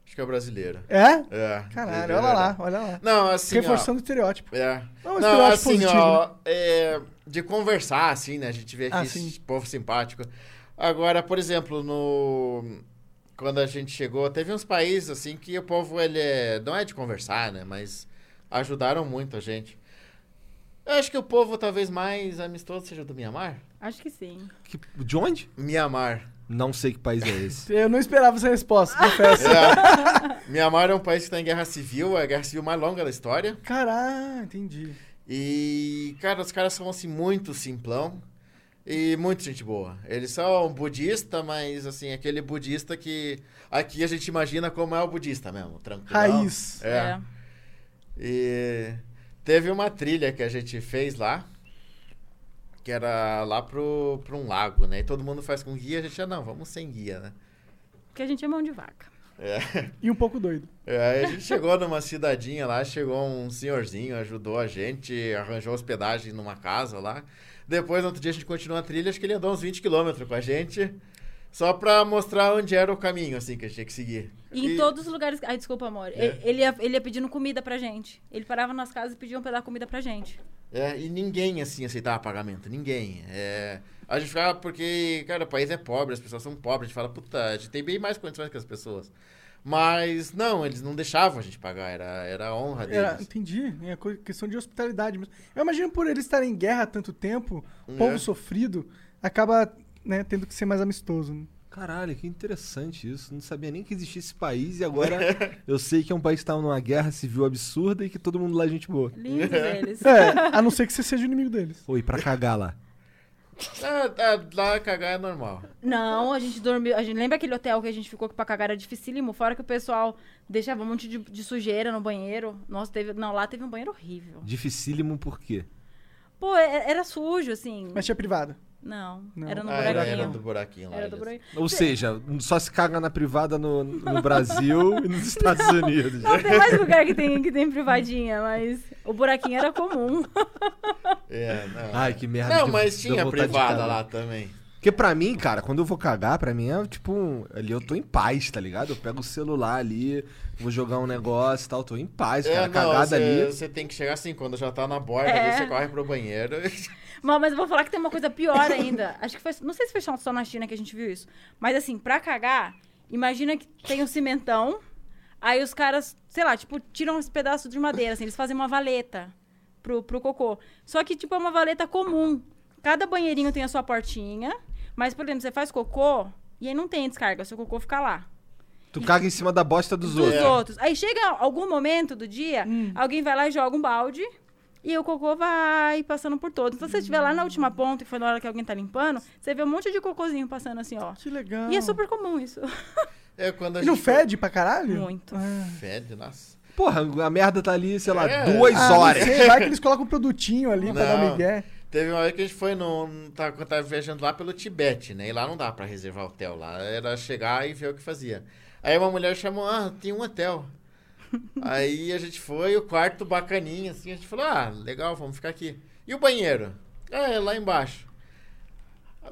Acho que é brasileiro.
É?
É.
Caralho,
brasileiro.
olha lá, olha lá.
Não, assim. ó,
Reforçando o estereótipo.
É.
É um
Não,
estereótipo
assim,
positivo,
ó, é, de conversar, assim, né? A gente vê aqui
Ah, sim.
esse povo simpático. Agora, por exemplo, no... Quando a gente chegou, teve uns países, assim, que o povo, ele é... Não é de conversar, né? Mas ajudaram muito a gente. Eu acho que o povo talvez mais amistoso seja o do Mianmar.
Acho que sim.
Que- de onde?
Mianmar.
Não sei que país é esse.
né? Eu não esperava essa resposta, confesso.
É. Mianmar é um país que está em guerra civil, é a guerra civil mais longa da história.
Caralho, entendi.
E, cara, os caras são, assim, muito simplão e muito gente boa. Eles são um budista, mas, assim, aquele budista que aqui a gente imagina como é o budista mesmo, tranquilo.
Raiz.
É. E teve uma trilha que a gente fez lá, que era lá pro, pro um lago, né? E todo mundo faz com guia, a gente, ah, não, vamos sem guia, né?
Porque a gente é mão de vaca.
E um pouco doido.
É, aí a gente chegou numa cidadinha lá, chegou um senhorzinho, ajudou a gente, arranjou hospedagem numa casa lá. Depois, no outro dia, a gente continuou a trilha, acho que ele andou uns 20 quilômetros com a gente, só pra mostrar onde era o caminho, assim, que a gente tinha que seguir.
E em todos os lugares. Ai, desculpa, amor. E- Ele, ia, ele ia pedindo comida pra gente. Ele parava nas casas e pedia um pedaço de comida pra gente.
É, e ninguém, assim, aceitava pagamento, ninguém. É, a gente ficava porque, cara, o país é pobre, as pessoas são pobres, a gente fala, puta, a gente tem bem mais condições que as pessoas. Mas, não, eles não deixavam a gente pagar, era, era a honra deles.
Era, entendi. É co- questão de hospitalidade mesmo. Eu imagino por ele estar em guerra há tanto tempo,
É.
povo sofrido, acaba né, tendo que ser mais amistoso. né?
Caralho, que interessante isso. Não sabia nem que existia esse país e agora eu sei que é um país que tá numa guerra civil absurda e que todo mundo lá é gente boa.
Lindos eles.
É, a não ser que você seja o inimigo deles.
Oi, pra cagar lá.
Ah, ah, lá cagar é normal.
Não, a gente dormiu. A gente, lembra aquele hotel que a gente ficou que pra cagar era dificílimo? Fora que o pessoal deixava um monte de, de sujeira no banheiro. Nossa, teve. Não, lá teve um banheiro horrível.
Dificílimo por quê?
Pô, é- era sujo, assim.
Mas tinha privado.
Não,
Não.
era no
Ah, era,
buraquinho.
era do buraquinho lá.
Era do
eles-
buraquinho.
Ou seja, só se caga na privada no, no Brasil e nos Estados Unidos.
Não, tem mais lugar que tem, que tem privadinha, mas o buraquinho era comum.
É, não.
Ai, que merda.
Não,
que
mas
deu
tinha
vontade de
privada
cagar.
lá também.
Porque pra mim, cara, quando eu vou cagar, pra mim é tipo. um- Ali eu tô em paz, tá ligado? Eu pego o celular ali, vou jogar um negócio e tal, tô em paz, cara.
É, não,
cagada
você,
ali.
você tem que chegar assim, quando já tá na borda,
É.
ali, você corre pro banheiro.
Mas, mas eu vou falar que tem uma coisa pior ainda. Acho que foi. Não sei se foi só na China que a gente viu isso. Mas assim, pra cagar, imagina que tem um cimentão. Aí os caras, sei lá, tipo, tiram esse pedaço de madeira, assim, eles fazem uma valeta pro, pro cocô. Só que, tipo, é uma valeta comum. Cada banheirinho tem a sua portinha. Mas, por exemplo, você faz cocô e aí não tem descarga, seu cocô fica lá.
Tu caga em cima da bosta dos
dos
outros.
outros. Aí chega algum momento do dia, alguém vai lá e joga um balde. E o cocô vai passando por todos. Então, se você estiver lá na última ponta, que foi na hora que alguém tá limpando, você vê um monte de cocôzinho passando assim, ó.
Que legal.
E é super comum isso.
É quando a
E não
gente-
fede pra caralho?
Muito.
Ah.
Fede, nossa.
Porra, a merda tá ali, sei lá,
É.
duas
Ah, não
horas.
sei, vai que eles colocam um produtinho ali pra dar
Não.
migué.
Teve uma vez que a gente foi no. tá- Quando tava viajando lá pelo Tibete, né? E lá não dá pra reservar hotel lá. Era chegar e ver o que fazia. Aí uma mulher chamou, ah, tem um hotel. Aí a gente foi, o quarto bacaninha, assim, a gente falou, ah, legal, vamos ficar aqui. E o banheiro? Ah, é lá embaixo.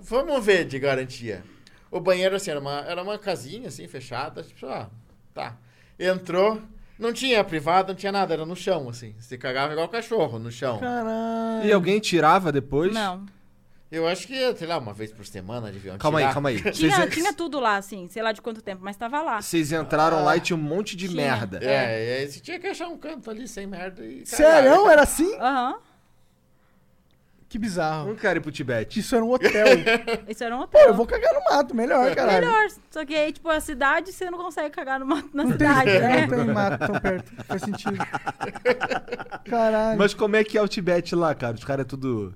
Vamos ver de garantia. O banheiro, assim, era uma, era uma casinha, assim, fechada. A gente falou, ah, tá. Entrou, não tinha privado, não tinha nada, era no chão, assim. Se cagava igual cachorro, no chão.
Caralho.
E alguém tirava depois?
Não.
Eu acho que, é, sei lá, uma vez por semana deviam
Calma aí,
tirar.
calma aí.
é-
Tinha,
Vocês-
tinha tudo lá, assim, sei lá de quanto tempo, mas tava lá.
Vocês entraram
Ah.
lá e tinha um monte de
Tinha.
merda.
É, é, você tinha que achar um canto ali sem merda e. tá
Sério? Era assim?
Aham.
Que bizarro.
Não quero ir pro Tibete.
Isso era um hotel.
Isso era um
Pô,
hotel.
eu vou cagar no mato, melhor, caralho.
Melhor. Só que aí, tipo, a cidade, você não consegue cagar numa, na
Não tem,
cidade,
é,
né?
não tem mato tão perto. Faz sentido. Caralho.
Mas como é que é o Tibete lá, cara? Os caras é tudo.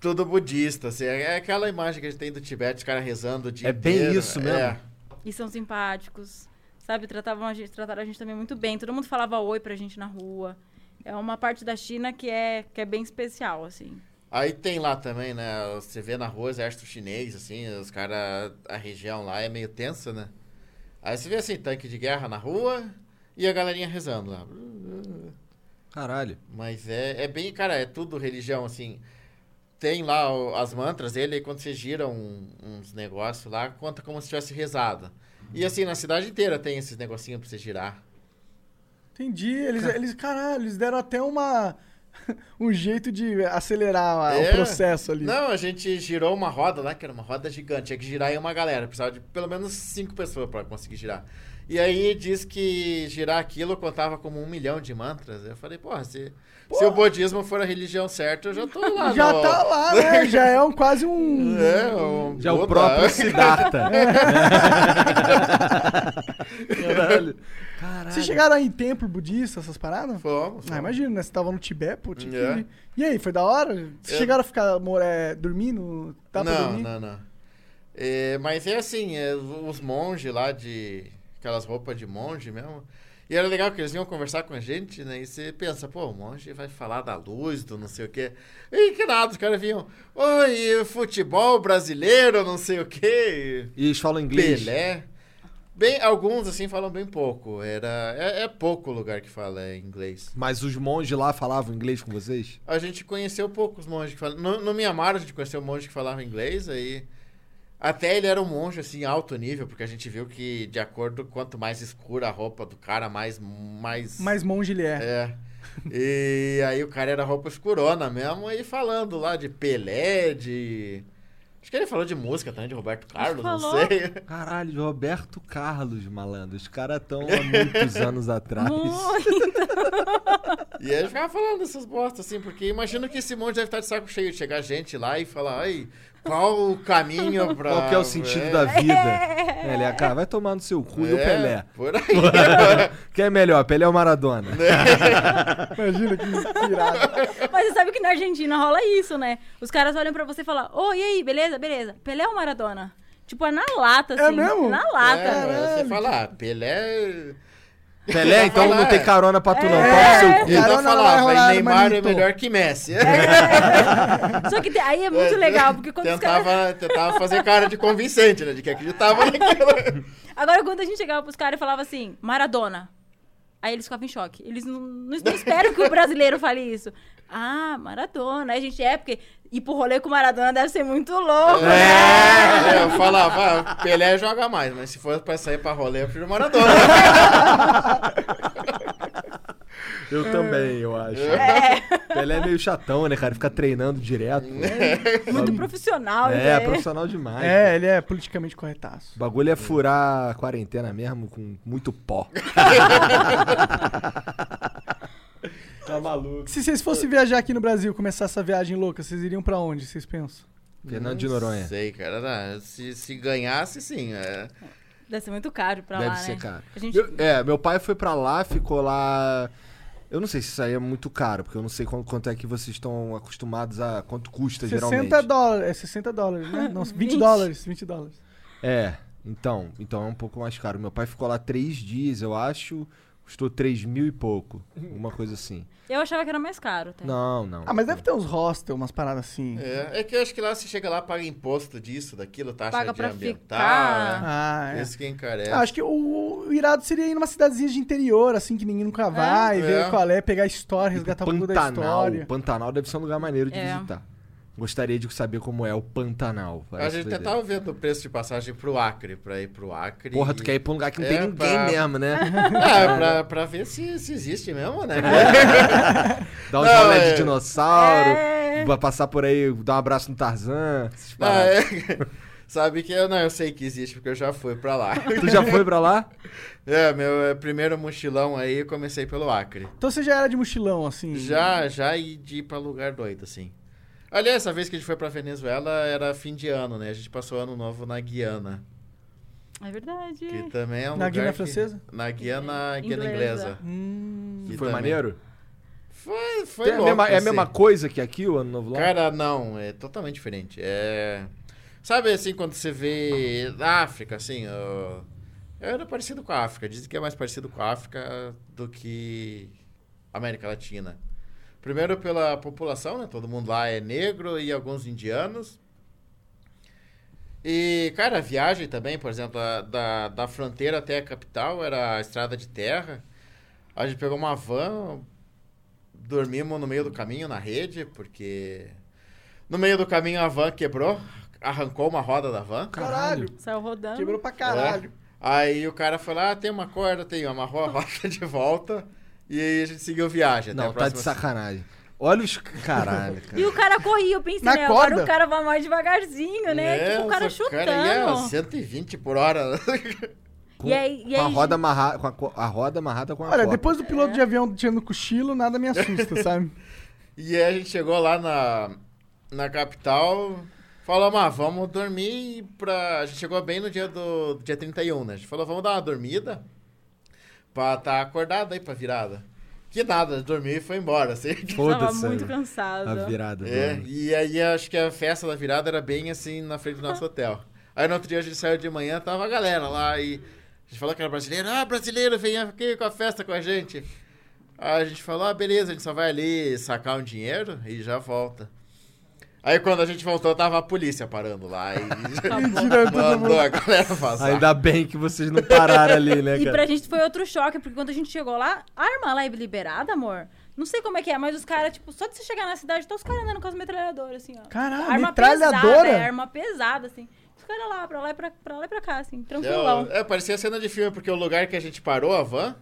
Tudo budista, assim. É aquela imagem que a gente tem do Tibete, os caras rezando o dia
É bem
inteiro.
isso mesmo?
É.
E são simpáticos. Sabe, tratavam a gente, trataram a gente também muito bem. Todo mundo falava oi pra gente na rua. É uma parte da China que é, que é bem especial, assim.
Aí tem lá também, né? Você vê na rua exército chinês, assim, os caras. A região lá é meio tensa, né? Aí você vê assim, tanque de guerra na rua e a galerinha rezando lá.
Caralho.
Mas é, é bem, cara, é tudo religião, assim. Tem lá o- as mantras dele, e quando você gira um- uns negócios lá, conta como se tivesse rezado. E
Uhum.
assim, na cidade inteira tem esses negocinhos pra você girar.
Entendi. Eles, eles, caralho, eles deram até uma. um jeito de acelerar a-
É.
o processo ali.
Não, a gente girou uma roda lá, que era uma roda gigante. Tinha que girar em uma galera. Precisava de pelo menos cinco pessoas pra conseguir girar. E aí diz que girar aquilo contava como um milhão de mantras. Eu falei, porra, se, se
Porra.
o budismo for a religião certa, eu já tô lá.
Já
no-
tá lá, né? Já é um, quase um.
É, o
Já é o
Buda.
próprio Siddhartha. Caralho.
Vocês chegaram aí em templo budista, essas paradas?
Fomos.
Ah, imagina, né? Você tava no Tibete, pô, tinha que
É.
ir. E aí, foi da hora? Vocês
É.
chegaram a ficar mor- é, dormindo? Tá pra
não,
dormir?
não, não. É, mas é assim, é, os monges lá de. Aquelas roupas de monge mesmo. E era legal que eles vinham conversar com a gente, né? E você pensa, pô, o monge vai falar da luz, do não sei o quê. E que nada, os caras vinham. Oi, futebol brasileiro, não sei o quê.
E eles falam inglês.
Pelé. Bem, alguns assim falam bem pouco. Era, é, é pouco lugar que fala inglês.
Mas os monges lá falavam inglês com vocês?
A gente conheceu poucos monges que falavam. No, no Mianmar, a gente conheceu um monge que falava inglês, aí. Até ele era um monge, assim, alto nível, porque a gente viu que, de acordo com quanto mais escura a roupa do cara, mais. Mais.
Mas monge ele é.
É. E aí o cara era roupa escurona mesmo, e falando lá de Pelé, de. Acho que ele falou de música também, de Roberto Carlos, não
falou.
sei.
Caralho, Roberto Carlos, malandro. Os caras estão há muitos anos atrás.
Muito.
E aí ele ficava falando essas bostas, assim, porque imagino que esse monte deve estar de saco cheio de chegar gente lá e falar, ai, qual o caminho pra.
Qual que é o sentido
É,
da vida? É, ele é, cara, vai tomar no seu cu e o
é,
Pelé.
Por aí.
Quem é melhor, Pelé ou Maradona?
É.
Imagina que irado.
Mas você sabe que na Argentina rola isso, né? Os caras olham pra você e falam, ô, e aí, beleza, beleza. Pelé ou Maradona? Tipo, é na lata,
É
assim.
mesmo?
Na lata.
É, você fala, ah, Pelé.
Pelé, então
Vai lá,
não tem
é.
carona pra tu não. Toma
É.
no seu cu.
Eu
Carona
não
não vai
falava,
rolar,
e Neymar é
manito.
melhor que Messi.
Só que te- aí é muito legal, porque quando os
tentava,
caras.
tentava fazer cara de convincente, né? De que acreditava naquilo.
Agora, quando a gente chegava pros caras e falava assim, Maradona. Aí eles ficavam em choque. Eles não, não, não esperam que o brasileiro fale isso. Ah, Maradona. Aí a gente é, porque ir pro rolê com Maradona deve ser muito louco. né?"
É, eu falava, ah, Pelé joga mais, mas se for pra sair pra rolê, eu prefiro Maradona.
Eu também, eu acho. Pelé é meio chatão, né, cara? Fica treinando direto.
É. Muito profissional.
É,
né?
profissional demais.
É, ele é politicamente corretaço.
O bagulho é furar a quarentena mesmo com muito pó. tá maluco.
Se vocês fossem viajar aqui no Brasil, começar essa viagem louca, vocês iriam pra onde, vocês pensam?
Fernando de Noronha.
Não sei, cara. não, Se, se ganhasse, sim. é.
Deve ser muito caro pra
Deve
lá,
ser
né?
caro.
A gente-
Eu- é, meu pai foi pra lá, ficou lá. Eu não sei se isso aí é muito caro, porque eu não sei quan- quanto, é que vocês estão acostumados a. Quanto custa
60
Então, geralmente.
dólares, é 60 dólares, né? Não, 20,
20.
dólares, 20 dólares.
É, então. Então é um pouco mais caro. Meu pai ficou lá três dias, eu acho. Custou três mil e pouco. Uma coisa assim.
Eu achava que era mais caro. Até.
Não, não.
Ah, mas deve ter uns hostel, umas paradas assim.
É, é que eu acho que lá você chega lá, paga imposto disso, daquilo, taxa
Paga
de
pra
ambiental.
Ah,
é.
é.
Isso que encarece.
Ah, acho que o, o irado seria ir numa cidadezinha de interior, assim, que ninguém nunca vai,
É.
ver
É.
qual é, pegar a história, resgatar um pouco da
Pantanal.
história.
Pantanal deve ser um lugar maneiro de
É.
visitar. Gostaria de saber como é o Pantanal.
a
Parece
gente até tá
doideira.
tava vendo o preço de passagem pro Acre, pra ir pro Acre.
Porra, tu
e-
quer ir pra um lugar que não
É,
tem ninguém
pra-
mesmo, né?
Ah, pra, pra ver se, se existe mesmo, né?
Dar um
Não,
rolé
é-
de dinossauro,
É.
vai passar por aí, dar um abraço no Tarzan. essas
Não,
paradas.
é- Sabe que eu não, eu sei que existe, porque eu já fui pra lá.
Tu já foi pra lá?
É, meu é, primeiro mochilão aí, eu comecei pelo Acre.
Então você já era de mochilão, assim.
Já, já e de ir pra lugar doido, assim. Aliás, essa vez que a gente foi pra Venezuela era fim de ano, né? A gente passou ano novo na Guiana,
É verdade.
que também é um
Hum. Na
lugar
Guiana
que-
Francesa?
Na Guiana, Guiana
Inglesa.
Inglesa.
Hum.
Que
foi
também-
maneiro?
Foi, né? foi
Tem a
louco,
mesma- é a
assim.
mesma coisa que aqui, o Ano Novo lá?
Cara, não, é totalmente diferente. É... Sabe assim, quando você vê a África, assim, ó, era parecido com a África. Dizem que é mais parecido com a África do que a América Latina. Primeiro pela população, né? Todo mundo lá é negro e alguns indianos. E, cara, a viagem também, por exemplo, da, da, da fronteira até a capital era a estrada de terra. A gente pegou uma van, dormimos no meio do caminho na rede, porque no meio do caminho a van quebrou, arrancou uma roda da van.
Caralho.
Saiu rodando.
Quebrou pra caralho.
É. Aí o cara falou: Ah, tem uma corda, tem, amarrou a roda de volta. E aí a gente seguiu viagem. até
Não,
a
tá de
próxima-
sacanagem. Olha os. Caralho, cara.
E o cara corria, eu pensei,
Na
né? Agora
corda?
o cara vai Né?
É,
mais devagarzinho, né? tipo, o cara
Nossa,
chutando.
né? ia 120 por hora.
Com,
E aí- e
com a
aí-
roda amarrada com a, co- a roda amarrada com a
Olha,
corda.
depois do piloto
É.
de avião tirando cochilo, nada me assusta, sabe?
E aí a gente chegou lá na, na capital, falamos, ah, vamos dormir pra... A gente chegou bem no dia do do dia 31, né? A gente falou, vamos dar uma dormida pra tá acordado aí pra virada. Que nada, dormiu e foi embora, assim.
Tava
Foda-se.
muito
sabe? A
cansada.
virada.
É,
mano.
e aí acho que a festa da virada era bem assim na frente do nosso hotel. Aí no outro dia a gente saiu de manhã, tava a galera lá e a gente falou que era brasileiro, ah, brasileiro, vem aqui com a festa com a gente. Aí a gente falou, ah, beleza, a gente só vai ali sacar um dinheiro e já volta. Aí quando a gente voltou, tava a polícia parando lá e
Tirando todo mundo.
mandou a galera passar.
Ainda bem que vocês não pararam ali, né,
E
cara?
pra gente foi outro choque, porque quando a gente chegou lá, a arma lá é liberada, amor? Não sei como é que é, mas os caras, tipo, só de você chegar na cidade, tá os caras andando com as metralhadoras, assim, ó.
Caralho,
arma
metralhadora?
pesada, é, arma pesada, assim. Os caras lá, pra lá, e pra, pra lá e pra cá, assim, tranquilão.
É, é, parecia cena de filme, porque o lugar que a gente parou, a van,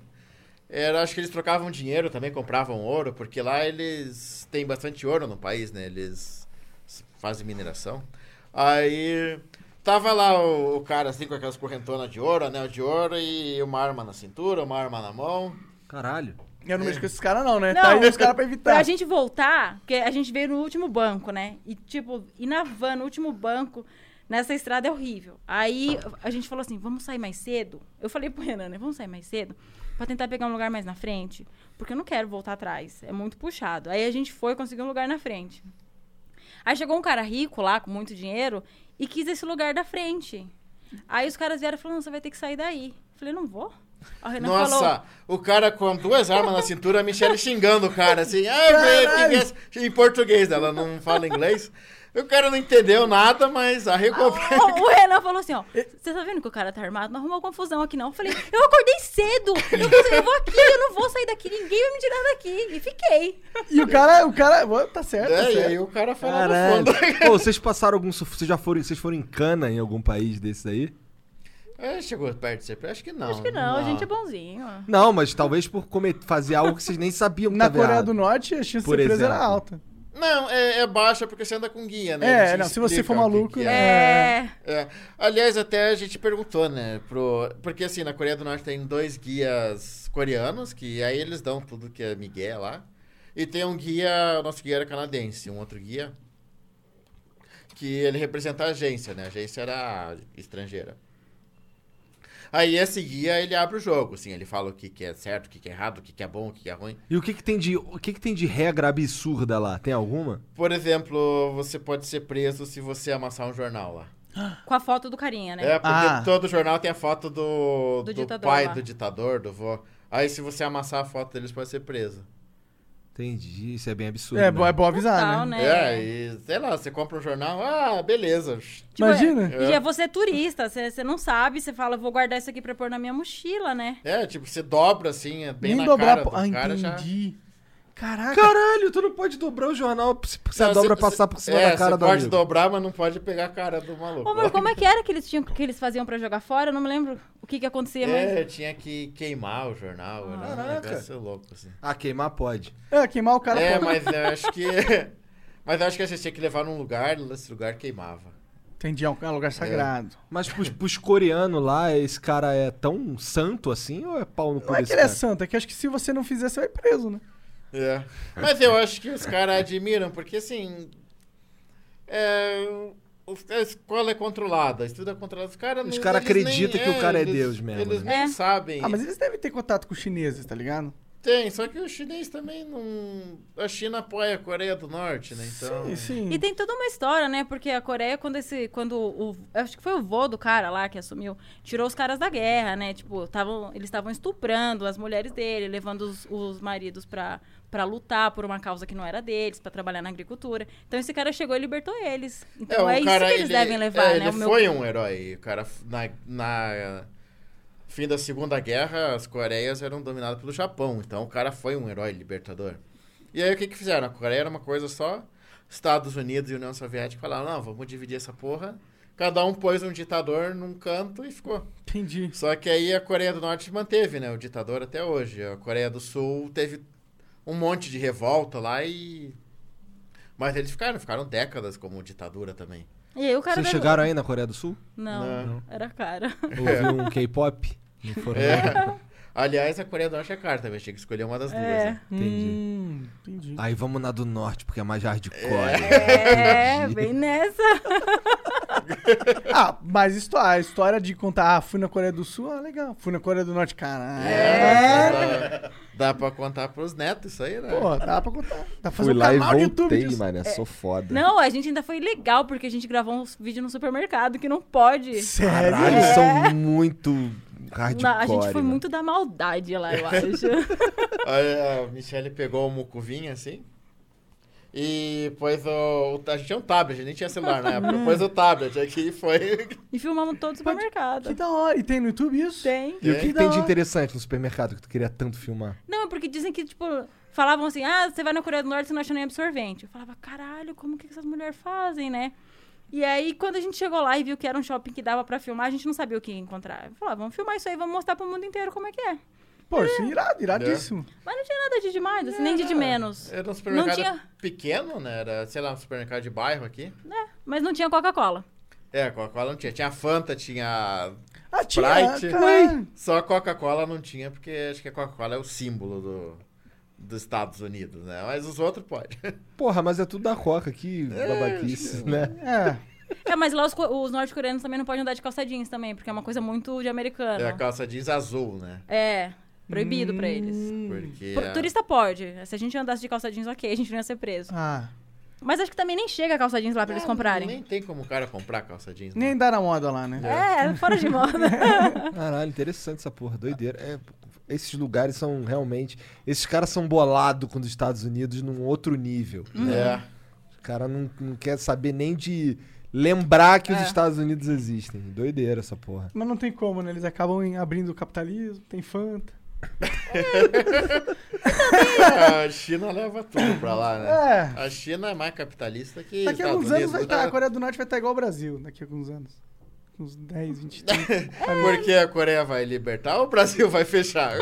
era, acho que eles trocavam dinheiro também, compravam ouro, porque lá eles têm bastante ouro no país, né? Eles fazem mineração. Aí tava lá o, o cara assim com aquelas correntonas de ouro, anel de ouro e uma arma na cintura, uma arma na mão.
Caralho.
Eu
É.
não mexo com esses caras, não, né?
Não.
Tá aí os caras pra evitar.
Pra gente voltar, porque a gente veio no último banco, né? E, tipo, ir na van, no último banco, nessa estrada é horrível. Aí a gente falou assim: vamos sair mais cedo? Eu falei pro Renan, né? Vamos sair mais cedo? Pra tentar pegar um lugar mais na frente? Porque eu não quero voltar atrás. É muito puxado. Aí a gente foi conseguir um lugar na frente. Aí chegou um cara rico lá, com muito dinheiro, e quis esse lugar da frente. Aí os caras vieram falando: você vai ter que sair daí. Eu falei: não vou. Aí o Renan
Nossa,
falou.
o cara com duas armas na cintura, a Michelle xingando o cara, assim, ah, tivesse... em português, né? ela não fala inglês. O cara não entendeu nada, mas a recompensa.
O, o Renan falou assim, ó. Você tá vendo que o cara tá armado? Não arrumou confusão aqui, não. Eu falei, eu acordei cedo. Eu, vou- eu vou aqui, eu não vou sair daqui. Ninguém vai me tirar daqui. E fiquei.
E o cara, o cara. Ué, Tá certo, tá
É, e
certo.
aí o cara fala no
Caralho.
fundo.
Pô, vocês passaram algum. su- Vocês já foram. Vocês foram em cana em algum país desses aí?
É, chegou perto de ser Acho que não.
Acho que não, a gente
Ah.
é bonzinho.
Não, mas talvez por comer- fazer algo que vocês nem sabiam que
Tá
Na
tava
Coreia
errado.
do Norte, a chance de
Por
surpresa
exemplo.
era alta.
Não, é, é baixa porque você anda com guia, né?
É,
Eles te
não, se você
explicam
for maluco,
o que que
né?
é.
É.
É. Aliás, até a gente perguntou, né? Pro... Porque assim, na Coreia do Norte tem dois guias coreanos, que aí eles dão tudo que é Miguel lá. E tem um guia, o nosso guia era canadense, um outro guia. Que ele representa a agência, né? A agência era estrangeira. Aí esse guia, ele abre o jogo, assim, ele fala o que, que é certo, o que, que é errado, o que, que é bom, o que, que é ruim.
E o que, que tem de. O que, que tem de regra absurda lá? Tem alguma?
Por exemplo, você pode ser preso se você amassar um jornal lá.
Com a foto do carinha, né?
É, porque
Ah.
todo jornal tem a foto do,
Do
do,
ditador
pai
lá.
do ditador, do vô. Aí se você amassar a foto deles, pode ser preso.
Entendi, isso é bem absurdo.
É,
né?
bom, é bom avisar,
Total,
né?
né?
É, e sei lá, você compra um jornal, ah, beleza.
Tipo,
Imagina.
É, e já você é turista, você, você não sabe, você fala, vou guardar isso aqui pra pôr na minha mochila, né?
É, tipo, você dobra assim, é bem
Nem
na
dobrar.
cara
po-
do
Ah,
cara já...
entendi. Caraca.
Caralho, tu não pode dobrar o jornal se se a
Não,
dobra
você-
passar por
você-
cima
é,
da cara
você
do
pode
amigo.
dobrar, mas não pode pegar a cara do maluco.
Ô, amor, como é que era que eles tinham que eles faziam pra jogar fora? Eu não me lembro o que que acontecia, mas.
É, tinha que queimar o jornal, era um
Caraca.
negócio louco, assim.
Ah, queimar pode.
É, queimar o cara
é,
pode.
mas eu acho que. Mas eu acho que você tinha que levar num lugar, esse lugar queimava.
Entendi, é um é um lugar sagrado.
Mas pros, pros coreanos lá, esse cara é tão santo assim ou é pau no cu
Não é
desse
que ele é
cara?
santo, é que acho que se você não fizer, você vai preso, né?
É. Mas eu acho que os caras admiram, porque assim. É, os- a escola é controlada, estudo é controlado. Os caras
Os
não-
cara
eles nem-
acredita que o cara é
eles-
Deus mesmo,
Eles
né?
nem
É.
sabem.
Ah, mas eles devem ter contato com os chineses, tá ligado?
Tem, só que o chinês também não. A China apoia a Coreia do Norte, né? Então.
Sim, sim.
E tem toda uma história, né? Porque a Coreia, quando esse. Quando o. Acho que foi o vô do cara lá que assumiu, tirou os caras da guerra, né? Tipo, tavam, eles estavam estuprando as mulheres dele, levando os, os maridos pra, pra lutar por uma causa que não era deles, pra trabalhar na agricultura. Então esse cara chegou e libertou eles. Então
o
é, isso
cara,
que eles
ele-
devem levar,
é,
né?
Ele
O meu-
foi um herói. O cara, f- na, na fim da Segunda Guerra, as Coreias eram dominadas pelo Japão. Então, o cara foi um herói libertador. E aí, o que que fizeram? A Coreia era uma coisa só. Estados Unidos e União Soviética falaram, não, vamos dividir essa porra. Cada um pôs um ditador num canto e ficou.
Entendi.
Só que aí a Coreia do Norte manteve, né? O ditador até hoje. A Coreia do Sul teve um monte de revolta lá e... Mas eles ficaram, ficaram décadas como ditadura também.
E aí o cara.
Vocês
deve-
chegaram aí na Coreia do Sul?
Não,
Não.
era cara.
Ouviu um K-pop? Não foram.
É. Aliás, a Coreia do Norte é cara também. Tinha que escolher uma das duas.
É.
né?
Entendi.
Hum, entendi.
Aí vamos na do norte, porque é mais hardcore.
É, bem nessa.
Ah, mas isto- a história de contar, ah, fui na Coreia do Sul, ah, legal. Fui na Coreia do Norte, é. caralho.
É.
Dá, dá pra contar pros netos isso
É.
aí, né?
Pô, dá pra contar. Dá pra fazer
Fui
um
lá e
canal no YouTube
voltei,
disso.
mano. Sou foda.
Não, a gente ainda foi legal, porque a gente gravou um vídeo no supermercado que não pode.
Sério?
Caralho, são muito hardcore. né?
Na- é. a gente foi
mano.
muito da maldade lá, eu acho.
Aí a Michelle pegou o mucuvinha assim. E pôs o, o- A gente tinha um tablet, a gente nem tinha celular na
Hum.
época. Pôs o tablet aqui e foi.
e filmamos todo o supermercado.
Que da hora. E tem no YouTube isso?
Tem.
E o É que,
Que
que
da
tem de
hora.
interessante no supermercado que tu queria tanto filmar?
Não, é porque dizem que, tipo, falavam assim, ah, você vai na Coreia do Norte e não acha nem absorvente. Eu falava, caralho, como que essas mulheres fazem, né? E aí, quando a gente chegou lá e viu que era um shopping que dava pra filmar, a gente não sabia o que encontrar. Eu falava, vamos filmar isso aí, vamos mostrar pro mundo inteiro como é que é.
Pô, isso é irado, iradíssimo.
É.
Mas não tinha nada de demais, assim, nem de, de menos.
Era um supermercado
tinha.
pequeno, né? Era, sei lá, um supermercado de bairro aqui.
Mas não tinha Coca-Cola.
É, Coca-Cola não tinha. Tinha Fanta, tinha.
Ah, tinha,
Sprite.
caralho.
Só Coca-Cola não tinha, porque acho que a Coca-Cola é o símbolo do. Dos Estados Unidos, né? Mas os outros pode.
Porra, mas é tudo da Coca, que babaquice, né?
É.
É, mas lá os, co- os norte-coreanos também não podem andar de calça jeans também, porque é uma coisa muito de americano.
É a calça jeans azul, né?
É, proibido pra eles.
Hum.
Porque. é
Pro- Turista pode. Se a gente andasse de calça jeans, ok, a gente não ia ser preso.
Ah,
Mas acho que também nem chega a calça jeans lá pra eles
Ah,
comprarem.
Nem tem como o cara comprar calça jeans.
nem
né?
dá na moda lá, né?
É, fora de moda.
Caralho, interessante essa porra, doideira. É, esses lugares são realmente. Esses caras são bolados com os Estados Unidos num outro nível.
É.
Uhum.
Os caras não, não quer saber nem de lembrar que os
É.
Estados Unidos existem. Doideira essa porra.
Mas não tem como, né? Eles acabam em- abrindo o capitalismo, tem Fanta.
É, A China leva tudo pra lá, né?
É.
A China é mais capitalista que
Daqui a
Estados
alguns anos
Unidos. né?
vai
né?
estar. A Coreia do Norte vai estar igual o Brasil, daqui a alguns anos. Uns 10, 20, 30. é.
Porque a Coreia vai libertar ou o Brasil vai fechar?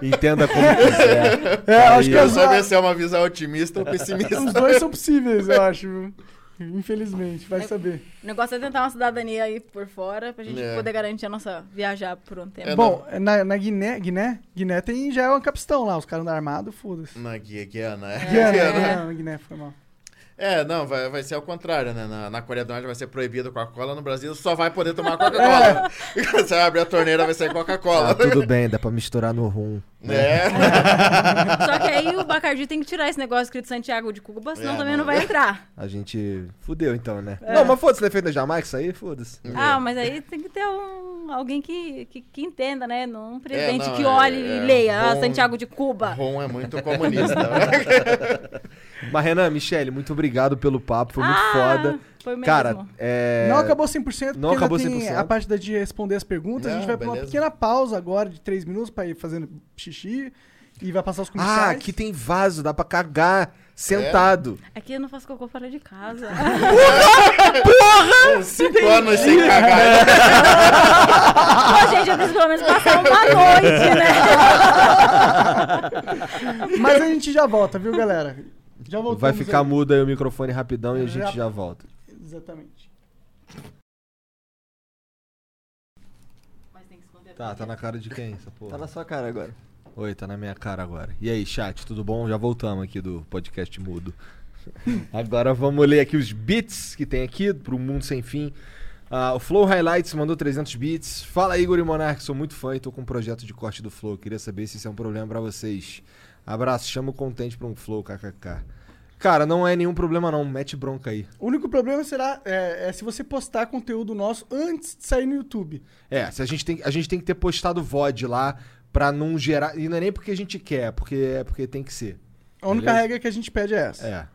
Entenda como quiser.
É, acho
Aí,
que
ó.
Eu
as,
soube se é uma visão otimista ou pessimista.
os dois são possíveis, eu acho. viu? Infelizmente, vai saber.
O negócio é tentar uma cidadania aí por fora pra gente
É.
poder garantir a nossa viajar por um tempo.
É,
Bom, na, na Guiné, Guiné, Guiné tem já é um capistão lá, os caras andam armados,
Hum.
foda-se.
Na Guia Guiana, é.
Guiana,
Guiana.
é. não, Guiné, foi mal.
É, não, vai, vai ser ao contrário, né? Na, na Coreia do Norte vai ser proibido Coca-Cola, no Brasil só vai poder tomar Coca-Cola.
É.
Você vai abrir a torneira, vai ser
Ah,
Coca-Cola.
tudo bem, dá pra misturar no rum.
É.
Só que aí o Bacardi tem que tirar esse negócio escrito Santiago de Cuba, senão
É,
também
não.
não vai entrar.
A gente fudeu então, né? Não, mas foda-se, não é feito na Jamaica isso aí? Foda-se.
É.
Ah, mas aí tem que ter um, alguém que, que, que entenda, né? Não um presidente
não,
que
é-
olhe
é
e leia ah,
bom-
Santiago de Cuba.
Ron é muito comunista. né?
Mas Renan, Michele, muito obrigado pelo papo, foi muito
Ah,
foda.
Foi mesmo.
Cara, é.
Não acabou 100%, porque
não acabou
ainda tem
100%.
a parte da de responder as perguntas. a gente
Não,
vai pra uma
beleza.
pequena pausa agora de 3 minutos pra ir fazendo xixi e vai passar os
Ah,
comerciais.
aqui tem vaso, dá pra cagar sentado.
É.
Aqui É eu não faço cocô fora de casa.
Cinco anos sem cagar. né?
Pô, gente, eu preciso pelo menos passar uma noite, né?
Mas a gente já volta, viu, galera? Já voltamos.
Vai ficar
aí.
mudo aí o microfone rapidão e a
Já-
gente já volta.
Exatamente.
Tá, tá na cara de quem essa porra?
Tá na sua cara agora.
Oi, tá na minha cara agora. E aí, chat, tudo bom? Já voltamos aqui do podcast mudo. agora vamos ler aqui os bits que tem aqui pro Mundo Sem Fim. Ah, o Flow Highlights mandou 300 bits. Fala Igor e Monark, sou muito fã e tô com um projeto de corte do Flow. Queria saber se isso é um problema pra vocês. Abraço, chamo contente pra um Flow, kkk. Cara, não é nenhum problema não, mete bronca aí.
O único problema será é, é se você postar conteúdo nosso antes de sair no YouTube.
É, se a, gente tem, a gente tem que ter postado VOD lá pra não gerar... E não é nem porque a gente quer, porque é porque tem que ser.
A única
Beleza.
regra que a gente pede é essa.
É.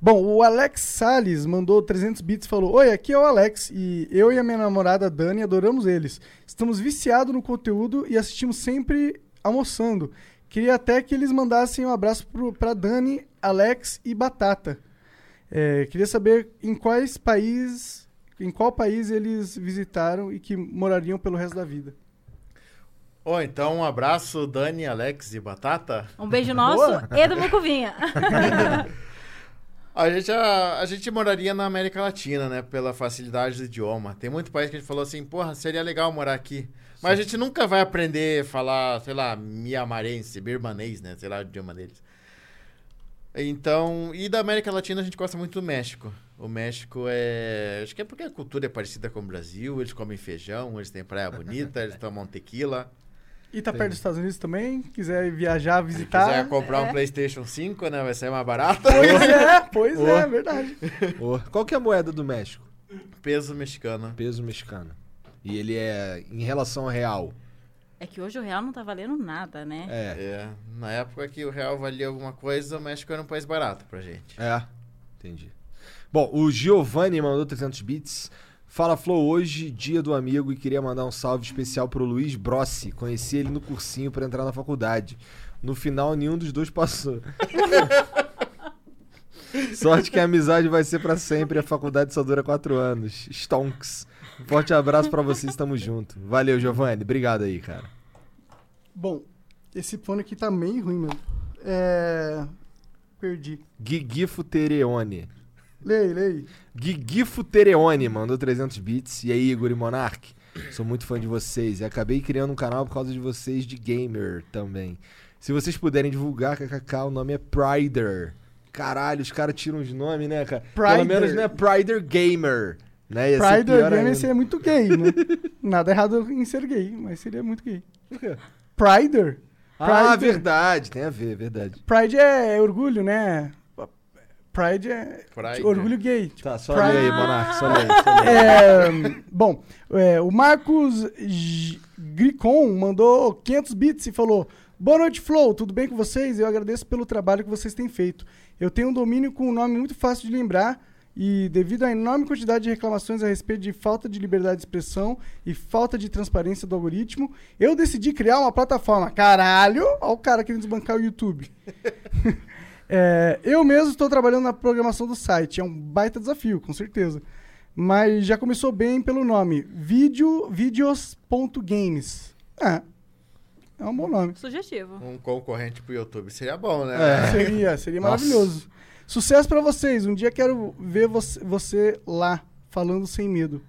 Bom, o Alex Salles mandou 300 bits e falou: Oi, aqui é o Alex e eu e a minha namorada Dani adoramos eles. Estamos viciados no conteúdo e assistimos sempre almoçando. Queria até que eles mandassem um abraço pro, pra Dani, Alex e Batata. É, queria saber em quais países. Em qual país eles visitaram e que morariam pelo resto da vida.
Ou então um abraço, Dani, Alex e Batata.
Um beijo nosso e do Mucuvinha.
A gente, a, a gente moraria na América Latina, né? Pela facilidade do idioma. Tem muito país que a gente falou assim, porra, seria legal morar aqui. Mas a gente nunca vai aprender a falar, sei lá, miamarense, birmanês, né? Sei lá o idioma deles. Então, e da América Latina a gente gosta muito do México. O México é. Acho que é porque a cultura é parecida com o Brasil, eles comem feijão, eles têm praia bonita, eles tomam tequila.
E tá perto dos Estados Unidos também, quiser viajar,
Se
visitar.
quiser comprar um PlayStation 5, né? Vai ser mais barato.
Pois é, pois
Ô.
é, verdade.
Ô, Qual que é a moeda do México?
Peso mexicano.
Peso mexicano. E ele é em relação ao real.
É que hoje o real não tá valendo nada, né?
É.
É, na época que o real valia alguma coisa, o México era um país barato pra gente.
É, entendi. Bom, o Giovanni mandou 300 bits. Fala Flow, hoje, dia do amigo, e queria mandar um salve especial pro Luiz Brossi. Conheci ele no cursinho pra entrar na faculdade. No final, nenhum dos dois passou. Sorte que a amizade vai ser pra sempre, a faculdade só dura quatro anos. Stonks. Um Forte abraço pra vocês, tamo junto. Valeu, Giovanni. Obrigado aí, cara.
Bom, esse fone aqui tá meio ruim, mano. É. Perdi.
Guigifo Tereone.
Lei, lei.
Guigifo Tereone mandou 300 bits. E aí, Igor e Monark? Sou muito fã de vocês e acabei criando um canal por causa de vocês de gamer também. Se vocês puderem divulgar, kkk, o nome é Prider. Caralho, os caras tiram os nomes, né, cara? Pelo
Prider.
menos não é Prider Gamer, né? Ia ser
Prider
pior
Gamer
ainda.
seria muito gay, né? Nada errado em ser gay, mas seria muito gay. Prider?
Ah,
Prider.
verdade, tem a ver, verdade.
Pride é orgulho, né? Pride é
Pride.
orgulho gay.
Tá, só
Prider.
lê aí, Monark, só lê aí. Só lê aí.
É, bom, é, o Marcos G- Gricon mandou 500 bits e falou: Boa noite, Flow, tudo bem com vocês? Eu agradeço pelo trabalho que vocês têm feito. Eu tenho um domínio com um nome muito fácil de lembrar e, devido à enorme quantidade de reclamações a respeito de falta de liberdade de expressão e falta de transparência do algoritmo, eu decidi criar uma plataforma. Caralho! Olha o cara querendo desbancar o YouTube. É, eu mesmo estou trabalhando na programação do site. É um baita desafio, com certeza. Mas já começou bem pelo nome. Video, videos.games. É. É um bom nome.
Sugestivo.
Um concorrente pro YouTube seria bom, né?
É. Seria, seria
É. Nossa.
maravilhoso. Sucesso pra vocês. Um dia quero ver você, você lá, falando sem medo.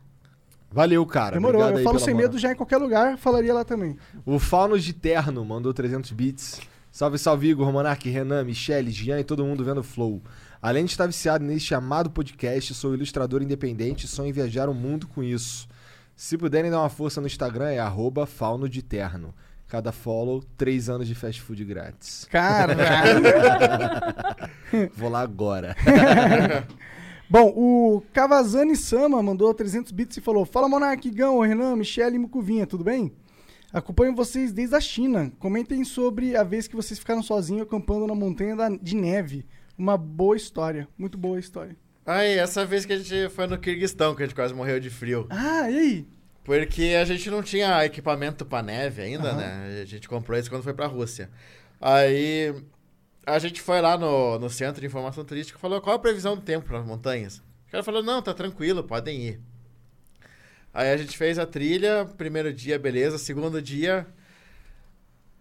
Valeu, cara.
Demorou.
Obrigado
Eu
aí
falo
pela
sem
moral.
medo já em qualquer lugar, falaria lá também.
O Faunos de Terno mandou 300 bits. Salve, salve, Igor, Monark, Renan, Michele, Jean e todo mundo vendo o Flow. Além de estar viciado neste amado podcast, sou ilustrador independente e sonho em viajar o mundo com isso. Se puderem dar uma força no Instagram, é arroba fauno de terno. Cada follow, 3 anos de fast food grátis.
Caralho.
Vou lá agora.
Bom, o Cavazani Sama mandou 300 bits e falou: Fala Monark, Igão, Renan, Michele e Mucuvinha, tudo bem? Acompanho vocês desde a China. Comentem sobre a vez que vocês ficaram sozinhos acampando na montanha da- de neve. Uma boa história, muito boa história.
Aí, essa vez que a gente foi no Kirguistão, que a gente quase morreu de frio.
Ah, e aí?
Porque a gente não tinha equipamento pra neve ainda, né? A gente comprou isso quando foi pra Rússia. Aí a gente foi lá no, no centro de informação turística e falou: qual a previsão do tempo nas montanhas? O cara falou: não, tá tranquilo, podem ir. Aí a gente fez a trilha, primeiro dia, beleza. Segundo dia,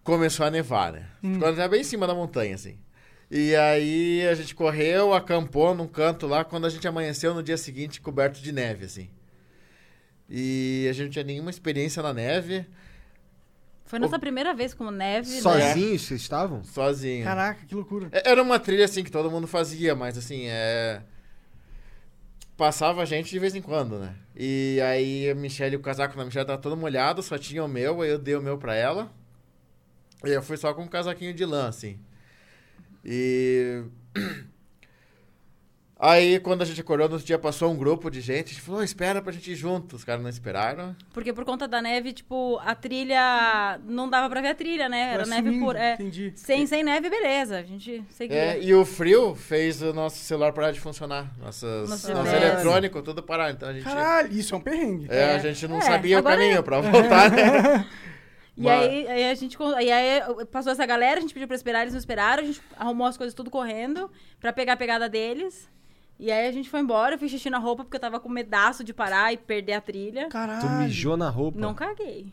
começou a nevar, né? Ficou até bem em cima da montanha, assim. E aí a gente correu, acampou num canto lá, quando a gente amanheceu no dia seguinte, coberto de neve, assim. E a gente não tinha nenhuma experiência na neve,
Foi nossa primeira vez com neve, né?
Sozinhos vocês estavam?
sozinho.
Caraca, que loucura.
É- Era uma trilha assim que todo mundo fazia, mas assim, é. Passava a gente de vez em quando, né? E aí a Michelle, o casaco da Michelle tava todo molhado, só tinha o meu, aí eu dei o meu pra ela. E eu fui só com um casaquinho de lã, assim. E. Aí quando a gente acordou, no outro dia passou um grupo de gente, a gente falou, "Ô, espera pra gente ir junto. Os caras não esperaram.
Porque por conta da neve, tipo, a trilha. Não dava pra ver a trilha, né? Era
Vai
neve
sumindo,
pura. é.
Entendi.
sem, sem neve, beleza. A gente seguia.
É, e o frio fez o nosso celular parar de funcionar. Nossas,
Nosso
nosso
GPS.
eletrônico, tudo parar. Então a gente.
Caralho, isso é um perrengue.
É,
É.
a gente não
É,
sabia
agora
o caminho pra voltar, né?
E
Mas-
aí, aí a gente. con- E aí eh, passou essa galera, a gente pediu pra esperar, eles não esperaram, a gente arrumou as coisas tudo correndo pra pegar a pegada deles. E aí a gente foi embora, eu fiz xixi na roupa porque eu tava com medaço de parar e perder a trilha.
Caralho.
Tu mijou na roupa.
Não caguei.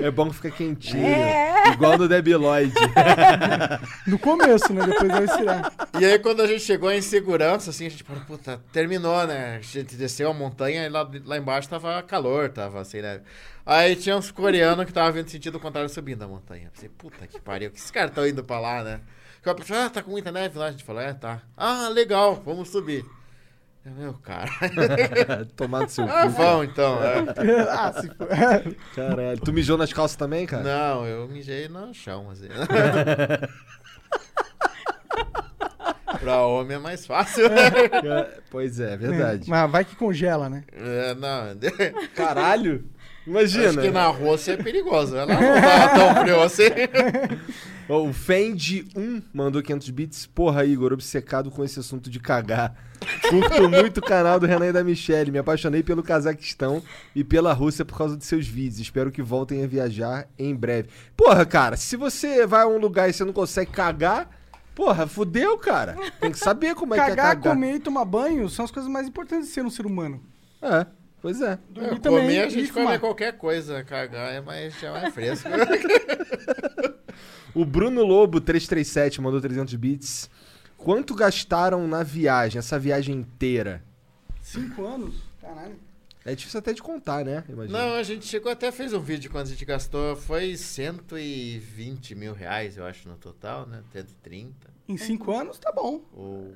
É bom que fica quentinho. Igual no Debiloid.
No começo, né? Depois vai esfriar.
E aí, quando a gente chegou em segurança, assim, a gente falou, puta, terminou, né? A gente desceu a montanha e lá, lá embaixo tava calor, tava assim, né? Aí tinha uns coreanos que tava vindo sentido contrário subindo a montanha. Eu pensei, puta que pariu, que esses caras estão indo pra lá, né? Aí a pessoa, ah, tá com muita neve lá. A gente falou, é, tá. Ah, legal, vamos subir. Eu, Meu cara.
Tomar no seu
Ah,
cu. cara.
vão então. né?
ah, se for.
Caralho. Tu mijou nas calças também, cara?
Não, eu mijei no chão, assim. pra homem é mais fácil, né?
Cara, Pois é, é verdade.
Mas vai que congela, né?
É, não.
Caralho. Imagina.
Acho que na Rússia é perigoso, ela não tá tão frio assim.
Ó, O Fendi1 mandou 500 bits. Porra, Igor, obcecado com esse assunto de cagar. Curto muito o canal do Renan e da Michelle. Me apaixonei pelo Cazaquistão e pela Rússia por causa de seus vídeos. Espero que voltem a viajar em breve. Porra, cara, se você vai a um lugar e você não consegue cagar, porra, fudeu, cara. Tem que saber como é que é
cagar,
cagar.
comer e tomar banho são as coisas mais importantes de ser um ser humano.
É, pois é.
Dormir
É,
também
comer a
e
gente
fumar.
come qualquer coisa, cagar é mais, é mais fresco.
O Bruno Lobo 337 mandou 300 bits. Quanto gastaram na viagem, essa viagem inteira?
Cinco anos? Caralho.
É difícil até de contar, né? Imagina.
não, a gente chegou até fez um vídeo quando a gente gastou, foi 120 mil reais, eu acho, no total, né? 130.
Em cinco anos, tá bom.
Ou...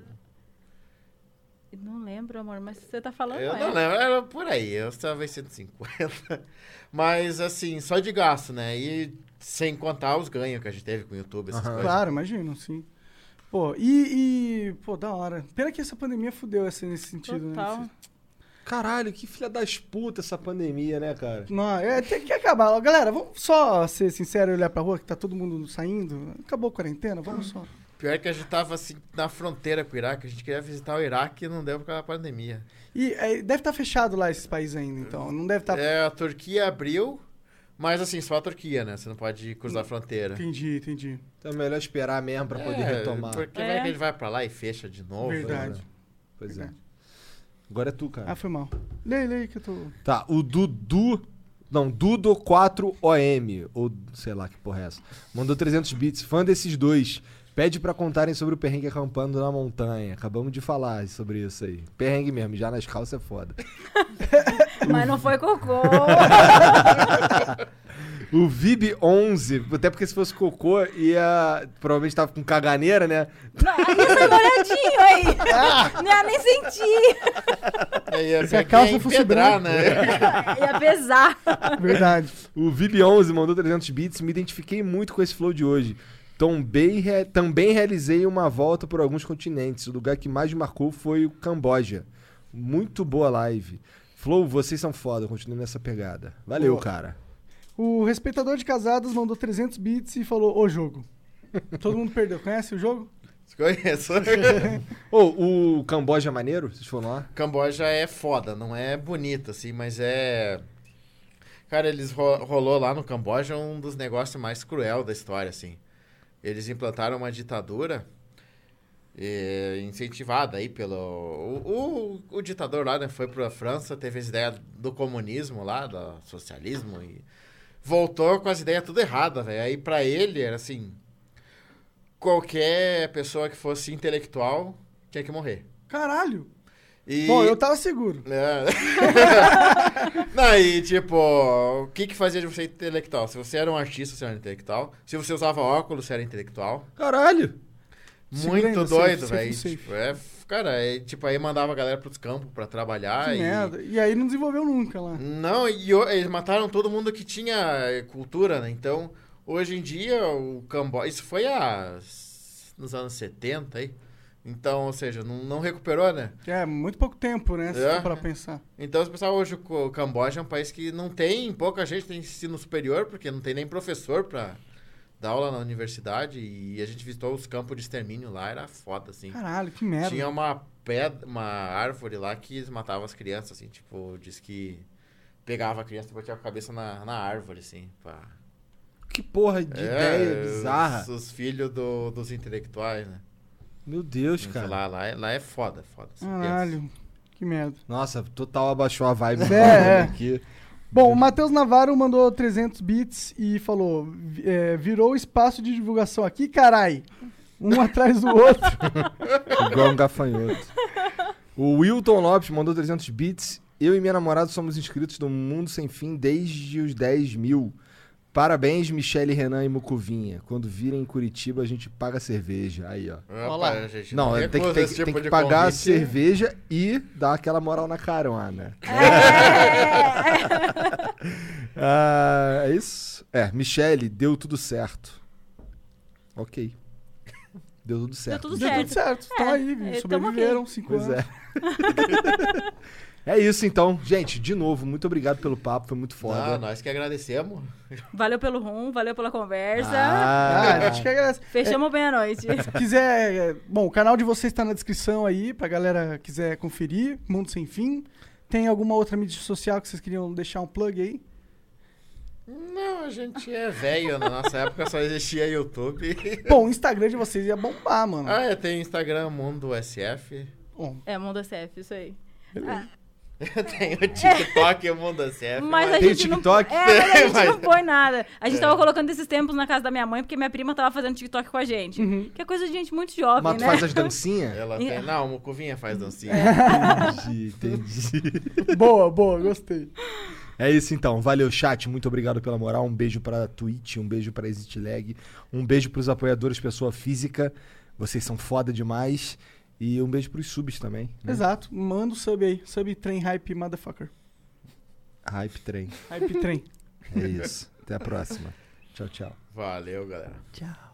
Não lembro, amor, mas você tá falando,
Eu
é.
não lembro, né? era por aí, eu talvez 150. Mas assim, só de gasto, né? E sem contar os ganhos que a gente teve com o YouTube, essas
Aham.
coisas.
Claro, imagino, sim. Pô, e, e- Pô, da hora. Pena que essa pandemia fudeu essa nesse sentido,
Total.
né?
Caralho, que filha das putas essa pandemia, né, cara?
Não, é, tem que acabar. Galera, vamos só ser sincero e olhar pra rua, que tá todo mundo saindo. Acabou a quarentena, vamos só.
Pior que a gente tava assim, na fronteira com o Iraque, a gente queria visitar o Iraque e não deu por causa da pandemia.
E é, deve estar fechado lá esses países ainda, então. Não deve estar.
É, a Turquia abriu, mas assim, só a Turquia, né? Você não pode
Hum.
cruzar a fronteira.
Entendi, entendi.
Então é melhor esperar mesmo pra poder
É,
retomar.
Porque
É.
vai que a gente vai pra lá e fecha de novo. né?
Verdade.
Pois é.
Verdade.
Agora é tu, cara.
Ah, foi mal. Lei, lei que eu tô.
Ah.
Tá, o Dudu. Não, Dudo4OM, ou sei lá que porra é essa. Mandou 300 bits. Fã desses dois. Pede pra contarem sobre o perrengue acampando na montanha. Acabamos de falar sobre isso aí. Perrengue mesmo, já nas calças é foda.
Mas não foi cocô.
O Vib 11, até porque se fosse cocô, ia. Provavelmente tava com caganeira, né?
Não, aí tá douradinho aí. Não, nem senti.
Aí é
Se a
bem
calça fosse
empedrar, né?
Ia pesar.
Verdade.
O VIB11 mandou 300 bits. Me identifiquei muito com esse flow de hoje. Também, re- também realizei uma volta por alguns continentes. O lugar que mais me marcou foi o Camboja. Muito boa live. Flow, vocês são foda. Continuem nessa pegada. Valeu,
Boa.
cara.
O respeitador de casadas mandou 300 bits e falou: Ô jogo. Todo mundo perdeu. Conhece o jogo?
Conheço.
Ô, o Camboja é maneiro? Vocês foram lá?
Camboja é foda, não é bonito, assim, mas é. Cara, eles ro- rolou lá no Camboja um dos negócios mais cruel da história, assim. Eles implantaram uma ditadura eh, incentivada aí pelo. O, o, o ditador lá, né, foi pra França, teve as ideias do comunismo lá, do socialismo, e voltou com as ideias tudo erradas, velho. Aí pra ele era assim. Qualquer pessoa que fosse intelectual tinha que morrer.
Caralho.
E-
Bom, eu tava seguro.
é. Não, e tipo, o que que fazia de você intelectual? Se você era um artista, você era intelectual. Se você usava óculos, você era intelectual.
Caralho!
Segura
Muito
ainda,
doido,
né, safe,
velho.
safe,
Tipo, é, cara, é, tipo, aí mandava a galera pros campos pra trabalhar.
que
e...
merda. E aí não desenvolveu nunca lá.
Não, e o- eles mataram todo mundo que tinha eh, cultura, né? Então, hoje em dia, o Camboja. Isso foi há, nos anos 70 aí. Então, ou seja, não, não recuperou, né?
É, muito pouco tempo, né? Se
É.
for pra pensar.
Então, se pensar hoje, o Co- o Camboja é um país que não tem, pouca gente tem ensino superior, porque não tem nem professor pra dar aula na universidade. E a gente visitou os campos de extermínio lá, era foda, assim.
Caralho, que merda.
Tinha uma pedra, uma árvore lá que eles matavam as crianças, assim, tipo, diz que pegava a criança e batia a cabeça na, na árvore, assim. Pá.
Que porra de
É,
ideia bizarra.
Os, os filhos do- dos intelectuais, né?
Meu Deus,
Gente,
cara.
Lá, lá, é- lá é foda, foda. assim,
Caralho, que merda.
Nossa, total abaixou a vibe
É, é.
aqui.
Bom, o Matheus Navarro mandou 300 bits e falou: vi- é, virou espaço de divulgação aqui, carai. Um atrás do outro.
Igual um gafanhoto. O Wilton Lopes mandou 300 bits. Eu e minha namorada somos inscritos no Mundo Sem Fim desde os 10 mil. Parabéns, Michele, Renan e Mucuvinha. Quando virem em Curitiba, a gente paga a cerveja. Aí, ó.
Deus. Opa,
Olá.
É, gente,
Não, é, tem que,
recusa
tem,
esse
que- tem
tipo
que
de
pagar a
convite.
cerveja e dar aquela moral na né? carona.
É.
Ah, é isso? É, Michele, deu tudo certo. Ok. Deu tudo certo.
tudo
Deu tudo certo. Estão aí,
é, tamo
sobreviveram, cinco
Pois
anos.
é. é isso então. Gente, de novo, muito obrigado pelo papo, foi muito
Não,
foda.
nós que agradecemos.
Valeu pelo rum, valeu pela conversa.
Ah,
Ah,
acho que agradece.
Fechamos bem a noite.
Se quiser. é, Bom, o canal de vocês tá na descrição aí, pra galera quiser conferir. Mundo Sem Fim. Tem alguma outra mídia social que vocês queriam deixar um plug aí?
Não, a gente é velho. Na nossa época só existia YouTube.
Bom, o Instagram de vocês ia bombar, mano.
ah, é, tem Instagram Mundo SF.
Bom,
É, Mundo SF, isso aí.
tem o TikTok o Mundo SF.
Mas a
Tem o
gente não-
TikTok?
É, mas a gente
Mas-
não põe nada. A
É.
gente tava colocando esses tempos na casa da minha mãe, porque minha prima tava fazendo TikTok com a gente. Que é coisa de gente muito jovem,
Mato
né?
faz as dancinhas?
Ela tem. Não, o Mucuvinha faz dancinha.
entendi, entendi.
boa, boa, gostei.
É isso então. Valeu, chat. Muito obrigado pela moral. Um beijo pra Twitch, um beijo pra Exit Lag, um beijo pros apoiadores pessoa física. Vocês são foda demais. E um beijo pros subs também. né?
Exato, manda o sub aí. Sub trem hype, motherfucker.
Hype trem.
Hype trem.
É isso. Até a próxima. Tchau, tchau.
Valeu, galera.
Tchau.